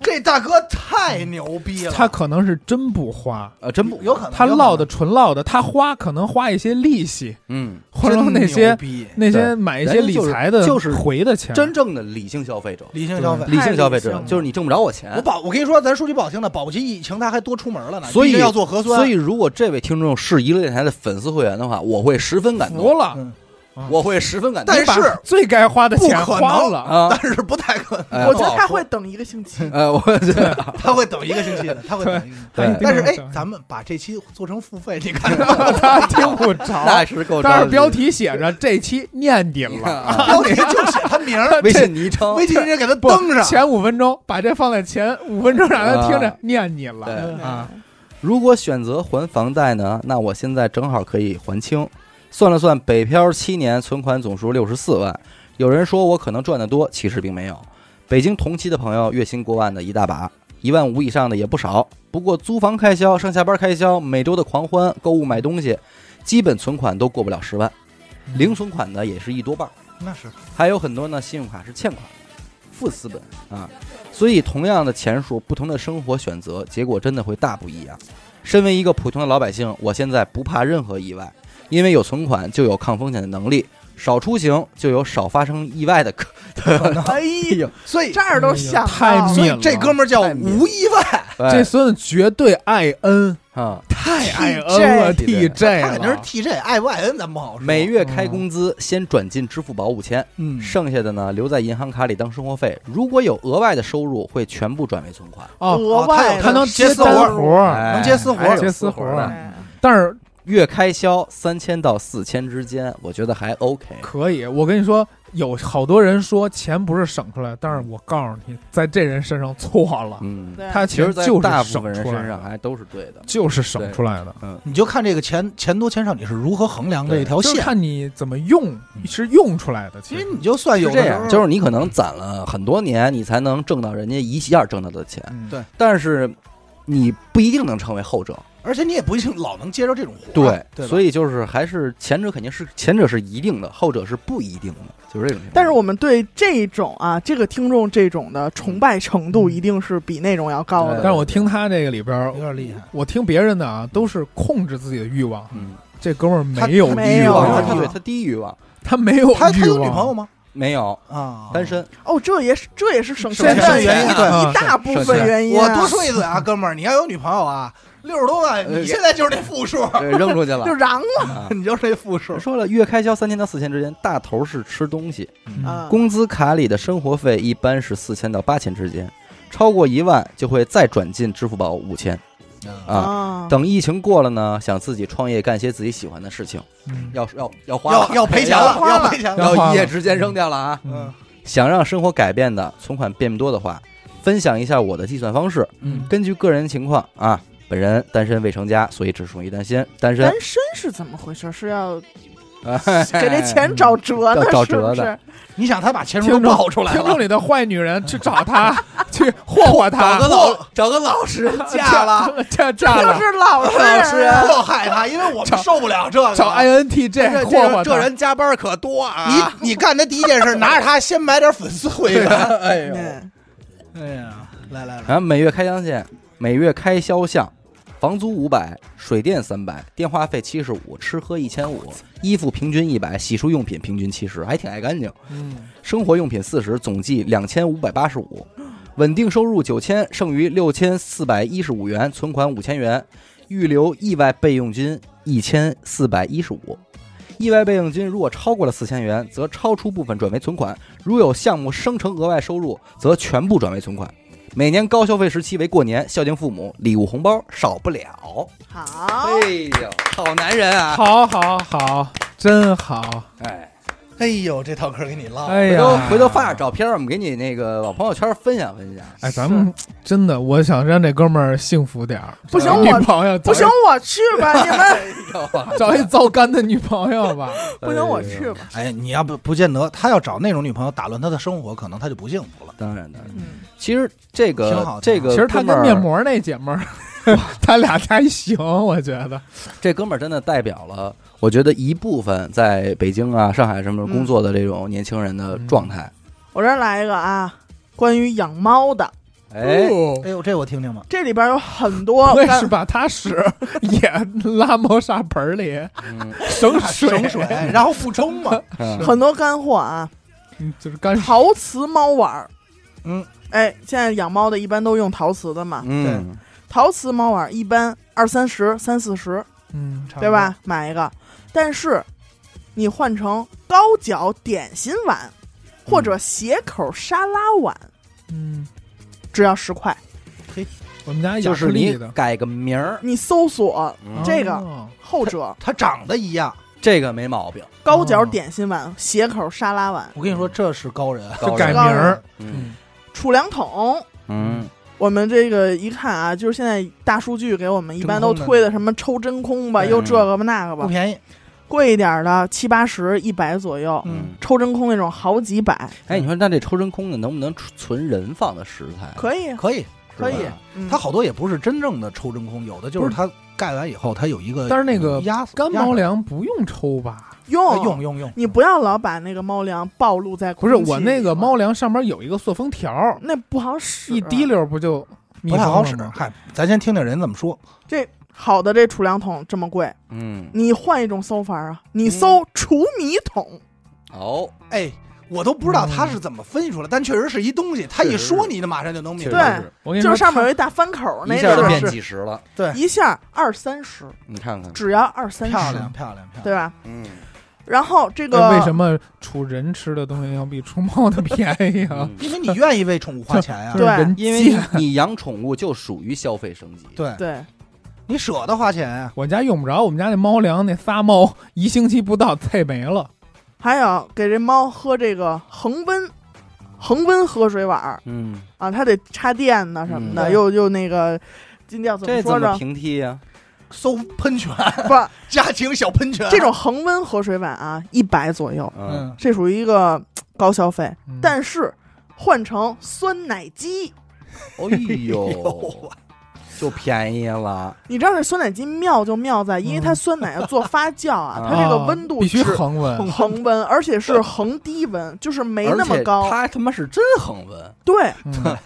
Speaker 2: 这大哥太牛逼了。
Speaker 4: 他可能是真不花，
Speaker 1: 呃，真不
Speaker 2: 有可能
Speaker 4: 他
Speaker 2: 有可能
Speaker 4: 落的纯落的，他花可能花一些利息，
Speaker 1: 嗯，
Speaker 4: 或者说
Speaker 2: 真
Speaker 4: 那
Speaker 2: 牛
Speaker 4: 些
Speaker 2: 逼
Speaker 4: 那些
Speaker 1: 对
Speaker 4: 买一些理财的
Speaker 1: 人家就是就是
Speaker 4: 回的钱，
Speaker 1: 真正的理性消费者，
Speaker 2: 理性消费
Speaker 4: 对。
Speaker 1: 理性消费
Speaker 3: 太理
Speaker 1: 者
Speaker 3: 性了
Speaker 1: 就是你挣不着我钱，
Speaker 2: 我保，我跟你说，咱说句不好听的，保不齐疫情他还多出门了呢，
Speaker 1: 所以
Speaker 2: 毕竟要做核酸。
Speaker 1: 所以，如果这位听众是一乐电台的粉丝会员的话，我会十分感
Speaker 4: 服
Speaker 1: 动，
Speaker 4: 了，
Speaker 2: 嗯
Speaker 1: 我会十分感动。
Speaker 2: 但是
Speaker 4: 把最该花的钱
Speaker 2: 不可
Speaker 4: 花
Speaker 2: 能
Speaker 4: 了，
Speaker 1: 啊
Speaker 2: 但，是不太可能，
Speaker 1: 哎
Speaker 3: 我觉得他会，等一个星期
Speaker 1: 不好说。呃，我觉得
Speaker 2: 他会等一个星期的，他会等一个星期。
Speaker 4: 他
Speaker 1: 对
Speaker 4: 一定
Speaker 2: 但是
Speaker 4: 要
Speaker 2: 哎
Speaker 4: 找，
Speaker 2: 咱们把这期做成付费，你看
Speaker 4: 他听不着
Speaker 1: 那，是够着急。
Speaker 4: 但是标题写着这期念你
Speaker 1: 你看
Speaker 4: 了，
Speaker 1: 啊，
Speaker 2: 标题就写他名儿，
Speaker 1: 微信昵 称
Speaker 2: 微信直接给他
Speaker 4: 不
Speaker 2: 登上。
Speaker 4: 前五分钟把这放在前五分钟，让他听
Speaker 1: 啊
Speaker 4: 着念你了，
Speaker 1: 对
Speaker 3: 嗯
Speaker 4: 啊
Speaker 1: 如果选择还房贷呢，那我现在正好可以还清。算了算，北漂七年，存款总数六十四万。有人说我可能赚得多，其实并没有。北京同期的朋友月薪过万的一大把，一万五以上的也不少。不过租房开销、上下班开销、每周的狂欢、购物买东西，基本存款都过不了十万，零存款呢也是一多半儿。
Speaker 2: 那是
Speaker 1: 还有很多呢，信用卡是欠款，负资本啊。所以同样的钱数，不同的生活选择，结果真的会大不一样。身为一个普通的老百姓，我现在不怕任何意外，因为有存款就有抗风险的能力，少出行就有少发生意外的可。
Speaker 2: 可能。
Speaker 3: 哎呀，
Speaker 2: 所以
Speaker 3: 这儿都想到
Speaker 4: 太密
Speaker 2: 所以
Speaker 4: 了
Speaker 2: 这哥们儿叫无意 外，
Speaker 4: 这孙子绝对爱恩，
Speaker 1: 啊，
Speaker 4: 太爱恩了，TJ
Speaker 2: 他
Speaker 4: 了，
Speaker 2: 肯定是 TJ 爱外恩，咱不好说。
Speaker 1: 每月开工资先转进支付宝五千，
Speaker 2: 嗯
Speaker 1: 剩下的呢留在银行卡里当生活费。如果有额外的收入，会全部转为存款。
Speaker 4: 哦，
Speaker 3: 额外的
Speaker 4: 他能
Speaker 2: 接
Speaker 4: 接
Speaker 2: 私
Speaker 4: 私
Speaker 2: 活
Speaker 4: 活儿，
Speaker 1: 哎
Speaker 2: 能接私活
Speaker 1: 还有
Speaker 4: 接私活
Speaker 1: 呢
Speaker 4: 儿
Speaker 3: 哎
Speaker 4: 但是
Speaker 1: 月开销三千到四千之间，我觉得还 OK。
Speaker 4: 可以，我跟你说，有好多人说钱不是省出来，但是我告诉你，在这人身上错了，
Speaker 1: 嗯，
Speaker 3: 对
Speaker 4: 他
Speaker 1: 其实，
Speaker 4: 钱
Speaker 1: 在
Speaker 4: 就是
Speaker 1: 大部
Speaker 4: 省
Speaker 1: 分人
Speaker 4: 出来
Speaker 1: 身
Speaker 4: 的
Speaker 1: 上还都是对的。
Speaker 4: 就是省出来的，
Speaker 2: 你就看这个钱钱多钱少，你是如何衡量这一条
Speaker 4: 就是
Speaker 2: 线。嗯
Speaker 4: 看你怎么用，是用出来的。
Speaker 2: 其
Speaker 4: 其
Speaker 2: 实
Speaker 4: 实，
Speaker 2: 你就算有
Speaker 1: 是
Speaker 2: 的
Speaker 1: 这
Speaker 2: 时
Speaker 1: 样，
Speaker 2: 候
Speaker 1: 就是你可能攒了很多年，你才能挣到人家一下挣到的钱，
Speaker 4: 嗯
Speaker 2: 对
Speaker 1: 但是你不一定能成为后者。啊
Speaker 2: 而且你也不一定老能接受这种活。对吧，
Speaker 1: 所以就是还是前者肯定是前者是一定的，后者是不一定的，就是这种情况。
Speaker 3: 但是我们对这种啊，这个听众这种的崇拜程度，
Speaker 4: 嗯
Speaker 3: 一定是比那种要高
Speaker 4: 但
Speaker 3: 的。
Speaker 4: 是我听他这个里边儿
Speaker 2: 有，点厉害。
Speaker 4: 我听别人的啊，都是控制自己的欲望。
Speaker 1: 嗯，
Speaker 4: 这哥们儿
Speaker 2: 他
Speaker 4: 没有
Speaker 3: 他
Speaker 4: 欲
Speaker 3: 没有
Speaker 1: 欲望啊
Speaker 4: 望，
Speaker 1: 他
Speaker 2: 欲
Speaker 1: 对
Speaker 2: 望
Speaker 1: 他低欲望
Speaker 4: 他没有
Speaker 2: 他他
Speaker 4: 欲
Speaker 2: 有
Speaker 4: 望。
Speaker 2: 女朋友吗？
Speaker 1: 没有
Speaker 2: 啊，
Speaker 1: 单。 身，
Speaker 3: 哦，这也是这也是省
Speaker 4: 省
Speaker 3: 钱
Speaker 2: 钱
Speaker 3: 的
Speaker 2: 原因对
Speaker 3: 一大部分原因
Speaker 2: 我
Speaker 3: 啊。
Speaker 2: 多说一嘴啊，哥们儿，你要有女朋友啊，六十多万，
Speaker 1: 呃
Speaker 2: 你现在就是那负数，
Speaker 1: 对扔出去了
Speaker 3: 就。嚷了
Speaker 1: 啊
Speaker 2: 你就是那负数。
Speaker 1: 说了，月开销三千到四千之间，大头是吃东西，
Speaker 4: 嗯
Speaker 3: 啊，
Speaker 1: 工资卡里的生活费一般是四千到八千之间，超过一万就会再转进支付宝五千啊。
Speaker 3: 啊，
Speaker 1: 等疫情过了呢，想自己创业干些自己喜欢的事情，
Speaker 4: 嗯
Speaker 1: 要要要花
Speaker 2: 要
Speaker 1: 了，
Speaker 2: 要赔钱了，
Speaker 3: 要
Speaker 2: 要赔钱了。
Speaker 4: 要花
Speaker 1: 要
Speaker 4: 了
Speaker 1: 一夜之间扔掉了啊！
Speaker 4: 嗯
Speaker 1: 想让生活改变的，存款变多的话，分享一下我的计算方式，
Speaker 4: 嗯，
Speaker 1: 根据个人情况啊。本人单身未成家，所以只属于单身。单身
Speaker 3: 单，身是怎么回事？是要给
Speaker 1: 给
Speaker 3: 这钱找辙呢
Speaker 1: 哎要？找
Speaker 3: 是
Speaker 1: 辙
Speaker 3: 不
Speaker 1: 的
Speaker 3: 是？
Speaker 2: 你想他把钱都
Speaker 4: 听
Speaker 2: 爆出
Speaker 4: 众
Speaker 2: 来
Speaker 4: 听众
Speaker 2: 了，
Speaker 4: 里的坏女人去找他，去霍霍他，
Speaker 2: 找个老找个老实人嫁了，
Speaker 4: 这 炸
Speaker 3: 就
Speaker 4: 了，
Speaker 3: 是老实人啊，
Speaker 2: 迫害他，因为我们受不了这个。
Speaker 4: 找 INTJ
Speaker 2: 这
Speaker 4: 霍霍
Speaker 2: 这
Speaker 4: 他
Speaker 2: 这。人加班可多啊！
Speaker 3: 啊
Speaker 2: 你你干的第一件事， 拿着它先买点粉丝回去。哎呦
Speaker 3: 嗯
Speaker 2: 哎呀，来来来，
Speaker 1: 然后啊每月开销线，每月开销项，房租五百，水电三百，电话费七十五，吃喝一千五，衣服平均一百，洗漱用品平均七十，还挺爱干净。
Speaker 4: 嗯，
Speaker 1: 生活用品四十，总计两千五百八十五，稳定收入九千，剩余六千四百一十五元，存款五千元，预留意外备用金一千四百一十五。意外备用金如果超过了四千元，则超出部分转为存款；如有项目生成额外收入，则全部转为存款。每年高消费时期为过年，孝敬父母，礼物红包少不了。
Speaker 3: 好，
Speaker 1: 哎呦，好男人啊！
Speaker 4: 好好好，真好。
Speaker 1: 哎，
Speaker 2: 哎呦，这套嗑给你唠。
Speaker 4: 哎
Speaker 1: 回
Speaker 4: 呀，
Speaker 1: 头回头发点照片，我们给你那个往朋友圈分享分享。
Speaker 4: 哎，咱们真的，我想让这哥们儿幸福点儿。
Speaker 3: 不行
Speaker 4: 找
Speaker 3: 我
Speaker 4: 女朋友
Speaker 3: 不行
Speaker 4: 找，
Speaker 3: 我去吧，你们
Speaker 4: 一，找一糟干的女朋友吧。
Speaker 3: 不行我去吧。
Speaker 2: 哎，你要不不见得，他要找那种女朋友打乱他的生活，可能他就不幸福了。
Speaker 1: 当然的，
Speaker 3: 嗯，
Speaker 1: 其实这
Speaker 2: 挺
Speaker 1: 个
Speaker 2: 好的
Speaker 1: 这个，
Speaker 4: 其实他跟面，膜那姐们儿， 他俩还行，我觉得。
Speaker 1: 这哥们儿真的代表了，我觉得一部分在北京啊、上海什么工作的这种年轻人的状态。
Speaker 3: 我这儿来一个啊，关于养猫的，
Speaker 1: 哎，
Speaker 4: 哦
Speaker 2: 哎呦，这我听听吧。
Speaker 3: 这里边有很多
Speaker 4: 我也
Speaker 3: 干
Speaker 4: 是把他 屎也拉猫砂盆儿里，
Speaker 1: 嗯
Speaker 4: 省水，
Speaker 2: 省水，然后补充嘛。
Speaker 1: 嗯
Speaker 3: 很多干货啊，
Speaker 4: 嗯就是干水。
Speaker 3: 陶瓷猫碗儿，
Speaker 2: 嗯，
Speaker 3: 哎，现在养猫的一般都用陶瓷的嘛，
Speaker 1: 嗯，
Speaker 3: 陶瓷猫碗儿一般二三十、三四十，
Speaker 4: 嗯，
Speaker 3: 对吧？买一个，但是你换成高脚点心碗或者斜口沙拉碗，
Speaker 4: 嗯，
Speaker 3: 只要十块。
Speaker 4: 我们家
Speaker 1: 就
Speaker 4: 雅
Speaker 1: 是
Speaker 4: 克
Speaker 1: 你
Speaker 4: 力的
Speaker 1: 改个名儿，
Speaker 3: 你搜索
Speaker 1: 嗯
Speaker 3: 这个
Speaker 4: 哦
Speaker 3: 后者
Speaker 2: 它长得一样，
Speaker 1: 这个没毛病。
Speaker 3: 高脚
Speaker 4: 哦
Speaker 3: 点心碗、斜口沙拉碗、
Speaker 2: 我跟你说，这是高人。
Speaker 1: 高
Speaker 4: 就改
Speaker 1: 人
Speaker 4: 名儿，
Speaker 1: 嗯
Speaker 3: 储粮桶。
Speaker 1: 嗯，
Speaker 3: 我们这个一看啊，就是现在大数据给我们一般都
Speaker 2: 真空的
Speaker 3: 推的什么抽真空吧，
Speaker 1: 嗯
Speaker 3: 又这个吧那个
Speaker 2: 不
Speaker 3: 吧，
Speaker 2: 便宜，
Speaker 3: 贵一点的七八十、一百左右，
Speaker 1: 嗯
Speaker 2: 嗯，
Speaker 3: 抽真空那种好几百，
Speaker 1: 哎，你说那这抽真空的能不能储存人放的食材？
Speaker 3: 可以啊。
Speaker 2: 可以，
Speaker 3: 可
Speaker 1: 是
Speaker 3: 以
Speaker 1: 吧，
Speaker 3: 嗯
Speaker 2: 它好多也不是真正的抽真空，有的就
Speaker 4: 不
Speaker 2: 是
Speaker 4: 是
Speaker 2: 它盖完以后，它有一个
Speaker 4: 但是那个
Speaker 2: 压
Speaker 4: 干
Speaker 2: 压
Speaker 4: 猫
Speaker 2: 上
Speaker 4: 粮不用抽吧？
Speaker 2: 哎
Speaker 3: 用
Speaker 2: 用用用，
Speaker 3: 你不要老把那个猫粮暴露在
Speaker 4: 不
Speaker 3: 空
Speaker 4: 是
Speaker 3: 气里
Speaker 4: 我那个猫粮上面有一个塑封条，
Speaker 3: 那不好使，啊
Speaker 4: 一滴溜不就密
Speaker 2: 不太
Speaker 4: 封
Speaker 2: 好
Speaker 4: 了
Speaker 2: 使啊
Speaker 4: 吗。
Speaker 2: 嗨，咱先听听人怎么说。
Speaker 3: 这好的这储粮桶这么贵，
Speaker 1: 嗯，
Speaker 3: 你换一种搜法啊，你搜
Speaker 4: 嗯
Speaker 3: 储米桶，
Speaker 1: 哦，
Speaker 2: 哎，我都不知道他是怎么分析出来，但确实是一东西，他一说你，那马上就能明
Speaker 1: 确
Speaker 2: 白。
Speaker 1: 实
Speaker 3: 对
Speaker 1: 是
Speaker 4: 我跟你
Speaker 3: 就
Speaker 4: 说，
Speaker 3: 是上面有一大翻口那
Speaker 1: 一下
Speaker 3: 种
Speaker 1: 就
Speaker 2: 个
Speaker 1: 变
Speaker 2: 是
Speaker 1: 几十了，
Speaker 3: 一下二三十，
Speaker 1: 你看看，
Speaker 3: 只要二三
Speaker 2: 漂
Speaker 3: 十
Speaker 2: 亮，，漂亮，漂亮。
Speaker 3: 对吧？
Speaker 1: 嗯，
Speaker 3: 然后这
Speaker 4: 哎
Speaker 3: 个
Speaker 4: 为什么出人吃的东西要比出猫的便宜啊？
Speaker 1: 嗯
Speaker 2: 因为你愿意为宠物花钱啊呀
Speaker 4: 就，是
Speaker 3: 对
Speaker 4: 人
Speaker 1: 因为
Speaker 4: 贱
Speaker 1: 你你养宠物就属于消费升级，
Speaker 2: 对，
Speaker 3: 对
Speaker 2: 你舍得花钱啊呀。
Speaker 4: 我家用不着，我们家那猫粮那仨猫 一星期不到菜没了。
Speaker 3: 还有给这猫喝这个恒温恒温喝水碗儿
Speaker 1: 嗯，
Speaker 3: 啊，它得插电呢什么
Speaker 1: 嗯
Speaker 3: 的，
Speaker 1: 对
Speaker 3: 又又那个，今天怎
Speaker 1: 这
Speaker 3: 说
Speaker 1: 怎么
Speaker 3: 呢？
Speaker 1: 平替啊呀？
Speaker 2: 搜喷泉，啊
Speaker 3: 不，
Speaker 2: 家庭小喷泉，啊
Speaker 3: 这种恒温喝水碗啊，一百左右，
Speaker 1: 嗯，
Speaker 2: 嗯，
Speaker 3: 这属于一个高消费。
Speaker 4: 嗯
Speaker 3: 但是换成酸奶机，
Speaker 1: 哎
Speaker 2: 哎
Speaker 1: 呦
Speaker 2: 呦，，
Speaker 1: 就便宜了，
Speaker 3: 你知道这酸奶机妙就妙在，因为它
Speaker 4: 嗯
Speaker 3: 酸奶要做发酵 啊，
Speaker 1: 啊
Speaker 3: 它这个温度
Speaker 4: 必须
Speaker 3: 是
Speaker 4: 恒
Speaker 2: 嗯
Speaker 4: 温，
Speaker 3: 恒温，而且是恒低温，就是没那么
Speaker 1: 而且
Speaker 3: 高。
Speaker 1: 它他妈是真恒温
Speaker 3: 对，
Speaker 4: 嗯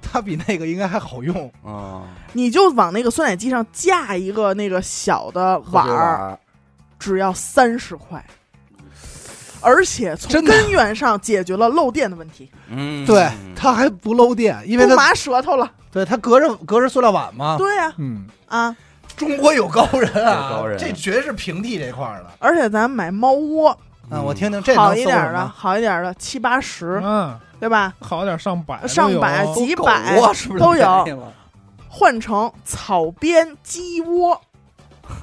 Speaker 2: 它比那个应该还好用。
Speaker 1: 啊，
Speaker 3: 你就往那个酸奶机上架一个那个小的碗儿，
Speaker 1: 儿，
Speaker 3: 只要三十块。而且从
Speaker 2: 真的啊
Speaker 3: 根源上解决了漏电的问题，
Speaker 1: 嗯，
Speaker 2: 对，它还不漏电，因为
Speaker 3: 不
Speaker 2: 它
Speaker 3: 麻舌头了。
Speaker 2: 对它隔着隔着塑料碗嘛。
Speaker 3: 对呀、
Speaker 4: 嗯，
Speaker 3: 啊，
Speaker 2: 中国有高人啊，
Speaker 1: 有高人
Speaker 2: 这绝对是平替这块儿的。
Speaker 3: 而且咱买猫窝，
Speaker 2: 嗯，我听听这能
Speaker 3: 好一
Speaker 2: 搜
Speaker 3: 点
Speaker 2: 什
Speaker 3: 儿
Speaker 2: 么
Speaker 3: 的，好一点儿的七八十，
Speaker 4: 嗯，
Speaker 3: 对吧？
Speaker 4: 好点上百都有，
Speaker 3: 上百
Speaker 1: 都
Speaker 3: 几
Speaker 1: 狗
Speaker 3: 百
Speaker 1: 窝是不哎是
Speaker 3: 都 有
Speaker 1: 便宜了
Speaker 3: 换成草编鸡窝，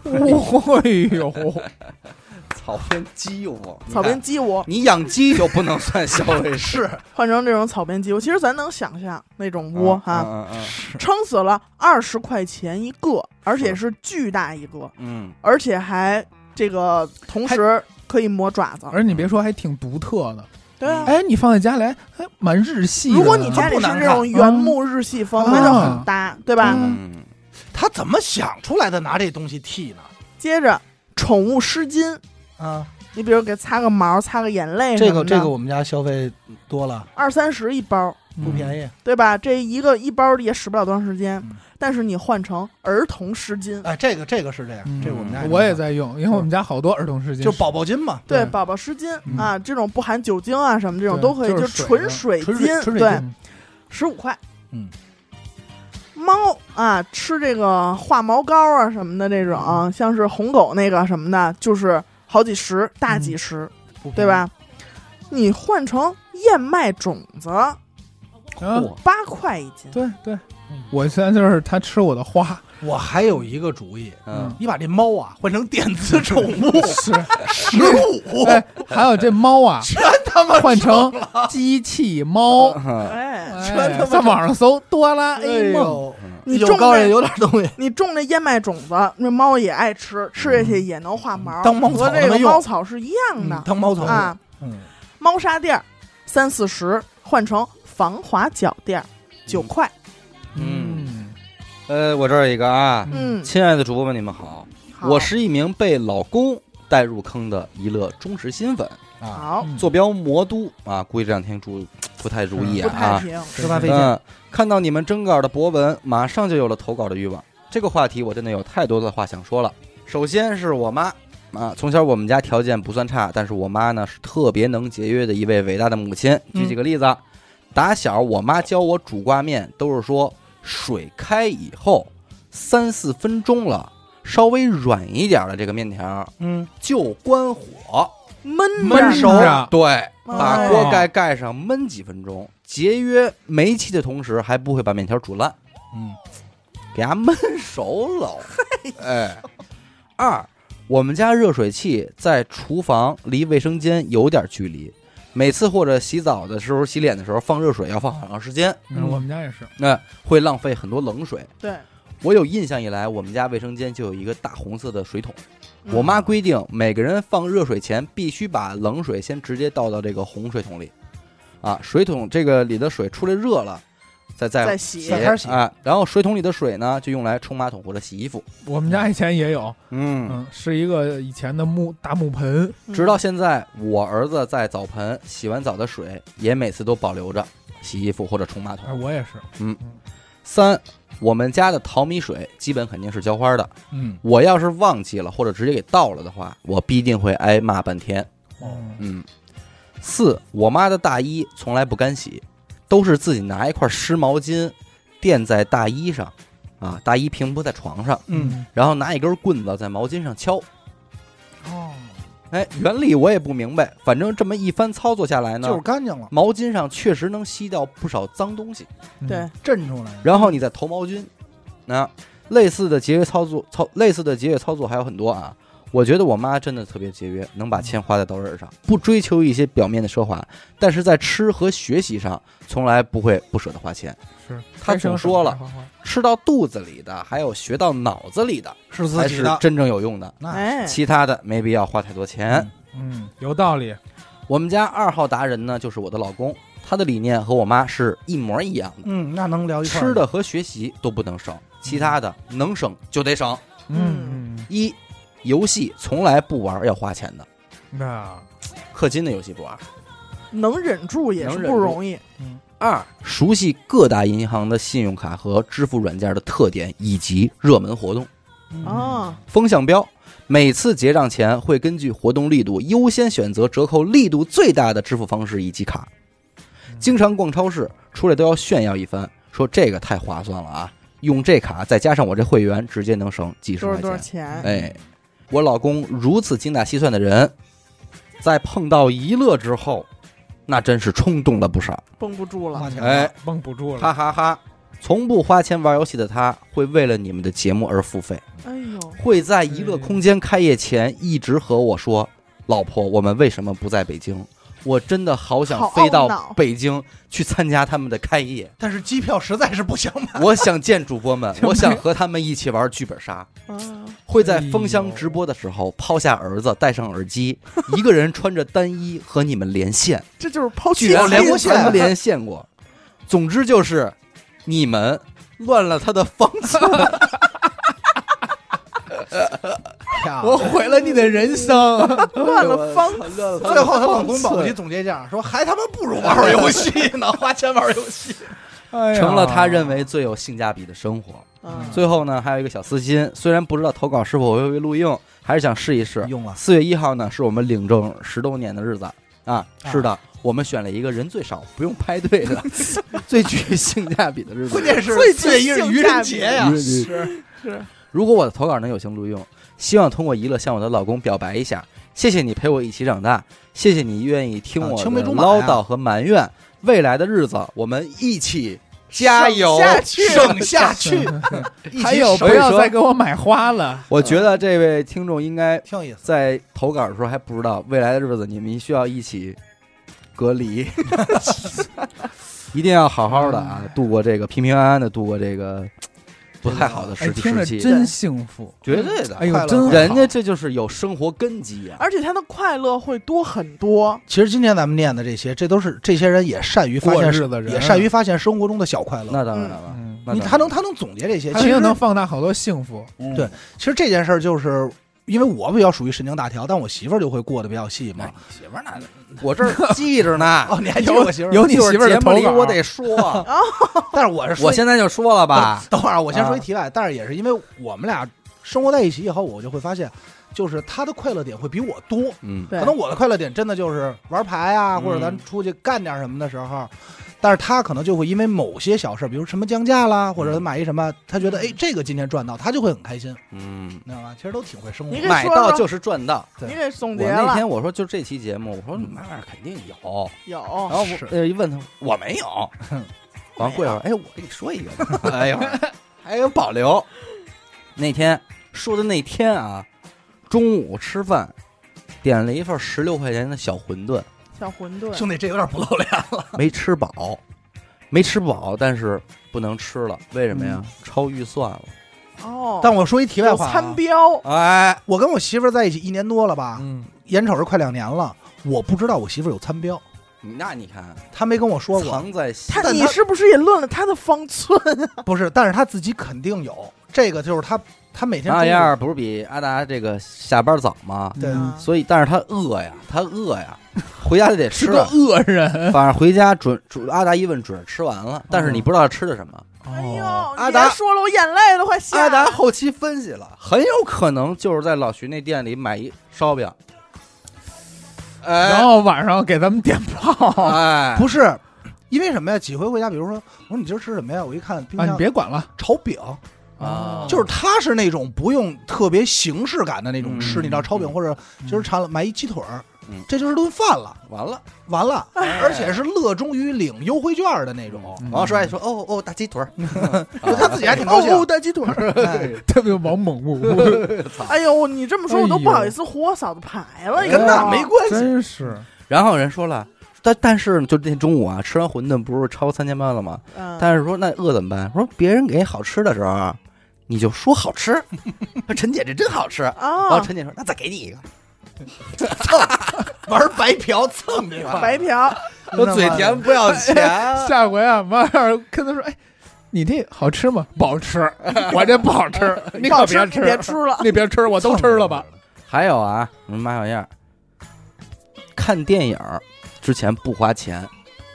Speaker 4: 哎呦，
Speaker 1: 草编鸡窝，你
Speaker 3: 草编
Speaker 1: 看
Speaker 3: 鸡窝
Speaker 1: 你养鸡就不能算消费
Speaker 2: 是
Speaker 3: 换成这种草编鸡窝，其实咱能想象那种窝
Speaker 2: 啊
Speaker 1: 窝
Speaker 3: 哈，
Speaker 1: 嗯嗯
Speaker 3: 撑死了二十块钱一个，而且
Speaker 1: 是
Speaker 3: 是巨大一个，
Speaker 1: 嗯，
Speaker 3: 而且还这个同时可以磨爪子，
Speaker 4: 而你别说，还挺独特的。
Speaker 3: 对啊。
Speaker 4: 哎，你放在家里还还蛮日系的呢。
Speaker 3: 如果你家里
Speaker 2: 它不
Speaker 3: 是
Speaker 2: 难
Speaker 3: 这种
Speaker 2: 看啊
Speaker 3: 原木日系风，
Speaker 4: 嗯
Speaker 3: 那就很搭，对吧？
Speaker 1: 嗯嗯
Speaker 2: 他怎么想出来的拿这东西替呢？
Speaker 3: 接着宠物湿巾，
Speaker 2: 啊，
Speaker 3: 你比如给擦个毛、擦个眼泪
Speaker 2: 这个这个我们家消费多了，
Speaker 3: 二三十一包，
Speaker 2: 不便
Speaker 4: 宜，
Speaker 2: 宜。
Speaker 3: 对吧？这一个一包也使不了多长时间，
Speaker 2: 嗯
Speaker 3: 但是你换成儿童湿巾，
Speaker 2: 哎，这个这个是这样，
Speaker 4: 嗯
Speaker 2: 这我们家
Speaker 4: 我也
Speaker 2: 在，
Speaker 4: 在用，因为我们家好多儿童世界
Speaker 2: 就宝宝巾嘛，
Speaker 3: 对
Speaker 4: 对
Speaker 3: 宝宝湿巾
Speaker 4: 嗯
Speaker 3: 啊，这种不含酒精啊什么这种
Speaker 4: 对
Speaker 3: 都可以，
Speaker 4: 就
Speaker 3: 就是
Speaker 4: 水
Speaker 3: 纯
Speaker 4: 的
Speaker 3: 水
Speaker 2: 纯水
Speaker 3: 巾，
Speaker 2: 纯水
Speaker 3: 对
Speaker 2: 巾，
Speaker 3: 十五块。
Speaker 2: 嗯，
Speaker 3: 猫啊，吃这个化毛膏啊什么的这种
Speaker 2: 嗯
Speaker 3: 啊，像是红狗那个什么的，就是好几十，大几十，
Speaker 2: 嗯不便宜
Speaker 3: 对？吧？你换成燕麦种子，
Speaker 4: 啊
Speaker 1: 嚯
Speaker 3: 八块一斤。
Speaker 4: 对对
Speaker 2: 嗯，
Speaker 4: 我现在就是它吃我的花，
Speaker 2: 我还有一个主意，
Speaker 1: 嗯
Speaker 2: 你把这猫啊换成电 子宠物
Speaker 4: 是，
Speaker 2: 十五，
Speaker 4: 哎，还有这猫啊，
Speaker 2: 全他妈
Speaker 4: 换成机 器猫，
Speaker 1: 嗯
Speaker 3: 哎，
Speaker 2: 全他妈
Speaker 4: 哎在网上搜哆啦
Speaker 2: 哎
Speaker 4: A 梦，
Speaker 2: 呦，
Speaker 3: 你
Speaker 2: 有
Speaker 3: 种
Speaker 2: 高人
Speaker 3: 这
Speaker 2: 有点东西，
Speaker 3: 你种这燕麦种子，那猫也爱吃，吃下去也能化毛，
Speaker 2: 嗯当猫草
Speaker 3: 和这
Speaker 2: 那么
Speaker 3: 个
Speaker 2: 用
Speaker 3: 猫草是一样的
Speaker 2: 当嗯猫头
Speaker 3: 啊。
Speaker 2: 嗯，
Speaker 3: 猫砂垫儿三四十换成防滑脚垫儿九块，
Speaker 1: 嗯呃，我这儿有一个啊，
Speaker 3: 嗯，
Speaker 1: 亲爱的主播们，你们好，
Speaker 3: 好
Speaker 1: 我是一名被老公带入坑的娱乐忠实新粉，
Speaker 2: 啊，
Speaker 3: 好
Speaker 1: 坐标魔都啊，估计这两天注不太如意
Speaker 3: 不
Speaker 1: 啊，
Speaker 3: 太平，
Speaker 2: 吃饭费劲，
Speaker 1: 嗯，看到你们征稿的博文，马上就有了投稿的欲望。这个话题我真的有太多的话想说了。首先是我妈啊，从小我们家条件不算差，但是我妈呢是特别能节约的一位伟大的母亲。举几个例子啊，打小我妈教我煮挂面，都是说水开以后三四分钟了，稍微软一点的这个面条
Speaker 2: 嗯，
Speaker 1: 就关火，
Speaker 3: 闷
Speaker 4: 闷
Speaker 3: 着嗯
Speaker 4: 熟
Speaker 3: 呢
Speaker 4: 着，
Speaker 1: 对，把
Speaker 3: 哎
Speaker 1: 锅盖盖上焖几分钟，节约煤气的同时还不会把面条煮烂，
Speaker 2: 嗯，
Speaker 1: 给它焖熟喽。哎，二，我们家热水器在厨房离卫生间有点距离，每次或者洗澡的时候、洗脸的时候放热水要放很长时间，
Speaker 4: 嗯我们家也是，
Speaker 1: 那、会浪费很多冷水。
Speaker 3: 对，
Speaker 1: 我有印象以来，我们家卫生间就有一个大红色的水桶。
Speaker 3: 嗯
Speaker 1: 我妈规定，每个人放热水前必须把冷水先直接倒到这个红水桶里，啊，水桶这个里的水出来热了，再再
Speaker 3: 再洗
Speaker 2: 再开始洗
Speaker 1: 哎，然后水桶里的水呢，就用来冲马桶或者洗衣服。
Speaker 4: 我们家以前也有，
Speaker 1: 嗯，
Speaker 4: 嗯，是一个以前的木大木盆，
Speaker 3: 嗯
Speaker 1: 直到现在，我儿子在澡盆洗完澡的水也每次都保留着洗衣服或者冲马
Speaker 4: 哎，
Speaker 1: 桶。
Speaker 4: 我也是，
Speaker 1: 三，我们家的淘米水基本肯定是浇花的，
Speaker 2: 嗯，
Speaker 1: 我要是忘记了或者直接给倒了的话，我必定会挨骂半天。
Speaker 4: 嗯，
Speaker 1: 嗯，四，我妈的大衣从来不干洗，都是自己拿一块湿毛巾垫在大衣上，啊，大衣平铺在床上，
Speaker 2: 嗯，
Speaker 1: 然后拿一根棍子在毛巾上敲。
Speaker 4: 哦，
Speaker 1: 哎，原理我也不明白，反正这么一番操作下来呢，
Speaker 2: 就是干净了，
Speaker 1: 毛巾上确实能吸掉不少脏东西。
Speaker 4: 嗯
Speaker 3: 对，
Speaker 2: 震出来。
Speaker 1: 然后你再投毛巾，啊，类似的节约操作操类似的节约操作还有很多啊。我觉得我妈真的特别节约，能把钱花在刀刃
Speaker 2: 嗯
Speaker 1: 上，不追求一些表面的奢华，但是在吃和学习上从来不会不舍得花钱。
Speaker 4: 是，
Speaker 1: 他
Speaker 4: 该省
Speaker 1: 总说
Speaker 4: 省
Speaker 1: 了
Speaker 4: 该花花
Speaker 1: 吃到肚子里的，还有学到脑子里的，
Speaker 2: 是自
Speaker 1: 才
Speaker 2: 己
Speaker 1: 是
Speaker 2: 的，
Speaker 1: 真正有用的。
Speaker 2: 那
Speaker 3: 哎，
Speaker 1: 其他的没必要花太多钱。
Speaker 2: 嗯
Speaker 4: 嗯，有道理，
Speaker 1: 我们家二号达人呢，就是我的老公，他的理念和我妈是一模一样的，
Speaker 2: 嗯，那能聊一块儿
Speaker 1: 吃的和学习都不能省，其他的能省就得省。
Speaker 4: 嗯，嗯
Speaker 1: 一，游戏从来不玩要花钱的，
Speaker 4: 那
Speaker 1: 氪金的游戏不玩。
Speaker 3: 能忍住也是不容易。
Speaker 1: 二，熟悉各大银行的信用卡和支付软件的特点以及热门活动。嗯
Speaker 4: 嗯
Speaker 3: 哦，
Speaker 1: 风向标，每次结账前会根据活动力度优先选择折扣力度最大的支付方式以及卡。经常逛超市出来都要炫耀一番，说这个太划算了啊！用这卡再加上我这会员，直接能省几十
Speaker 3: 多
Speaker 1: 块钱。
Speaker 3: 少多少钱？
Speaker 1: 哎，我老公如此精打细算的人，在碰到一乐之后，那真是冲动了不少，
Speaker 3: 绷不住
Speaker 2: 花
Speaker 3: 了，
Speaker 2: 钱，
Speaker 1: 哎，
Speaker 4: 绷不住了，
Speaker 1: 哈哈哈！从不花钱玩游戏的他，会为了你们的节目而付费，
Speaker 3: 哎呦，
Speaker 1: 会在娱乐空间开业前一直和我说：“老婆，我们为什么不在北京？我真的好想
Speaker 3: 好
Speaker 1: 飞
Speaker 3: 懊恼
Speaker 1: 到北京去参加他们的开业，
Speaker 2: 但是机票实在是不想买。
Speaker 1: 我想见主播们，
Speaker 4: 就
Speaker 1: 我想
Speaker 4: 没
Speaker 1: 和他们一起玩剧本杀。”
Speaker 3: 啊，
Speaker 1: 会在封箱直播的时候抛下儿子，戴上耳机，一个人穿着单衣和你们连线，
Speaker 3: 哦这就是抛
Speaker 1: 居
Speaker 3: 弃
Speaker 1: 然
Speaker 2: 连
Speaker 1: 连
Speaker 2: 过
Speaker 1: 过
Speaker 2: 线
Speaker 1: 线连线过。 总之就是，你们乱了他的方寸，
Speaker 2: 呀
Speaker 4: 我毁了你的人生，
Speaker 3: 乱
Speaker 1: 哎
Speaker 3: 了方寸。
Speaker 1: 乱了
Speaker 2: 最后她老公保洁总结一下，说还他妈不如玩会儿游戏呢，花钱玩游戏。
Speaker 4: 哎呀
Speaker 1: 成了他认为最有性价比的生活。
Speaker 3: 嗯
Speaker 1: 最后呢，还有一个小私心，虽然不知道投稿是否会被录用，还是想试一试。
Speaker 2: 用了，
Speaker 1: 四月一号呢，是我们领证十周年的日子啊！是的，我们选了一个人最少、不用排队 的、最具性价比的日子。
Speaker 2: 关键是
Speaker 3: 最具
Speaker 2: 四月一是
Speaker 3: 性
Speaker 2: 愚
Speaker 3: 价
Speaker 2: 人
Speaker 3: 比
Speaker 2: 节呀
Speaker 1: 愚，人节
Speaker 2: 是
Speaker 3: 是
Speaker 1: 如果我的投稿能有幸录用，希望通过娱乐向我的老公表白一下，谢谢你陪我一起长大，谢谢你愿意听
Speaker 2: 啊
Speaker 1: 我
Speaker 2: 青梅
Speaker 1: 的
Speaker 2: 竹马
Speaker 1: 唠
Speaker 2: 呀
Speaker 1: 叨和埋怨。未来的日子，我们一起加油！
Speaker 3: 下去
Speaker 2: 省下 去，一起
Speaker 4: 还有
Speaker 2: 省
Speaker 4: 不要再给我买花了，
Speaker 1: 我觉得这位听众应该
Speaker 2: 挺有意思。
Speaker 1: 在投稿的时候还不知道，未来的日子你们需要一起隔离， 一定要好好的啊，度过这个平平安安的度过这个不太好的
Speaker 4: 哎，
Speaker 1: 时
Speaker 4: 听着
Speaker 1: 时期，
Speaker 4: 真幸福，
Speaker 1: 绝对的
Speaker 4: 哎。呦
Speaker 2: 快乐
Speaker 4: 真好
Speaker 1: 人家这就是有生活根基啊！
Speaker 3: 而且他的快乐会多很多，
Speaker 2: 其实今天咱们念的这些，这都是这些人也善于发
Speaker 4: 过
Speaker 2: 现
Speaker 4: 日子的人
Speaker 2: 也善于发现生活中的小快乐。
Speaker 1: 那当然了，嗯
Speaker 4: 嗯，
Speaker 1: 那
Speaker 2: 你
Speaker 1: 当
Speaker 2: 他
Speaker 1: 然
Speaker 2: 能他能总结这些，
Speaker 4: 他
Speaker 2: 其
Speaker 4: 肯
Speaker 2: 实
Speaker 4: 定能放大好多幸福，
Speaker 2: 对其实这件事儿就是因为我比较属于神经大条，但我媳妇儿就会过得比较细嘛。
Speaker 1: 媳妇儿呢？ 我这儿记 着呢。
Speaker 2: 哦，你还记得我媳妇儿？
Speaker 4: 有你媳妇儿的
Speaker 1: 节
Speaker 4: 嗯
Speaker 1: 目
Speaker 4: 投
Speaker 1: 里
Speaker 4: 稿，
Speaker 1: 我得 说，
Speaker 2: 但是我是
Speaker 1: 我现在就说了吧。
Speaker 2: 等会儿啊，我先说一
Speaker 1: 啊啊
Speaker 2: 题外，但是也是因为我们俩生活在一起以后，我就会发现，就是她的快乐点会比我多。
Speaker 1: 嗯，
Speaker 3: 对
Speaker 2: 可能我的快乐点真的就是玩牌啊，
Speaker 1: 嗯
Speaker 2: 或者咱出去干点什么的时候，但是她可能就会因为某些小事，比如什么降价啦，或者她买一什么，她觉得哎这个今天赚到，她就会很开心，
Speaker 1: 嗯，
Speaker 2: 你知道吗？其实都挺会生活
Speaker 3: 你。给
Speaker 1: 买
Speaker 3: 说
Speaker 1: 到
Speaker 3: 说
Speaker 1: 就是赚到。
Speaker 2: 对
Speaker 3: 你给总
Speaker 1: 我
Speaker 3: 结
Speaker 1: 那
Speaker 3: 了
Speaker 1: 天我说就这期节目，我说你妈妈肯定有，
Speaker 3: 有
Speaker 1: 然后
Speaker 2: 是
Speaker 1: 我呃一问他，我没有。完过一会儿，哎，我跟你说一个吧， 哎呦，还有保留。那天说的那天啊，中午吃饭点了一份十六块钱的小馄 饨，
Speaker 3: 小馄饨，
Speaker 2: 兄弟，这有点不露脸了。
Speaker 1: 没吃饱，没吃饱，但是不能吃了，为什么呀？超预算了。
Speaker 3: 哦，
Speaker 2: 但我说一题外
Speaker 3: 有
Speaker 2: 话
Speaker 3: 餐
Speaker 2: 啊，
Speaker 3: 标，
Speaker 1: 哎，
Speaker 2: 我跟我媳妇儿在一起一年多了吧，
Speaker 4: 嗯，
Speaker 2: 眼瞅着快两年了，我不知道我媳妇儿有餐标。
Speaker 1: 那你看，
Speaker 2: 他没跟我说过，
Speaker 1: 藏在
Speaker 3: 他
Speaker 2: 但
Speaker 3: 你
Speaker 2: 他
Speaker 3: 是不是也论了他的方寸？
Speaker 2: 不是，但是他自己肯定有这个，就是他他每天
Speaker 1: 那
Speaker 2: 中午啊
Speaker 1: 样儿不是比阿达这个下班早吗？
Speaker 2: 对
Speaker 4: 嗯
Speaker 1: 所以，但是他饿呀，他饿呀，回家就得吃
Speaker 4: 是个
Speaker 1: 啊。
Speaker 4: 恶 人。
Speaker 1: 反正回家准准阿达一问准吃完了，但是你不知道他吃的什么。
Speaker 3: 哎呦，
Speaker 4: 哦，
Speaker 3: 你别
Speaker 1: 达
Speaker 3: 说了，我眼泪都快下
Speaker 1: 阿
Speaker 3: 来
Speaker 1: 达
Speaker 3: 了。
Speaker 1: 后期分析了，很有可能就是在老徐那店里买一烧饼，
Speaker 4: 然
Speaker 1: 哎
Speaker 4: 后晚上给咱们点炮。
Speaker 1: 哎，
Speaker 2: 不是因为什么呀？几回回家，比如说我说你今儿吃什么呀？我一看冰
Speaker 3: 哎
Speaker 4: 啊，你
Speaker 2: 箱
Speaker 4: 别管了，
Speaker 2: 炒饼，
Speaker 1: 啊，
Speaker 2: 就是他是那种不用特别形式感的那种吃，
Speaker 4: 嗯
Speaker 2: 你知道炒饼或者今儿馋了买一鸡腿儿
Speaker 1: 嗯，
Speaker 2: 这就是顿饭了，
Speaker 1: 完了。
Speaker 2: 完了，
Speaker 1: 哎
Speaker 2: 而且是乐衷于领优惠券的那种。
Speaker 4: 嗯
Speaker 1: 王老师还说：“哦哦，大鸡腿儿。
Speaker 2: 就他自己还挺高兴
Speaker 3: 哦，哦，大鸡腿儿。
Speaker 2: 哎
Speaker 4: 特别王猛物，
Speaker 3: 哎呦，你这么说我都
Speaker 4: 哎呦
Speaker 3: 不好意思呼我嫂子牌了，你知
Speaker 2: 跟
Speaker 3: 道
Speaker 2: 那
Speaker 3: 吗
Speaker 2: 没关系。
Speaker 4: 真是。”
Speaker 1: 然后有人说了，但但是就那中午啊，吃完馄饨不是超三千八了吗？
Speaker 3: 嗯
Speaker 1: 但是说那饿怎么办？说别人给好吃的时候啊，你就说好 吃。说陈姐这真好吃。然后
Speaker 3: 啊，
Speaker 1: 陈姐说：“那再给你一个。
Speaker 2: 玩白嫖蹭去 吧，
Speaker 3: 白嫖，
Speaker 1: 说嘴甜不要 钱。
Speaker 4: 下回啊，妈要是跟他说，哎，你这好吃 吗？不好吃，我这不好吃， 你可
Speaker 3: 好
Speaker 4: 别
Speaker 3: 吃别吃了。
Speaker 4: 那边吃我都吃了吧。
Speaker 1: 还有啊，妈小样儿，看电影儿之前不花钱，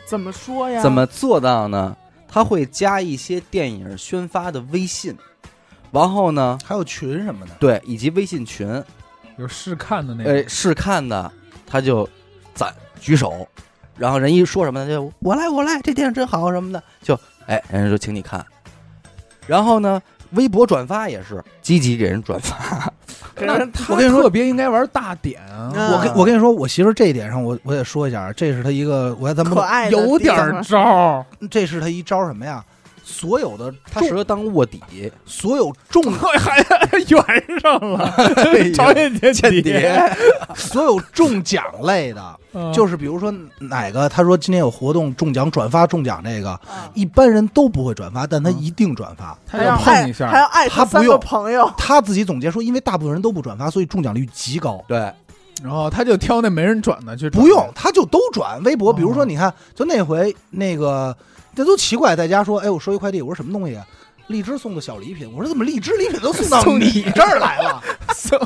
Speaker 3: 怎么说呀？
Speaker 1: 怎么做到呢？他会加一些电影宣发的微信，然后呢，
Speaker 2: 还有群什么的，
Speaker 1: 对，以及微信群，
Speaker 4: 有试看的那
Speaker 1: 哎，
Speaker 4: 个，
Speaker 1: 试看的他就攒举手，然后人一说什么呢，就我来我来，这电影真好什么的，就哎，人家说请你看，然后呢，微博转发也是积极给人转发，
Speaker 4: 那
Speaker 2: 我跟你说
Speaker 4: 特别应该玩大点啊，
Speaker 3: 嗯
Speaker 2: 我跟我跟你说，我媳妇儿这一点上，我我得说一下，啊这是她一个，我咱们
Speaker 3: 可爱的
Speaker 4: 有点儿
Speaker 3: 地
Speaker 4: 招儿，
Speaker 2: 这是她一招什么呀？所有的
Speaker 1: 他
Speaker 2: 重
Speaker 1: 适合当卧底，
Speaker 2: 所有重
Speaker 4: 还 圆上了， 朝鲜间
Speaker 1: 间谍，
Speaker 2: 所有中奖类的，
Speaker 4: 嗯
Speaker 2: 就是是比如说哪个，他说今天有活动中奖转发中奖这个，
Speaker 3: 方
Speaker 2: 一般人都不会转发，但他一定转发。
Speaker 4: 他
Speaker 3: 要
Speaker 4: 要
Speaker 3: 爱
Speaker 4: 碰一
Speaker 3: 还
Speaker 4: 下，
Speaker 3: 要艾特
Speaker 2: 他不
Speaker 3: 三个
Speaker 2: 用
Speaker 3: 朋友，
Speaker 2: 他自己总结说，因为大部分人都不转发，所以中奖率极高。
Speaker 1: 对，
Speaker 4: 然后他就挑那没人转的去转，
Speaker 2: 不用，他就都转微博。
Speaker 4: 哦
Speaker 2: 比如说，你看，就那回那个，这都奇怪，在家说，哎，我收一快递，我说什么东西啊？荔枝送的小礼品，我说怎么荔枝礼品都送到
Speaker 4: 送你
Speaker 2: 你这儿来了？
Speaker 4: 送，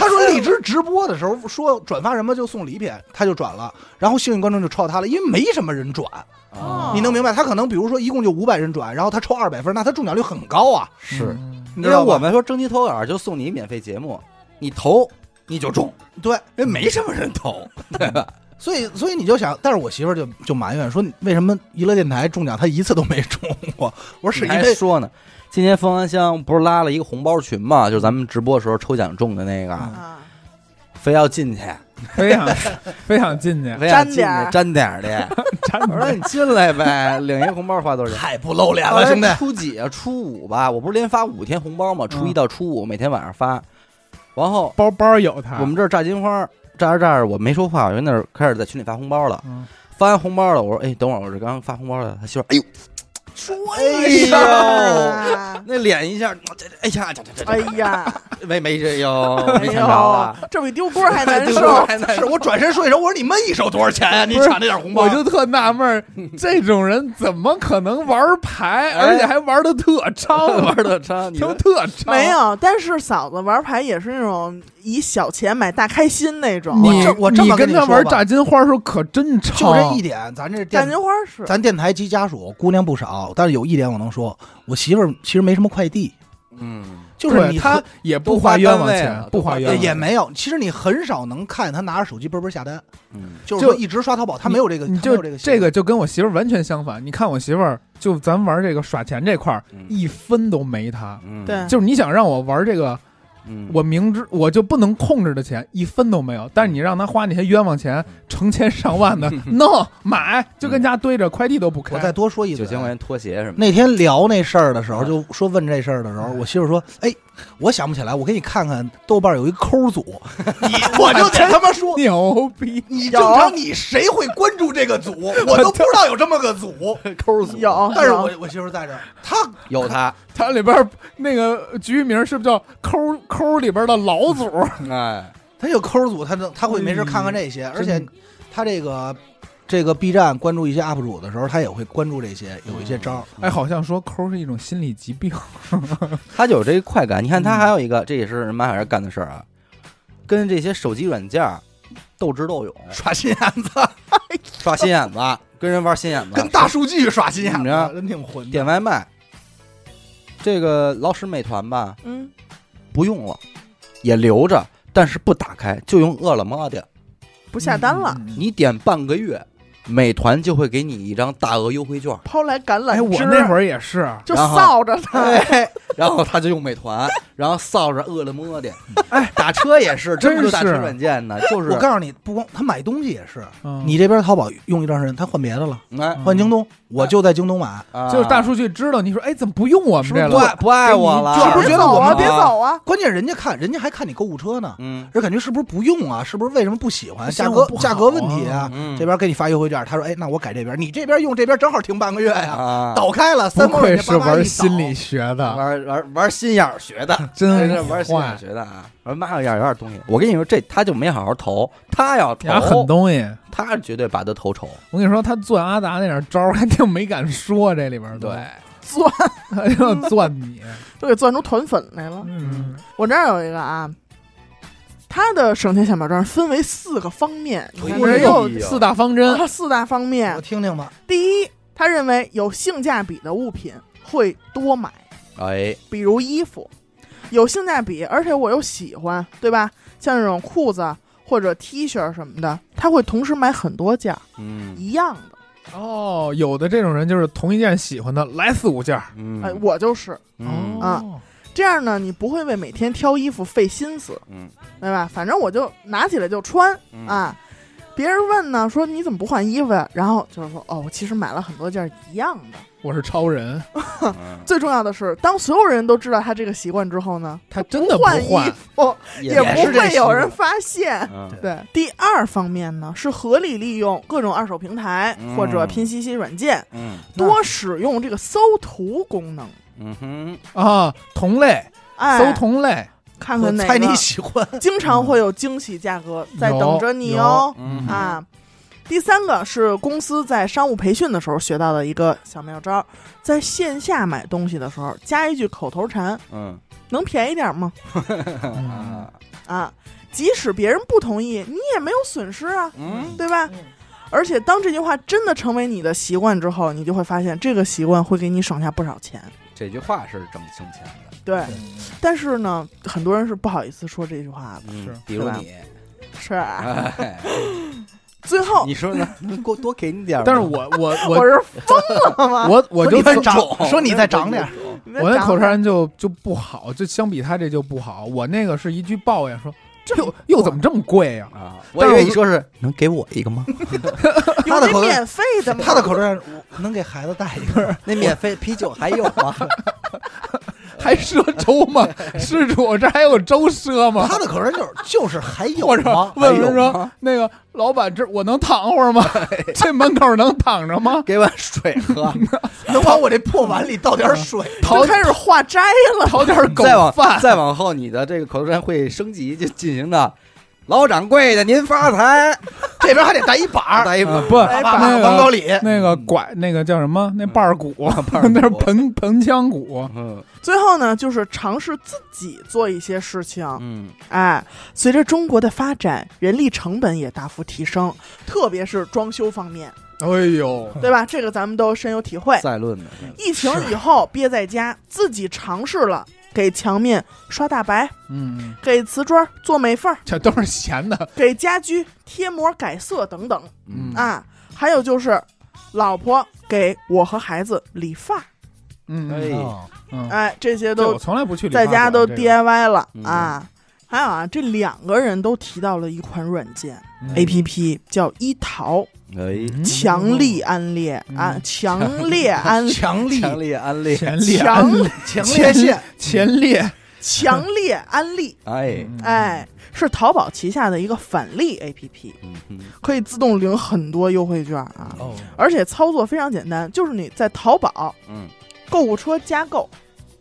Speaker 2: 他说荔枝直播的时候说转发什么就送礼品，他就转了，然后幸运观众就抄他了，因为没什么人转，
Speaker 3: 哦
Speaker 2: 你能明白？他可能比如说一共就五百人转，然后他抽二百分，那他中奖率很高啊，
Speaker 1: 是，
Speaker 4: 嗯
Speaker 1: 因
Speaker 2: 你知
Speaker 1: 为
Speaker 2: 道
Speaker 1: 我
Speaker 2: 吧？
Speaker 1: 们说征集投稿就送你免费节目，你投你就中，
Speaker 2: 对，
Speaker 1: 人没什么人投，对吧？
Speaker 2: 所以所以你就想，但是我媳妇儿就就埋怨说，为什么娱乐电台中奖她一次都没中过？ 我说是
Speaker 1: 你
Speaker 2: 因
Speaker 1: 还
Speaker 2: 为
Speaker 1: 说呢，今年凤凰香不是拉了一个红包群嘛，就是咱们直播时候抽奖中的那个，
Speaker 4: 嗯
Speaker 3: 啊，
Speaker 1: 非要进去，
Speaker 4: 非想非想进去，
Speaker 1: 非要进去
Speaker 3: 沾点儿
Speaker 1: 沾点儿的。
Speaker 4: 真
Speaker 1: 我说
Speaker 4: 的
Speaker 1: 你进来呗，领一红包花多少钱？
Speaker 2: 太不露脸
Speaker 1: 后
Speaker 4: 哎
Speaker 2: 了，
Speaker 1: 来
Speaker 2: 兄弟。
Speaker 1: 初几啊？初五吧，我不是连发五天红包嘛，初一
Speaker 4: 嗯
Speaker 1: 到初五每天晚上发，然后
Speaker 4: 包包有
Speaker 2: 啊
Speaker 4: 他，
Speaker 1: 我们这儿炸金花。炸着炸着，我没说话，我因为那儿开始在群里发红包了。
Speaker 4: 嗯
Speaker 1: 发完红包了，我说：“哎，等会儿，我这刚发红包了。”他媳妇儿：“哎呦，
Speaker 3: 说
Speaker 1: 哎
Speaker 3: 一声
Speaker 1: 呦
Speaker 3: 啊，
Speaker 1: 那脸一下，这这哎呀，这这这，
Speaker 3: 哎呀，
Speaker 1: 这没没这哟，
Speaker 3: 哎
Speaker 1: 没看着啊
Speaker 3: 呦，，这比丢锅还 难
Speaker 1: 这
Speaker 3: 受
Speaker 1: 还难
Speaker 2: 是我转身说一声，我说你们一手多少钱啊？你
Speaker 4: 不是
Speaker 2: 抢这点红包，
Speaker 4: 我就特纳闷儿，这种人怎么可能玩牌，
Speaker 1: 哎
Speaker 4: 而且还玩的特超，
Speaker 1: 玩的差，你
Speaker 4: 他妈
Speaker 1: 们
Speaker 4: 特 超。啊
Speaker 3: 没，有，但是嫂子玩牌也是那种以小钱买大开心那种。
Speaker 4: 你
Speaker 2: 这我这么跟
Speaker 4: 跟
Speaker 2: 你
Speaker 4: 他
Speaker 2: 说
Speaker 4: 玩
Speaker 2: 吧
Speaker 4: 炸金花的时候可真
Speaker 2: 就
Speaker 4: 超，
Speaker 2: 这一点，咱这
Speaker 3: 感
Speaker 2: 电
Speaker 3: 觉花是
Speaker 2: 咱电台及家属姑娘不少，但是有一点我能说，我媳妇儿其实没什么快递，
Speaker 1: 嗯，
Speaker 2: 就是
Speaker 4: 对
Speaker 2: 你
Speaker 4: 他
Speaker 2: 很
Speaker 4: 也不
Speaker 1: 都
Speaker 4: 花
Speaker 1: 花
Speaker 4: 冤
Speaker 1: 单
Speaker 4: 枉
Speaker 1: 位
Speaker 4: 钱
Speaker 1: 了，
Speaker 4: 不
Speaker 1: 都
Speaker 4: 花
Speaker 1: 花
Speaker 4: 冤
Speaker 2: 也
Speaker 4: 枉
Speaker 2: 也
Speaker 4: 钱。
Speaker 2: 没有，其实你很少能看她拿着手机嘣嘣下单，
Speaker 1: 嗯
Speaker 2: 就是说
Speaker 4: 就
Speaker 2: 一直刷淘宝，她没有这个，
Speaker 4: 你
Speaker 2: 她
Speaker 4: 就
Speaker 2: 没有个
Speaker 4: 这
Speaker 2: 这
Speaker 4: 个就跟我媳妇儿完全相反。你看我媳妇儿，就咱玩这个耍钱这块儿，
Speaker 1: 嗯
Speaker 4: 一分都没她。
Speaker 1: 嗯
Speaker 3: 对
Speaker 4: 就是你想让我玩这个，
Speaker 1: 嗯
Speaker 4: 我明知我就不能控制的钱，一分都没有。但是你让她花那些冤枉钱，成千上万的弄买，就跟家堆着，快递都不开。
Speaker 2: 我再多说一
Speaker 1: 九
Speaker 2: 嘴，
Speaker 1: 千块钱拖鞋什么的，
Speaker 2: 那天聊那事儿的时候，就说问这事儿的时候，我媳妇说：“哎，我想不起来，我给你看看豆瓣有一抠组，你 我就得他妈说，
Speaker 4: 牛逼！
Speaker 2: 你正常你谁会关注这个 组？我都不知道有这么个 组。
Speaker 1: 抠死
Speaker 3: 有，
Speaker 2: 但是
Speaker 3: 有
Speaker 2: 我我媳妇在这儿，她
Speaker 1: 有他，
Speaker 4: 它里边儿那个局名是不是叫抠抠里边的老祖？
Speaker 1: 哎，
Speaker 2: 她有抠组，她能她会没事看看这些，
Speaker 4: 嗯
Speaker 2: 而且她这个。这个 B 站关注一些 UP 主的时候，他也会关注这些，有一些招儿。
Speaker 4: 哎，好像说抠是一种心理疾病，
Speaker 1: 他就有这个快感。你看他
Speaker 4: 嗯
Speaker 1: 还有一个，这也是马小燕干的事儿啊，跟这些手机软件儿斗智斗勇，
Speaker 2: 耍心 眼子，
Speaker 1: 刷心 眼子，跟人玩心眼子，
Speaker 2: 跟大数据耍心眼
Speaker 1: 怎么
Speaker 2: 子
Speaker 1: 着，
Speaker 2: 嗯啊真挺混的。
Speaker 1: 点外卖。这个老使美团吧，
Speaker 3: 嗯，
Speaker 1: 不用了，也留着，但是不打开，就用饿了么的。
Speaker 3: 不下单了，
Speaker 4: 嗯。嗯嗯
Speaker 1: 你点半个月，美团就会给你一张大额优惠券，
Speaker 3: 抛来橄榄
Speaker 4: 哎，我
Speaker 3: 枝，
Speaker 4: 那会儿也是，
Speaker 3: 就
Speaker 1: 然后哎
Speaker 3: 扫着它，
Speaker 1: 然后他就用美团，然后扫着饿了么的。
Speaker 4: 哎，
Speaker 1: 打车也是，
Speaker 4: 真
Speaker 1: 不是打车
Speaker 4: 是
Speaker 1: 软件呢，就是
Speaker 2: 我告诉你，不光他买东西也是，
Speaker 4: 嗯
Speaker 2: 你这边淘宝用一段时间，他换别的了，
Speaker 1: 哎
Speaker 4: 嗯
Speaker 2: 换京东，我就在京东买。
Speaker 1: 啊
Speaker 4: 就是大数据知道你说，哎，怎么不用我
Speaker 1: 是
Speaker 4: 们
Speaker 1: 不
Speaker 4: 这
Speaker 1: 是
Speaker 4: 了
Speaker 1: 不？爱不爱我了？
Speaker 2: 是不是觉得
Speaker 3: 走
Speaker 2: 我
Speaker 3: 啊，
Speaker 2: 们
Speaker 3: 别走啊，
Speaker 2: 关键人家看，人家还看你购物车呢，
Speaker 1: 嗯
Speaker 2: 人感觉是不是不用啊？是不是为什么不喜欢？
Speaker 4: 嫌
Speaker 2: 价
Speaker 4: 我
Speaker 2: 格
Speaker 4: 不好啊
Speaker 2: 价格问题啊？
Speaker 1: 嗯
Speaker 2: 这边给你发优惠券，他说：“哎，那我改这边，你这边用这边正好停半个月呀，
Speaker 1: 啊，
Speaker 2: 倒开了
Speaker 4: 不
Speaker 2: 三块
Speaker 4: 愧
Speaker 2: 钱，
Speaker 4: 是玩心理学的，
Speaker 1: 玩玩玩心眼儿学的，这
Speaker 4: 真
Speaker 1: 是玩心眼儿
Speaker 4: 啊哎坏，
Speaker 1: 学的啊！玩马小眼儿有点东西。我跟你说，这他就没好好投，他要
Speaker 4: 俩狠
Speaker 1: 投，
Speaker 4: 东西。
Speaker 1: 他绝对拔得头筹。
Speaker 4: 我跟你说，他钻阿达那点招儿，还 挺没敢说这里边儿都，
Speaker 1: 对
Speaker 3: 钻
Speaker 4: 他要钻你。
Speaker 3: 都给钻出团粉来了。
Speaker 4: 嗯，
Speaker 3: 我这儿有一个啊，它的省钱小妙招分为四个方面，你看
Speaker 2: 哎呦
Speaker 3: 这又
Speaker 4: 四大方 针，
Speaker 3: 啊四大方
Speaker 2: 我
Speaker 3: 面。
Speaker 2: 听听吧。
Speaker 3: 第一，他认为有性价比的物品会多买，
Speaker 1: 哎，
Speaker 3: 比如衣服，有性价比，而且我又喜欢，对吧？像这种裤子或者 T 恤什么的，他会同时买很多件儿
Speaker 1: 嗯
Speaker 3: 一样的。
Speaker 4: 哦，有的这种人就是同一件喜欢的来四五件儿。
Speaker 1: 嗯，
Speaker 3: 哎，我就是
Speaker 1: 嗯
Speaker 3: 啊
Speaker 4: 哦，
Speaker 3: 这样呢，你不会为每天挑衣服费心思，
Speaker 1: 嗯
Speaker 3: 对吧？反正我就拿起来就穿，
Speaker 1: 嗯
Speaker 3: 啊。别人问呢，说你怎么不换衣服呀？然后就是说，哦，我其实买了很多件一样的。
Speaker 4: 我是超人，
Speaker 1: 嗯
Speaker 3: 最重要的是，当所有人都知道他这个习惯之后呢，
Speaker 4: 他真的不
Speaker 3: 换衣
Speaker 4: 换。
Speaker 3: 服也
Speaker 2: 也
Speaker 3: 不
Speaker 2: 是这
Speaker 3: 会啊
Speaker 2: 习
Speaker 3: 有
Speaker 2: 惯
Speaker 3: 人发现。
Speaker 1: 嗯
Speaker 3: 对，第二方面呢是合理利用各种二手平台
Speaker 1: 嗯
Speaker 3: 或者拼夕夕软件，
Speaker 1: 嗯
Speaker 2: 那
Speaker 3: 多使用这个搜图功能。
Speaker 1: 嗯哼，
Speaker 4: 啊，同类
Speaker 3: 哎，
Speaker 4: 搜同类，
Speaker 3: 看
Speaker 2: 我
Speaker 3: 看哪
Speaker 2: 猜你
Speaker 3: 个，
Speaker 2: 喜欢，
Speaker 3: 经常会有惊喜价格在等着你哦
Speaker 1: 有嗯
Speaker 3: 啊。第三个是公司在商务培训的时候学到的一个小妙招，在线下买东西的时候加一句口头禅，
Speaker 1: 嗯
Speaker 3: 能便宜点吗？
Speaker 4: 嗯
Speaker 1: 啊
Speaker 3: 啊，即使别人不同意，你也没有损失啊，
Speaker 1: 嗯
Speaker 3: 对吧？而且当这句话真的成为你的习惯之后，你就会发现这个习惯会给你省下不少钱。
Speaker 1: 这句话是挣挣钱的，
Speaker 3: 对，但是呢，很多人是不好意思说这句话的。
Speaker 1: 嗯
Speaker 4: 是
Speaker 1: 比如
Speaker 3: 是吧
Speaker 1: 你，
Speaker 3: 是、
Speaker 1: 哎，
Speaker 3: 最后
Speaker 1: 你说呢？能给我多给你点儿吗？
Speaker 4: 但是我 我
Speaker 3: 我
Speaker 4: 我
Speaker 3: 是疯了吗？
Speaker 4: 我我就
Speaker 2: 你再
Speaker 4: 搜
Speaker 2: 长，说你再长 点儿，
Speaker 3: 你在
Speaker 4: 我那
Speaker 3: 长
Speaker 4: 口
Speaker 3: 点
Speaker 4: 头
Speaker 3: 儿
Speaker 4: 禅就就不好，就相比他这就不好。我那个是一句抱怨说，这又又怎么这么贵呀？
Speaker 1: 啊，
Speaker 4: 但是我
Speaker 1: 说是能给我一个吗？
Speaker 2: 他的
Speaker 3: 有这
Speaker 2: 口头
Speaker 3: 免费的吗？
Speaker 2: 他的口头禅，我能给孩子带一 个。
Speaker 1: 那免费啤酒还有吗？
Speaker 4: 还赊粥吗？ 施主，这还有粥赊吗？
Speaker 2: 他的口头禅就是就是还有
Speaker 4: 或者
Speaker 2: 吗？
Speaker 4: 问问
Speaker 1: 还有
Speaker 4: 说
Speaker 1: 吗
Speaker 4: 那个老板，这我能躺会儿吗？这门口能躺着吗？
Speaker 1: 给碗水 喝，
Speaker 2: 能把我这破碗里倒点水吗？
Speaker 4: 讨
Speaker 3: 都开始化斋了，
Speaker 4: 讨点狗
Speaker 1: 再往
Speaker 4: 饭，
Speaker 1: 再往后，你的这个口头禅会升级，就进行到老掌柜的您发财，
Speaker 2: 这边还得带一板儿，嗯
Speaker 1: 来一嗯碗
Speaker 4: 不
Speaker 2: 把
Speaker 4: 嗯那
Speaker 2: 王高
Speaker 4: 个
Speaker 2: 里
Speaker 4: 那个拐那个叫什么？那瓣儿骨，
Speaker 1: 瓣儿骨
Speaker 4: 那是盆盆腔骨。
Speaker 1: 嗯
Speaker 3: 最后呢，就是尝试自己做一些事情。
Speaker 1: 嗯
Speaker 3: 哎，随着中国的发展，人力成本也大幅提升，特别是装修方面，
Speaker 4: 哎呦，
Speaker 3: 对吧？这个咱们都深有体会。
Speaker 1: 嗯再论呢，
Speaker 3: 疫情以后憋在家，自己尝试了给墙面刷大白，
Speaker 4: 嗯，
Speaker 3: 给瓷砖做美缝儿，
Speaker 4: 这都是闲的。
Speaker 3: 给家居贴膜改色等等
Speaker 1: 嗯
Speaker 3: 啊。还有就是，老婆给我和孩子理发，
Speaker 4: 嗯，
Speaker 1: 哎
Speaker 4: 嗯，
Speaker 3: 哎，这些
Speaker 4: 这
Speaker 3: 都
Speaker 4: 我从来不去理发
Speaker 3: 在
Speaker 4: 馆，
Speaker 3: 家都
Speaker 4: 这个
Speaker 3: DIY 了
Speaker 1: 嗯
Speaker 3: 啊。还有啊，这两个人都提到了一款软件
Speaker 4: 嗯
Speaker 3: A P P，叫一淘，
Speaker 1: 哎，
Speaker 4: 嗯
Speaker 3: 强力安利
Speaker 4: 嗯
Speaker 3: 啊，强烈安
Speaker 2: 强力
Speaker 1: 强烈安利，
Speaker 4: 前列
Speaker 3: 强
Speaker 2: 强烈线，
Speaker 4: 前列，
Speaker 3: 强烈安利，
Speaker 1: 哎，
Speaker 4: 嗯
Speaker 3: 哎，是淘宝旗下的一个返利 A P P，
Speaker 1: 嗯哼
Speaker 3: 可以自动领很多优惠券啊，
Speaker 2: 哦，
Speaker 3: 而且操作非常简单，就是你在淘宝
Speaker 1: 嗯，
Speaker 3: 购物车加购，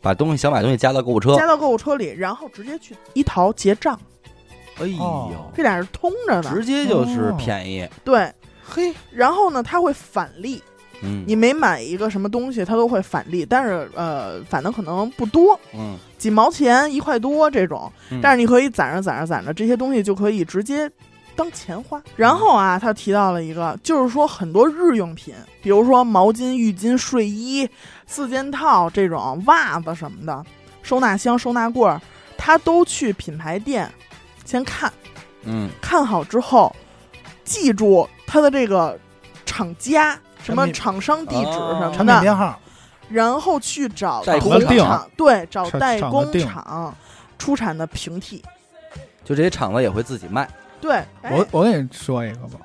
Speaker 1: 把东西想买东西加到购物车，
Speaker 3: 加到购物车里，然后直接去一淘结账，
Speaker 1: 哎呦
Speaker 2: 哦，
Speaker 3: 这俩是通着的，
Speaker 4: 哦
Speaker 1: 直接就是便宜，
Speaker 3: 对。
Speaker 2: 嘿，
Speaker 3: 然后呢，它会返利，
Speaker 1: 嗯
Speaker 3: 你每买一个什么东西，它都会返利，但是呃，返的可能不多，
Speaker 1: 嗯，
Speaker 3: 几毛钱、一块多这种，
Speaker 1: 嗯
Speaker 3: 但是你可以攒着攒着攒着，这些东西就可以直接当钱花。然后啊，他提到了一个，就是说很多日用品，比如说毛巾、浴巾、睡衣、四件套这种袜子什么的，收纳箱、收纳柜儿，他都去品牌店先看
Speaker 1: 嗯
Speaker 3: 看好之后，记住它的这个厂家。什么
Speaker 2: 产品
Speaker 3: 厂商地址
Speaker 1: 哦
Speaker 3: 什么
Speaker 2: 产
Speaker 3: 的
Speaker 2: 品，编号，
Speaker 3: 然后去找
Speaker 1: 代
Speaker 4: 工
Speaker 3: 厂
Speaker 4: 厂
Speaker 3: 厂，对，找
Speaker 4: 厂
Speaker 3: 代
Speaker 4: 厂的
Speaker 3: 工
Speaker 4: 定
Speaker 3: 厂出产的平替。
Speaker 1: 就这些厂子也会自己卖，
Speaker 3: 对，哎
Speaker 4: 嗯我我给你说一个吧，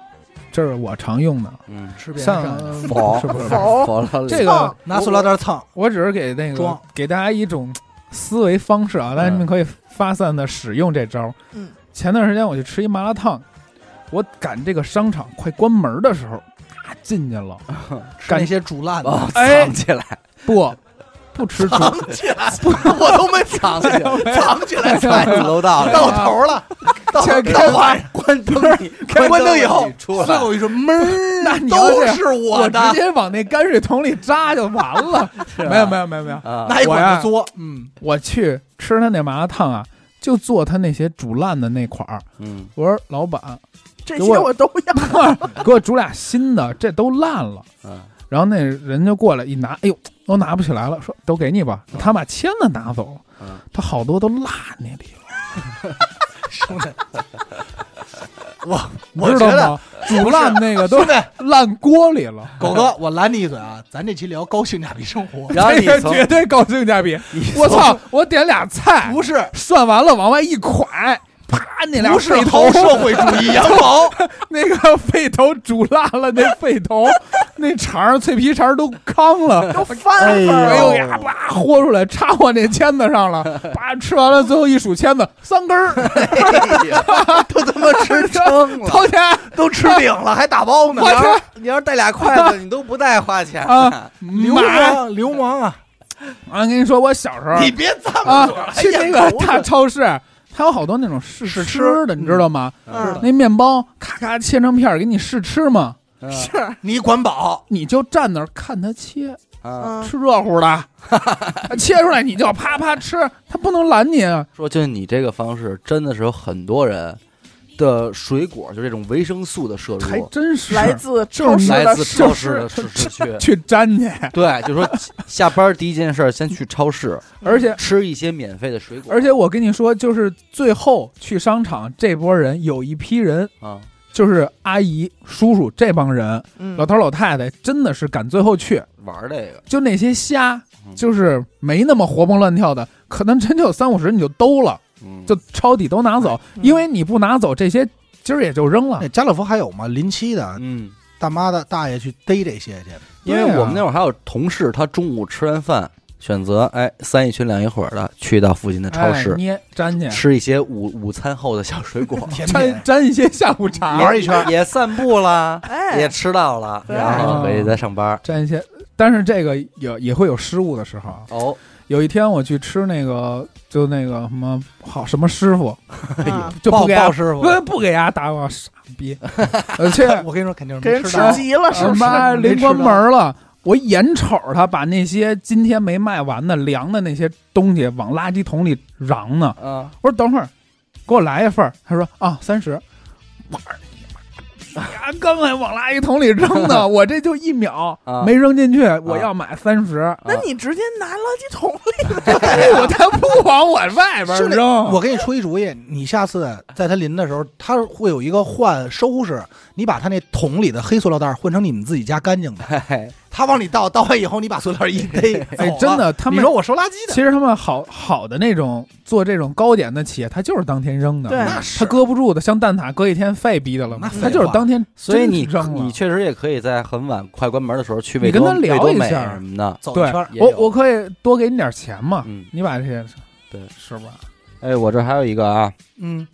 Speaker 4: 这是我常用的，
Speaker 1: 嗯，
Speaker 2: 吃别人
Speaker 4: 像
Speaker 2: 上去
Speaker 1: 否
Speaker 4: 是不是？
Speaker 3: 否
Speaker 1: 否了
Speaker 4: 这
Speaker 3: 哦
Speaker 4: 个
Speaker 2: 拿塑料袋蹭，
Speaker 4: 我只是给那个
Speaker 2: 装嗯
Speaker 4: 给大家一种思维方式啊，大家你们可以发散的使用这招。
Speaker 3: 嗯，
Speaker 4: 前段时间我去吃一麻辣烫，我赶这个商场快关门的时候，啊进去了，
Speaker 2: 吃
Speaker 4: 干
Speaker 2: 那些煮烂的，
Speaker 1: 哦，
Speaker 4: 哎
Speaker 1: 藏起来，
Speaker 4: 不不吃猪，
Speaker 2: 藏起来，我都没
Speaker 1: 藏 起来，
Speaker 2: 藏起 来，
Speaker 1: 藏进楼道里，
Speaker 2: 到头 了，到
Speaker 4: 先
Speaker 2: 到晚上
Speaker 1: 关灯，
Speaker 2: 开关灯以后
Speaker 1: 你出来
Speaker 2: 最，后一声闷儿，
Speaker 4: 那你要这
Speaker 2: 都
Speaker 4: 样
Speaker 2: 是
Speaker 4: 我
Speaker 2: 的
Speaker 4: 直，接往那泔水桶里扎就完 了。没有没有没有没有，
Speaker 1: 有啊，
Speaker 2: 拿一
Speaker 4: 我
Speaker 2: 管
Speaker 4: 呀
Speaker 2: 子嘬，嗯，
Speaker 4: 我去吃他那麻辣烫啊，就做他那些煮烂的那款儿。
Speaker 1: 嗯
Speaker 4: 我说老板，
Speaker 3: 这
Speaker 4: 给
Speaker 3: 些
Speaker 4: 我
Speaker 3: 我都要。
Speaker 4: 给我煮俩新的，这都烂了。
Speaker 1: 嗯
Speaker 4: 然后那人就过来一拿，哎呦，都拿不起来了，说都给你吧。
Speaker 2: 嗯
Speaker 4: 他把签子拿走了，
Speaker 1: 嗯，
Speaker 4: 他好多都落那里了，
Speaker 2: 兄弟，我我
Speaker 4: 知
Speaker 2: 觉
Speaker 4: 道
Speaker 2: 得
Speaker 4: 吗？煮烂那个都
Speaker 2: 兄弟，
Speaker 4: 烂锅里了。
Speaker 2: 狗哥，我拦你一嘴啊，咱这期聊高性价比生活，
Speaker 1: 然后
Speaker 4: 这
Speaker 1: 你
Speaker 4: 个
Speaker 1: 从
Speaker 4: 绝对高性价比。我操！我点俩菜，
Speaker 2: 不是
Speaker 4: 涮完了往外一蒯，啪，那俩
Speaker 2: 不是
Speaker 4: 肺头
Speaker 2: 掏社会主 义羊毛，
Speaker 4: 那个肺头煮烂了，那肺头那肠儿脆皮肠儿都糠了，都
Speaker 3: 翻
Speaker 2: 哎
Speaker 4: 哎
Speaker 3: 了，
Speaker 4: 呦呀，叭豁出来，插我那签子上了，叭吃完了，最后一数签子，三根儿，哎
Speaker 1: 都他 妈吃撑了。
Speaker 4: 掏钱
Speaker 2: 都吃顶了还打包 呢
Speaker 1: 你
Speaker 4: 我
Speaker 1: 要是你要是带俩筷子，你都不带花钱
Speaker 4: 啊，
Speaker 2: 流
Speaker 4: 买。
Speaker 2: 氓流氓啊！
Speaker 4: 啊，跟你说，我小时候
Speaker 2: 你别这么说
Speaker 4: 啊，
Speaker 2: 了，
Speaker 4: 去
Speaker 2: 哎
Speaker 4: 那个
Speaker 2: 呀狗
Speaker 4: 大超市，它有好多那种试
Speaker 2: 试
Speaker 4: 吃
Speaker 2: 吃
Speaker 4: 的，你知道吗？
Speaker 3: 嗯
Speaker 4: 那面包咔咔切成片儿给你试吃嘛，
Speaker 1: 嗯
Speaker 3: 是，
Speaker 2: 你管饱，
Speaker 4: 你就站那儿看它切，
Speaker 1: 啊，
Speaker 3: 嗯，
Speaker 4: 吃热乎的，切出来你就啪啪吃，它不能拦你啊。
Speaker 1: 说就是你这个方式，真的是有很多人的水果，就这种维生素的摄
Speaker 4: 还
Speaker 1: 入，
Speaker 4: 真是
Speaker 3: 来自超
Speaker 4: 正
Speaker 3: 市
Speaker 4: 是
Speaker 1: 哎来
Speaker 3: 的
Speaker 1: 自
Speaker 3: 食
Speaker 1: 超市的吃吃区。
Speaker 4: 去粘去，
Speaker 1: 对，就说下班第一件事儿先去超市
Speaker 4: 而且
Speaker 1: 吃一些免费的水果，
Speaker 4: 而且我跟你说，就是最后去商场这波人，有一批人
Speaker 1: 啊，
Speaker 4: 就是阿姨、叔叔这帮人，
Speaker 3: 嗯
Speaker 4: 老头老太太真的是赶最后去，
Speaker 1: 玩儿这个，
Speaker 4: 就那些瞎
Speaker 1: 嗯，
Speaker 4: 就是没那么活蹦乱跳的，可能真就有三五十你就兜了，
Speaker 1: 嗯，
Speaker 4: 就抄底都拿走，
Speaker 3: 嗯
Speaker 4: 因为你不拿走这些，今儿也就扔了
Speaker 2: 那。家乐福还有吗？临期的
Speaker 1: 嗯，
Speaker 2: 大妈的大爷去逮这些去，，
Speaker 1: 因为
Speaker 4: 对啊
Speaker 1: 我们那会儿还有同事，他中午吃完饭选择哎三一群两一伙儿的去到附近的超市
Speaker 4: 哎、捏粘去，
Speaker 1: 吃一些午午餐后的小水果
Speaker 2: 甜
Speaker 4: 粘
Speaker 2: 品
Speaker 4: 粘一些下午茶，
Speaker 2: 玩一圈，
Speaker 1: 也散步啦，
Speaker 3: 哎
Speaker 1: 也吃到了，
Speaker 3: 对
Speaker 1: 然
Speaker 4: 啊
Speaker 1: 后回去再上班。
Speaker 4: 粘一些。但是这个有也会有失误的时候啊，
Speaker 1: 哦，
Speaker 4: 有一天我去吃那个，就那个什么好什么师傅，
Speaker 3: 嗯
Speaker 4: 就不
Speaker 2: 鲍
Speaker 4: 给俺
Speaker 2: 鲍师傅，
Speaker 4: 不不给俺打我傻 逼，而且
Speaker 2: 啊我跟你说肯定是
Speaker 3: 给
Speaker 2: 没
Speaker 3: 人
Speaker 2: 吃
Speaker 3: 吃
Speaker 2: 到。
Speaker 3: 急了，是
Speaker 4: 他
Speaker 3: 不是？
Speaker 4: 妈
Speaker 2: 没
Speaker 4: 临
Speaker 2: 吃
Speaker 4: 关
Speaker 2: 到
Speaker 4: 门了，我眼瞅着他把那些今天没卖完的凉的那些东西往垃圾桶里嚷呢。
Speaker 1: 嗯，
Speaker 4: 我说等会儿，给我来一份儿。他说啊三十。我说你妈逼呀，刚才往垃圾桶里扔 的，我这就一秒
Speaker 1: 啊
Speaker 4: 没扔进去，我要买三十， 哎
Speaker 3: 那你直接拿垃圾桶里，
Speaker 4: 我他不往我外边
Speaker 2: 兄弟
Speaker 4: 扔。
Speaker 2: 我给你出一主意，你下次在他临的时候，他会有一个换收拾，你把他那桶里的黑塑料袋换成你们自己家干净的，
Speaker 1: 哎，
Speaker 2: 他往里倒，倒完以后你把塑料袋一逮，
Speaker 4: 哎
Speaker 2: 走，
Speaker 4: 真，
Speaker 2: 了
Speaker 4: 的，他
Speaker 2: 你
Speaker 4: 们
Speaker 2: 说我收垃圾的，
Speaker 4: 其实他们好好的那种做这种糕点的企业，他就是当天扔的，
Speaker 3: 对
Speaker 2: 那是
Speaker 4: 他搁不住的，像蛋挞搁一天废逼的了嘛
Speaker 2: 那，废
Speaker 4: 他就是
Speaker 2: 话
Speaker 4: 当天
Speaker 1: 所以你
Speaker 4: 真扔
Speaker 1: 你
Speaker 4: 了。
Speaker 1: 确实也可以在很晚快关门的时候去魏
Speaker 4: 你跟
Speaker 1: 多
Speaker 4: 他聊
Speaker 1: 魏多
Speaker 4: 一
Speaker 1: 美
Speaker 4: 下啊
Speaker 1: 什么的。
Speaker 2: 走
Speaker 4: 对
Speaker 2: 一圈儿，
Speaker 1: 也
Speaker 4: 我
Speaker 1: 有
Speaker 4: 我可以多给你点钱嘛，
Speaker 1: 嗯，
Speaker 4: 你把这些
Speaker 1: 对
Speaker 4: 是吧？
Speaker 1: 哎，我这还有一个啊，
Speaker 2: 嗯，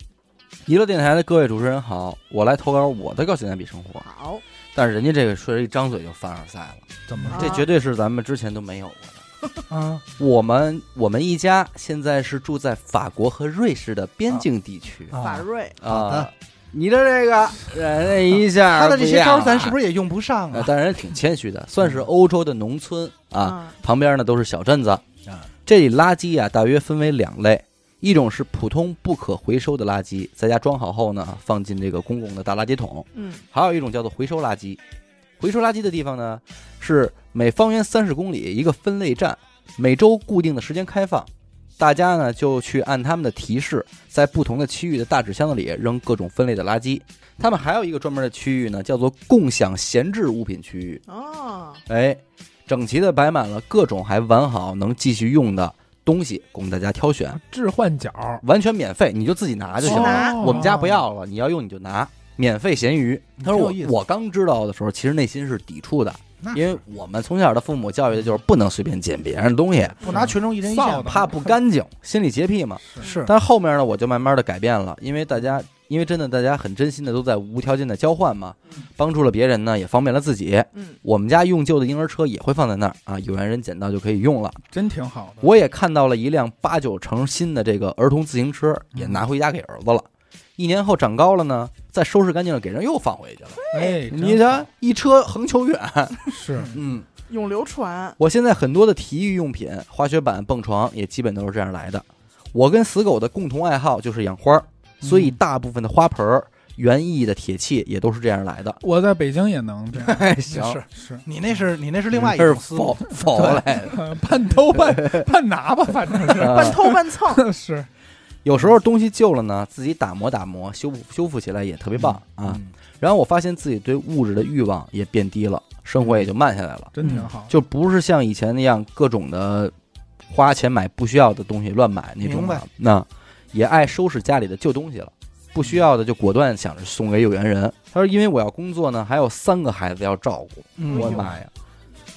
Speaker 1: 娱乐电台的各位主持人好，我来投稿我的高性价比生活，
Speaker 3: 好，
Speaker 1: 但是人家这个确实一张嘴就凡尔赛了，
Speaker 2: 怎么
Speaker 3: 啊
Speaker 1: 这绝对是咱们之前都没有过的。
Speaker 2: 啊？
Speaker 1: 我们我们一家现在是住在法国和瑞士的边境地区
Speaker 2: 啊
Speaker 3: 法瑞
Speaker 1: 啊、
Speaker 2: 的
Speaker 1: 你的这个人家一下
Speaker 2: 他的这些招咱是
Speaker 1: 是？
Speaker 2: 不是也用不上
Speaker 1: 呃
Speaker 2: 啊？
Speaker 1: 但是人挺谦虚的，算是欧洲的农村啊，
Speaker 3: 啊，
Speaker 1: 旁边呢都是小镇子
Speaker 2: 啊。
Speaker 1: 这里垃圾啊，大约分为两类，一种是普通不可回收的垃圾，在家装好后呢，放进这个公共的大垃圾桶；
Speaker 3: 嗯
Speaker 1: 还有一种叫做回收垃圾。回收垃圾的地方呢，是每方圆三十公里一个分类站，每周固定的时间开放。大家呢就去按他们的提示，在不同的区域的大纸箱子里扔各种分类的垃圾。他们还有一个专门的区域呢，叫做共享闲置物品区域。
Speaker 3: 哦，
Speaker 1: 哎，整齐的摆满了各种还完好能继续用的东西，供大家挑选，
Speaker 4: 置换角哦
Speaker 1: 完全免费，你就自己拿就行了。
Speaker 2: 哦
Speaker 3: 拿
Speaker 1: 我们家不，要了，你要用你就拿，免费咸鱼。他说
Speaker 2: 挺有
Speaker 1: 我
Speaker 2: 意思
Speaker 1: 我刚知道的时候，其实内心是抵触的，
Speaker 2: 那
Speaker 1: 因为我们从小的父母教育的就是不能随便捡别人的东西，
Speaker 2: 不拿群众一人一
Speaker 4: 臊
Speaker 2: 项
Speaker 4: 的
Speaker 1: 怕不干净，心理洁癖嘛。
Speaker 2: 是
Speaker 1: 但后面呢，我就慢慢的改变了，因为大家，因为真的大家很真心的都在无条件的交换嘛，帮助了别人呢，也方便了自己。
Speaker 3: 嗯，
Speaker 1: 我们家用旧的婴儿车也会放在那儿啊，有缘人捡到就可以用了。
Speaker 4: 真挺好的。
Speaker 1: 我也看到了一辆八九成新的这个儿童自行车，也拿回家给儿子了。一年后长高了呢，再收拾干净了，给人又放回去了。
Speaker 4: 哎，
Speaker 1: 你这一车横求远，
Speaker 4: 是
Speaker 1: 嗯，
Speaker 3: 永流传，
Speaker 1: 我现在很多的体育用品、滑雪板、蹦床也基本都是这样来的。我跟死狗的共同爱好就是养花儿，所
Speaker 2: 嗯
Speaker 1: 以大部分的花盆儿、园艺的铁器也都是这样来 的。
Speaker 4: 我在北京也能 这样，
Speaker 1: 哎，
Speaker 2: 是，
Speaker 4: 是
Speaker 2: 你那是嗯你那是另外一
Speaker 1: 这是
Speaker 2: 种思
Speaker 1: 否
Speaker 2: 路，
Speaker 1: 否来的。
Speaker 4: 半偷半半拿吧，反 正是
Speaker 3: 半
Speaker 1: 啊
Speaker 3: 偷半 蹭，
Speaker 4: 是
Speaker 1: 有时候东西旧了呢，自己打磨打磨，修复修复起来也特别棒啊。
Speaker 2: 嗯
Speaker 1: 然后我发现自己对物质的欲望也变低了，生活也就慢下来了，
Speaker 4: 真挺好。
Speaker 1: 就不是像以前那样各种的花钱买不需要的东西乱买那种
Speaker 2: 明白
Speaker 1: 了。那也爱收拾家里的旧东西了，不需要的就果断想着送给有缘人。他说：“因为我要工作呢，还有三个孩子要照顾，
Speaker 2: 嗯
Speaker 1: 我的妈呀！”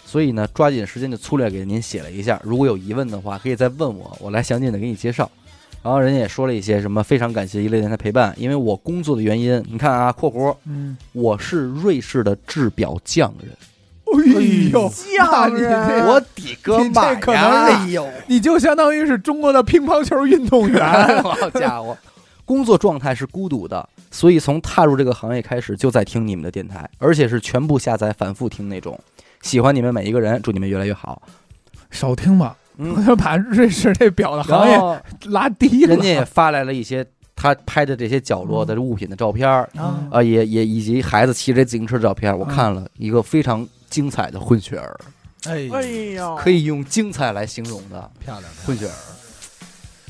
Speaker 1: 所以呢，抓紧时间就粗略给您写了一下，如果有疑问的话，可以再问我，我来详尽的给你介绍。然后人家也说了一些什么，非常感谢一类人的陪伴，因为我工作的原因，你看啊，括弧
Speaker 4: 嗯，
Speaker 1: 我是瑞士的制表匠人，
Speaker 4: 哎呦，
Speaker 3: 匠
Speaker 4: 哎
Speaker 3: 人，
Speaker 4: 那
Speaker 1: 我的个
Speaker 4: 你
Speaker 1: 妈
Speaker 4: 这
Speaker 1: 呀！
Speaker 4: 可能是
Speaker 1: 呦，
Speaker 4: 你就相当于是中国的乒乓球运 动员。
Speaker 1: 好家伙，工作状态是孤独的，所以从踏入这个行业开始就在听你们的电台，而且是全部下载反复听那种。喜欢你们每一个人，祝你们越来越好。
Speaker 4: 少听吧，我
Speaker 1: 嗯，
Speaker 4: 就 把瑞士这表的
Speaker 1: 然
Speaker 4: 行业
Speaker 1: 后
Speaker 4: 拉低了。
Speaker 1: 人家也发来了一些他拍的这些角落的物品的照片儿，
Speaker 2: 啊，
Speaker 1: 啊，也也以及孩子骑着这自行车的照片儿，我
Speaker 4: 嗯
Speaker 1: 看了一个非常精彩的混血儿，
Speaker 2: 哎，
Speaker 3: 哎呦，
Speaker 1: 可以用精彩来形容的
Speaker 2: 漂亮，
Speaker 1: 混血儿，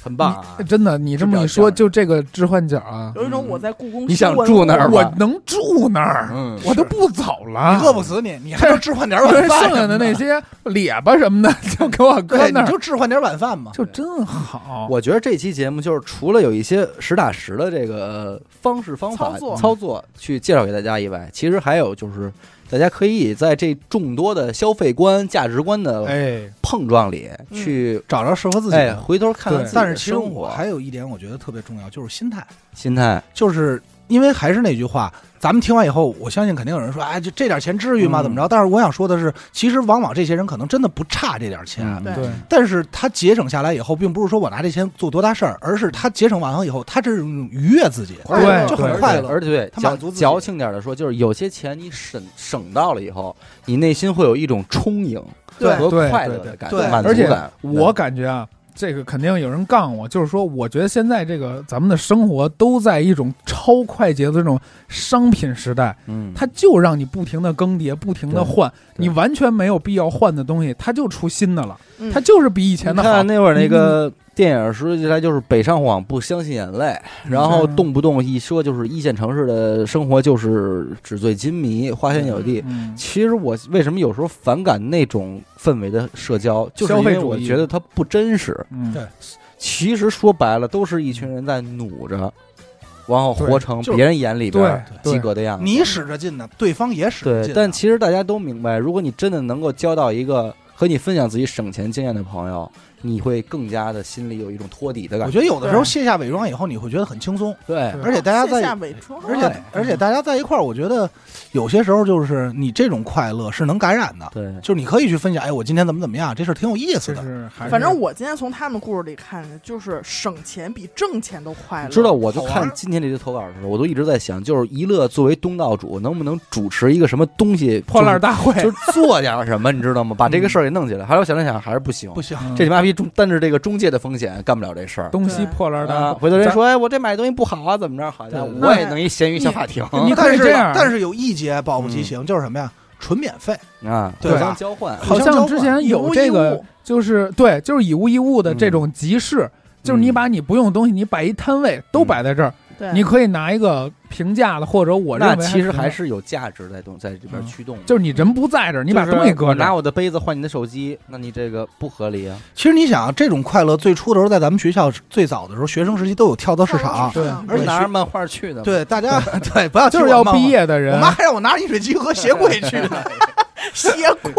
Speaker 1: 很棒啊
Speaker 4: 你！ 真的，你这么一说，就这个置换角啊，
Speaker 3: 有一种我在故宫
Speaker 1: 你想
Speaker 3: 修文
Speaker 1: 住
Speaker 3: 物
Speaker 1: 那儿
Speaker 4: 我
Speaker 1: 吧
Speaker 4: 能住那儿，
Speaker 1: 嗯
Speaker 4: 我都不走了。
Speaker 2: 你饿不死你，你还
Speaker 4: 这
Speaker 2: 能置换点
Speaker 4: 因为
Speaker 2: 晚饭什
Speaker 4: 剩
Speaker 2: 么。
Speaker 4: 下的那些咧巴什么的，就给我搁
Speaker 2: 对，
Speaker 4: 那
Speaker 2: 你
Speaker 4: 儿，
Speaker 2: 就置换点晚饭嘛。
Speaker 4: 就真好。
Speaker 1: 我觉得这期节目就是除了有一些实打实的这个方式方法
Speaker 3: 操作
Speaker 1: 去介绍给大家以外，其实还有就是大家可以在这众多的消费观、价值观的
Speaker 4: 哎，
Speaker 1: 碰撞里
Speaker 3: 嗯
Speaker 1: 去，
Speaker 2: 找着适合自己
Speaker 1: 哎，
Speaker 2: 的。
Speaker 1: 回头看看
Speaker 4: 对
Speaker 1: 自己的
Speaker 2: 但是其实
Speaker 1: 生
Speaker 2: 我
Speaker 1: 活
Speaker 2: 还有一点，我觉得特别重要，就是心态。
Speaker 1: 心态，
Speaker 2: 就是因为还是那句话，咱们听完以后，我相信肯定有人说，哎，就这点钱至于吗？
Speaker 1: 嗯
Speaker 2: 怎么着？但是我想说的是，其实往往这些人可能真的不差这点钱，
Speaker 1: 嗯
Speaker 3: 对
Speaker 4: 对，
Speaker 2: 但是他节省下来以后，并不是说我拿这钱做多大事儿，而是他节省完了以后，他这种愉悦自己，
Speaker 4: 而且对
Speaker 2: 就
Speaker 1: 而且
Speaker 2: 很快乐。
Speaker 1: 而且对
Speaker 2: 他
Speaker 1: 矫
Speaker 2: 满足自己
Speaker 1: 矫情点的说，就是有些钱你省省到了以后，你内心会有一种充盈
Speaker 2: 对
Speaker 1: 和
Speaker 4: 对
Speaker 1: 快
Speaker 4: 对
Speaker 1: 乐的
Speaker 4: 对
Speaker 1: 感觉
Speaker 2: 对，
Speaker 1: 满足
Speaker 4: 而且
Speaker 1: 感。
Speaker 4: 我感觉啊，这个肯定有人杠我，就是说，我觉得现在这个咱们的生活都在一种超快节奏的这种商品时代，
Speaker 1: 嗯，
Speaker 4: 它就让你不停的更迭，不停的换，
Speaker 1: 对
Speaker 4: 你完全没有必要换的东西，它就出新的了，
Speaker 3: 嗯
Speaker 4: 它就是比以前的
Speaker 1: 你
Speaker 4: 好嗯
Speaker 1: 看。那会儿那个电影说起来就是北上广不相信眼泪，
Speaker 4: 嗯
Speaker 1: 然后动不动一说就是一线城市的生活就是纸醉金迷、花天酒地。
Speaker 4: 嗯，
Speaker 1: 其实我为什么有时候反感那种氛围的社交，就是
Speaker 4: 消
Speaker 1: 因
Speaker 4: 费
Speaker 1: 为
Speaker 4: 主义
Speaker 1: 我觉得它不真实。
Speaker 4: 嗯
Speaker 2: 对
Speaker 1: 其实说白了，都是一群人在努着，然后活成
Speaker 2: 就是
Speaker 1: 别人眼里边
Speaker 4: 啊对
Speaker 1: 及格的样子。
Speaker 2: 你使着劲呢，对方也使着
Speaker 1: 对
Speaker 2: 劲呢。，
Speaker 1: 但其实大家都明白，如果你真的能够交到一个和你分享自己省钱经验的朋友，你会更加的心里有一种托底的感
Speaker 2: 我
Speaker 1: 觉。
Speaker 2: 觉得有的时候卸下伪装以后，你会觉得很轻松，
Speaker 1: 对，
Speaker 4: 对
Speaker 2: 而且大家
Speaker 3: 卸
Speaker 2: 在
Speaker 3: 下伪装，
Speaker 2: 而且而且大家在一块儿，我觉得有些时候就是你这种快乐是能感染的，
Speaker 1: 对，
Speaker 2: 就是你可以去分享，哎，我今天怎么怎么样，这事儿挺有意思
Speaker 4: 就
Speaker 2: 的。
Speaker 4: 是还是
Speaker 3: 反正我今天从他们故事里看见，就是省钱比挣钱都快乐。
Speaker 1: 知道，我就
Speaker 2: 好玩
Speaker 1: 看
Speaker 2: 儿
Speaker 1: 今天这些投稿的时候，我都一直在想，就是一乐作为东道主，能不能主持一个什么东西
Speaker 4: 破烂，大会
Speaker 1: 就是就是做点什么，你知道吗？把这个事儿给弄起来。后来我想了想，还是不行，
Speaker 2: 不行，
Speaker 4: 嗯
Speaker 1: 这你妈逼中，但是这个中介的风险干不了这事儿。
Speaker 4: 东西
Speaker 3: 对
Speaker 4: 破烂大
Speaker 1: 啊，
Speaker 4: 会，
Speaker 1: 回头人
Speaker 4: 咱
Speaker 1: 说，哎，我这买东西不好啊，怎么着？好家伙，
Speaker 2: 对
Speaker 1: 我也弄一闲鱼小法庭
Speaker 4: 你可
Speaker 2: 但
Speaker 4: 以
Speaker 2: 是
Speaker 4: 这样嗯
Speaker 2: 但是有一节保不齐行，就是什么呀？纯免费，
Speaker 1: 啊，
Speaker 2: 对
Speaker 1: 互
Speaker 2: 吧
Speaker 1: 相交换。
Speaker 4: 好
Speaker 2: 互相交
Speaker 4: 像
Speaker 2: 换
Speaker 4: 之前
Speaker 3: 以
Speaker 4: 有
Speaker 1: 啊
Speaker 3: 物
Speaker 4: 这
Speaker 3: 易
Speaker 4: 个
Speaker 3: 物，
Speaker 4: 就是对，就是以物易物的这
Speaker 1: 嗯
Speaker 4: 种集市，就是你把你不用的东西，你摆一摊位都摆在这儿，
Speaker 3: 对，
Speaker 4: 你可以拿一个平价的，或者我认
Speaker 1: 那
Speaker 4: 为
Speaker 1: 其实还
Speaker 4: 是
Speaker 1: 是有价值在动，在这边
Speaker 4: 嗯
Speaker 1: 驱动的。
Speaker 4: 就是你人不在这儿，你把
Speaker 1: 就是
Speaker 4: 东西搁
Speaker 1: 我
Speaker 4: 这
Speaker 1: 拿
Speaker 4: 儿，
Speaker 1: 我的杯子换你的手机，那你这个不合理啊。
Speaker 2: 其实你想，这种快乐最初的时候，在咱们学校最早的时候，学生时期都有跳蚤市场，
Speaker 4: 对
Speaker 2: 而且
Speaker 1: 拿
Speaker 2: 学
Speaker 1: 着漫画去的嘛，
Speaker 2: 对大 家对不要
Speaker 4: 就是
Speaker 2: 听我
Speaker 4: 要
Speaker 2: 妈妈
Speaker 4: 毕。业的人
Speaker 2: 我妈，还让我拿饮水机和鞋柜去呢，
Speaker 3: 鞋柜，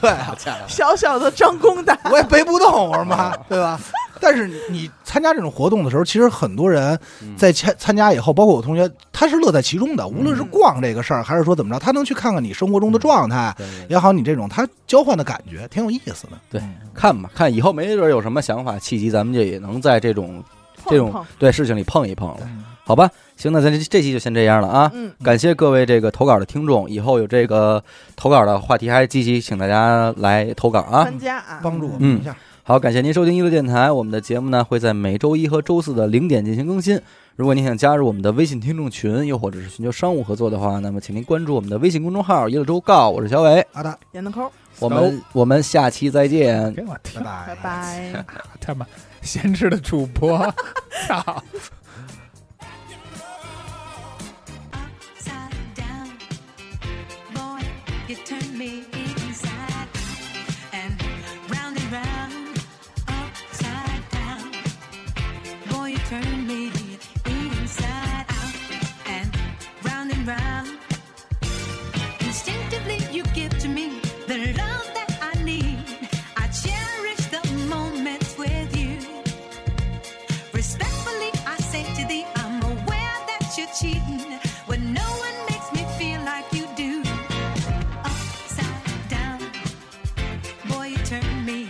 Speaker 2: 对啊，
Speaker 3: 小小的张公蛋，
Speaker 2: 我也背不动，我说妈，对吧？但是你参加这种活动的时候，其实很多人
Speaker 1: 嗯
Speaker 2: 在参参加以后，包括我同学，他是乐在其中的。无论是逛这个事儿，还是说怎么着，他能去看看你生活中的状态
Speaker 1: 对对对
Speaker 2: 也好，你这种他交换的感觉挺有意思的。
Speaker 1: 看吧，看以后没准有什么想法契机，咱们就也能在这种这
Speaker 3: 碰
Speaker 1: 种啊
Speaker 3: 碰
Speaker 1: 对事情里碰一碰了，
Speaker 4: 嗯
Speaker 1: 好吧？行，那咱这这期就先这样了啊！
Speaker 3: 嗯，
Speaker 1: 感谢各位这个投稿的听众，以后有这个投稿的话题还积极请大家来投稿啊！
Speaker 3: 参加啊，
Speaker 2: 帮助我们一下，
Speaker 1: 好，感谢您收听一乐电台，我们的节目呢会在每周一和周四的零点进行更新。如果您想加入我们的微信听众群，又或者是寻求商务合作的话，那么请您关注我们的微信公众号“一乐周告”，我是小伟，
Speaker 2: 阿达，
Speaker 3: 闫德抠，
Speaker 1: 我们我们下期再见。
Speaker 4: 给我听
Speaker 2: 拜拜
Speaker 3: 拜拜。
Speaker 4: 他妈闲置的主播， 操！
Speaker 5: upside down. Boy, you turn me inside out and round and round, upside down. Boy, you turn me inside out and round and round. Instinctively, you give to me the love that I need. I cherish the moments with you. Respectfully, I say to thee, I'm aware that you're cheating when no one makes me feel like you do. Upside down, boy, you turn me